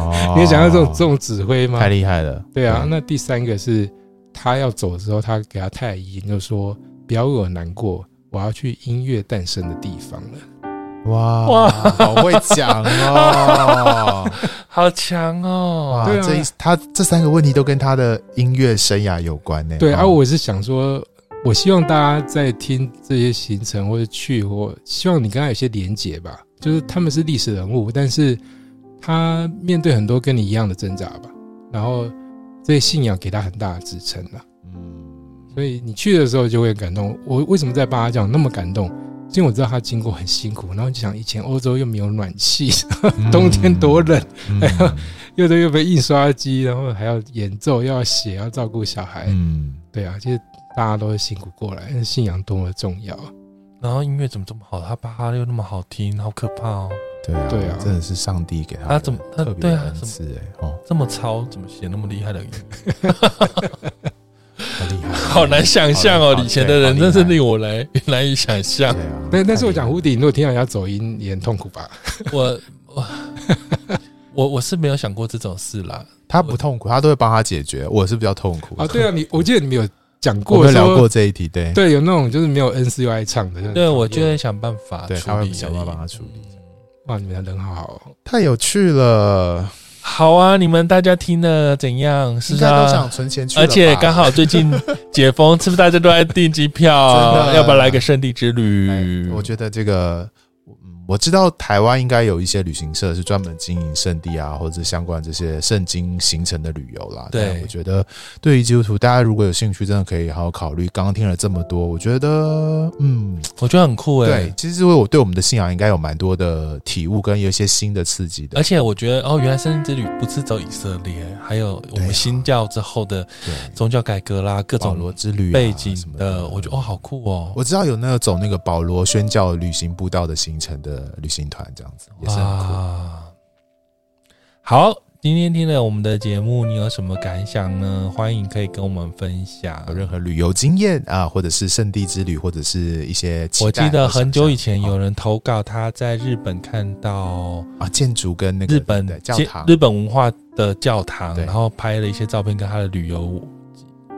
[SPEAKER 5] 哦
[SPEAKER 2] 你有想到这种这种指挥吗
[SPEAKER 5] 太？厉害了。
[SPEAKER 2] 对啊，那第三个是他要走的时候，他给他太医就说：“不要为我难过，我要去音乐诞生的地方了。
[SPEAKER 5] 哇哇，
[SPEAKER 4] 哇
[SPEAKER 5] 好会讲
[SPEAKER 2] (laughs)
[SPEAKER 5] 哦！
[SPEAKER 4] 好强哦！
[SPEAKER 5] 哇，
[SPEAKER 2] 对啊
[SPEAKER 5] 这一他这三个问题都跟他的音乐生涯有关呢。
[SPEAKER 2] 对啊，
[SPEAKER 5] 哦
[SPEAKER 2] 我是想说，我希望大家在听这些行程或者去，我希望你跟他有些连结吧。就是他们是历史人物，但是他面对很多跟你一样的挣扎吧，然后这些信仰给他很大的支撑啊。
[SPEAKER 5] 嗯，
[SPEAKER 2] 所以你去的时候就会很感动。我为什么在巴拉讲那么感动？是因为我知道他经过很辛苦，然后就想以前欧洲又没有暖气， (laughs) 冬天多哎冷，
[SPEAKER 5] 嗯，
[SPEAKER 2] 又得又被印刷机，然后还要演奏，又要写，要照顾小孩。
[SPEAKER 5] 嗯，
[SPEAKER 2] 对啊，其实大家都是辛苦过来，但是信仰多么重要啊。
[SPEAKER 5] 嗯
[SPEAKER 4] 然后音乐怎么这么好？他巴哈又那么好听，好可怕哦！
[SPEAKER 5] 对啊，
[SPEAKER 2] 对啊
[SPEAKER 5] 真的是上帝给他
[SPEAKER 4] 他怎么他
[SPEAKER 5] 特别
[SPEAKER 4] 对
[SPEAKER 5] 的
[SPEAKER 4] 啊
[SPEAKER 5] 恩
[SPEAKER 4] 怎么
[SPEAKER 5] 赐哎，哦，
[SPEAKER 4] 这么超，怎么写那么厉害的音乐？
[SPEAKER 5] 好厉害，
[SPEAKER 4] 好难想象
[SPEAKER 5] 好
[SPEAKER 4] 哦
[SPEAKER 5] 厉！害
[SPEAKER 4] 以前的人真是
[SPEAKER 5] 好厉
[SPEAKER 4] 令我来 (laughs) 难以想象
[SPEAKER 5] 害。对啊，
[SPEAKER 2] 但但是我讲蝴蝶，你如果听到人家走音，也很痛苦吧？
[SPEAKER 4] 我我 (laughs) 我我是没有想过这种事啦。
[SPEAKER 5] 他不痛苦，他都会帮他解决，我是比较痛苦
[SPEAKER 2] 啊，对啊，你我记得你们有讲
[SPEAKER 5] 我
[SPEAKER 2] 过
[SPEAKER 5] 们聊
[SPEAKER 2] 说
[SPEAKER 5] 过这一题，对
[SPEAKER 2] 对，有那种就是没有 N C U I 唱的，就很
[SPEAKER 4] 对，
[SPEAKER 2] 讨厌
[SPEAKER 4] 我就会想办法
[SPEAKER 5] 对，
[SPEAKER 4] 处
[SPEAKER 5] 他
[SPEAKER 4] 理而
[SPEAKER 5] 会
[SPEAKER 4] 已。
[SPEAKER 5] 想办法帮他处理，
[SPEAKER 2] 哇，你们人好好哦，
[SPEAKER 5] 太有趣了，
[SPEAKER 4] 好啊，你们大家听了怎样？
[SPEAKER 5] 应
[SPEAKER 4] 是
[SPEAKER 5] 该都
[SPEAKER 4] 啊
[SPEAKER 5] 想，存钱去了
[SPEAKER 4] 而
[SPEAKER 5] 吧，
[SPEAKER 4] 且刚好最近解封， (laughs) 是不是大家都在订机票
[SPEAKER 5] 真的？
[SPEAKER 4] 要不要来个圣地之
[SPEAKER 5] 哎
[SPEAKER 4] 旅？
[SPEAKER 5] 我觉得这个，嗯我知道台湾应该有一些旅行社是专门经营圣地啊，或者相关这些圣经行程的旅游啦。
[SPEAKER 4] 对
[SPEAKER 5] 但我觉得对于基督徒，大家如果有兴趣，真的可以好好考虑。刚刚听了这么多，我觉得，嗯，
[SPEAKER 4] 我觉得很酷哎、
[SPEAKER 5] 对，其实我对我们的信仰应该有蛮多的体悟，跟有一些新的刺激的
[SPEAKER 4] 而。且我觉得哦，原来圣地之旅不是走以色列，还有我
[SPEAKER 5] 对啊
[SPEAKER 4] 们新教之后的
[SPEAKER 5] 对，
[SPEAKER 4] 宗教改革啦，各
[SPEAKER 5] 保
[SPEAKER 4] 种
[SPEAKER 5] 罗之旅、啊、
[SPEAKER 4] 背景
[SPEAKER 5] 什么
[SPEAKER 4] 的，我觉得哦，好酷哦，
[SPEAKER 5] 我知道有那个走那个保罗宣教旅行步道的行程的旅行团，这样子也是很酷。
[SPEAKER 4] 啊。好，今天听了我们的节目，你有什么感想呢？欢迎可以跟我们分享。
[SPEAKER 5] 有任何旅游经验啊，或者是圣地之旅，或者是一些期待
[SPEAKER 4] 我记得
[SPEAKER 5] 和想
[SPEAKER 4] 很久以
[SPEAKER 5] 象
[SPEAKER 4] 前有
[SPEAKER 5] 哦
[SPEAKER 4] 人投稿，他在日本看到
[SPEAKER 5] 啊建筑跟那个
[SPEAKER 4] 日本
[SPEAKER 5] 对教
[SPEAKER 4] 街
[SPEAKER 5] 堂，
[SPEAKER 4] 日本文化的教堂，
[SPEAKER 5] 对
[SPEAKER 4] 然后拍了一些照片跟他的旅游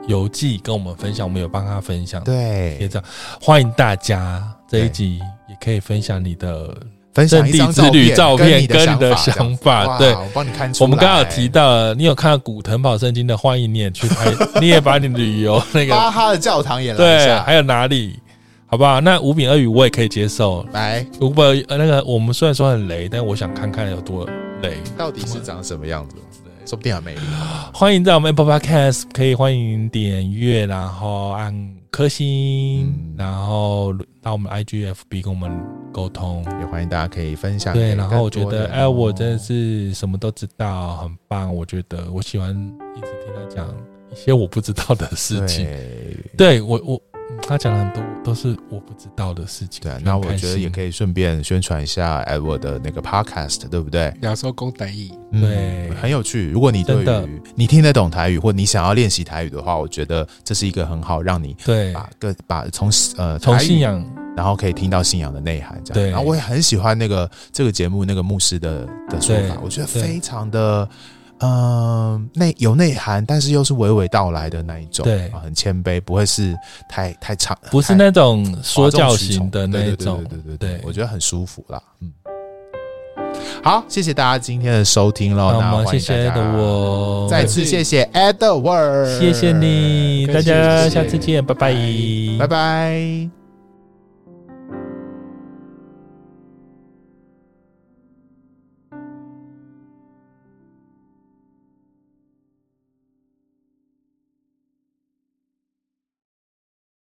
[SPEAKER 4] 游记跟我们分享，我们有帮他分享。贴
[SPEAKER 5] 对，
[SPEAKER 4] 照，欢迎大家这一集也可以分享你的。
[SPEAKER 5] 分享
[SPEAKER 4] 圣
[SPEAKER 5] 一
[SPEAKER 4] 地
[SPEAKER 5] 张
[SPEAKER 4] 之旅照
[SPEAKER 5] 片
[SPEAKER 4] 片
[SPEAKER 5] 你
[SPEAKER 4] 跟你的
[SPEAKER 5] 想
[SPEAKER 4] 想
[SPEAKER 5] 法
[SPEAKER 4] 法
[SPEAKER 5] 这样哇
[SPEAKER 4] 对
[SPEAKER 5] 我帮你看出
[SPEAKER 4] 我们刚刚有
[SPEAKER 5] 来
[SPEAKER 4] 提到了，你有看到古腾跑圣经的，欢迎你也去
[SPEAKER 5] (laughs)
[SPEAKER 4] 拍，你也把你旅游那个
[SPEAKER 5] 巴哈的教堂也来一
[SPEAKER 4] 对，
[SPEAKER 5] 下，
[SPEAKER 4] 还有哪里，好不好？那五饼二鱼我也可以接受。
[SPEAKER 5] 来
[SPEAKER 4] 五本呃那个我们虽然说很雷，但我想看看有多雷。
[SPEAKER 5] 到底是长什么样子，说不定很美丽。
[SPEAKER 4] 欢迎在我们 Apple Podcast 可以欢迎点阅，然后按颗星，
[SPEAKER 5] 嗯
[SPEAKER 4] 然后到我们 IGFB 跟我们沟通。
[SPEAKER 5] 也欢迎大家可以分享
[SPEAKER 4] 对，
[SPEAKER 5] 给更多人
[SPEAKER 4] 然
[SPEAKER 5] 哦。
[SPEAKER 4] 后我觉得，哎，我真的是什么都知道，很棒。我觉得我喜欢一直听他讲一些我不知道的事情。
[SPEAKER 5] 对
[SPEAKER 4] 对我，我嗯他讲了很多都是我不知道的事情。
[SPEAKER 5] 对啊，那我
[SPEAKER 4] 很开
[SPEAKER 5] 觉得也
[SPEAKER 4] 心
[SPEAKER 5] 可以顺便宣传一下哎我的那个 podcast，对不对？
[SPEAKER 2] 两手工得意。
[SPEAKER 5] 嗯
[SPEAKER 4] 对
[SPEAKER 5] 很有趣。如果你对
[SPEAKER 4] 真的
[SPEAKER 5] 于你听得懂台语，或你想要练习台语的话，我觉得这是一个很好让你
[SPEAKER 4] 对，
[SPEAKER 5] 把个把从呃
[SPEAKER 4] 从
[SPEAKER 5] 台语
[SPEAKER 4] 信仰
[SPEAKER 5] 然后可以听到信仰的内涵这样。
[SPEAKER 4] 对
[SPEAKER 5] 然后我也很喜欢那个这个节目那个牧师的的说法
[SPEAKER 4] 对，
[SPEAKER 5] 我觉得
[SPEAKER 4] 对
[SPEAKER 5] 非常的。嗯，内有内涵，但是又是娓娓道来的那一种，
[SPEAKER 4] 对
[SPEAKER 5] 啊很谦卑，不会是太太长，
[SPEAKER 4] 不是
[SPEAKER 5] 太
[SPEAKER 4] 那种说
[SPEAKER 5] 哗众
[SPEAKER 4] 教
[SPEAKER 5] 取宠
[SPEAKER 4] 型的那一
[SPEAKER 5] 对对
[SPEAKER 4] 种。
[SPEAKER 5] 对对对对
[SPEAKER 4] 对
[SPEAKER 5] 对，我觉得很舒服啦，嗯。好，谢谢大家今天的收听喽，
[SPEAKER 4] 那我们
[SPEAKER 5] 欢
[SPEAKER 4] 谢
[SPEAKER 5] 迎大
[SPEAKER 4] 谢
[SPEAKER 5] 家
[SPEAKER 4] 的我，
[SPEAKER 5] 再次谢谢 Edward，
[SPEAKER 4] 谢谢你，大
[SPEAKER 2] 感谢
[SPEAKER 4] 家
[SPEAKER 2] 谢谢
[SPEAKER 5] 哎
[SPEAKER 4] 下次见，拜拜，
[SPEAKER 5] 拜拜。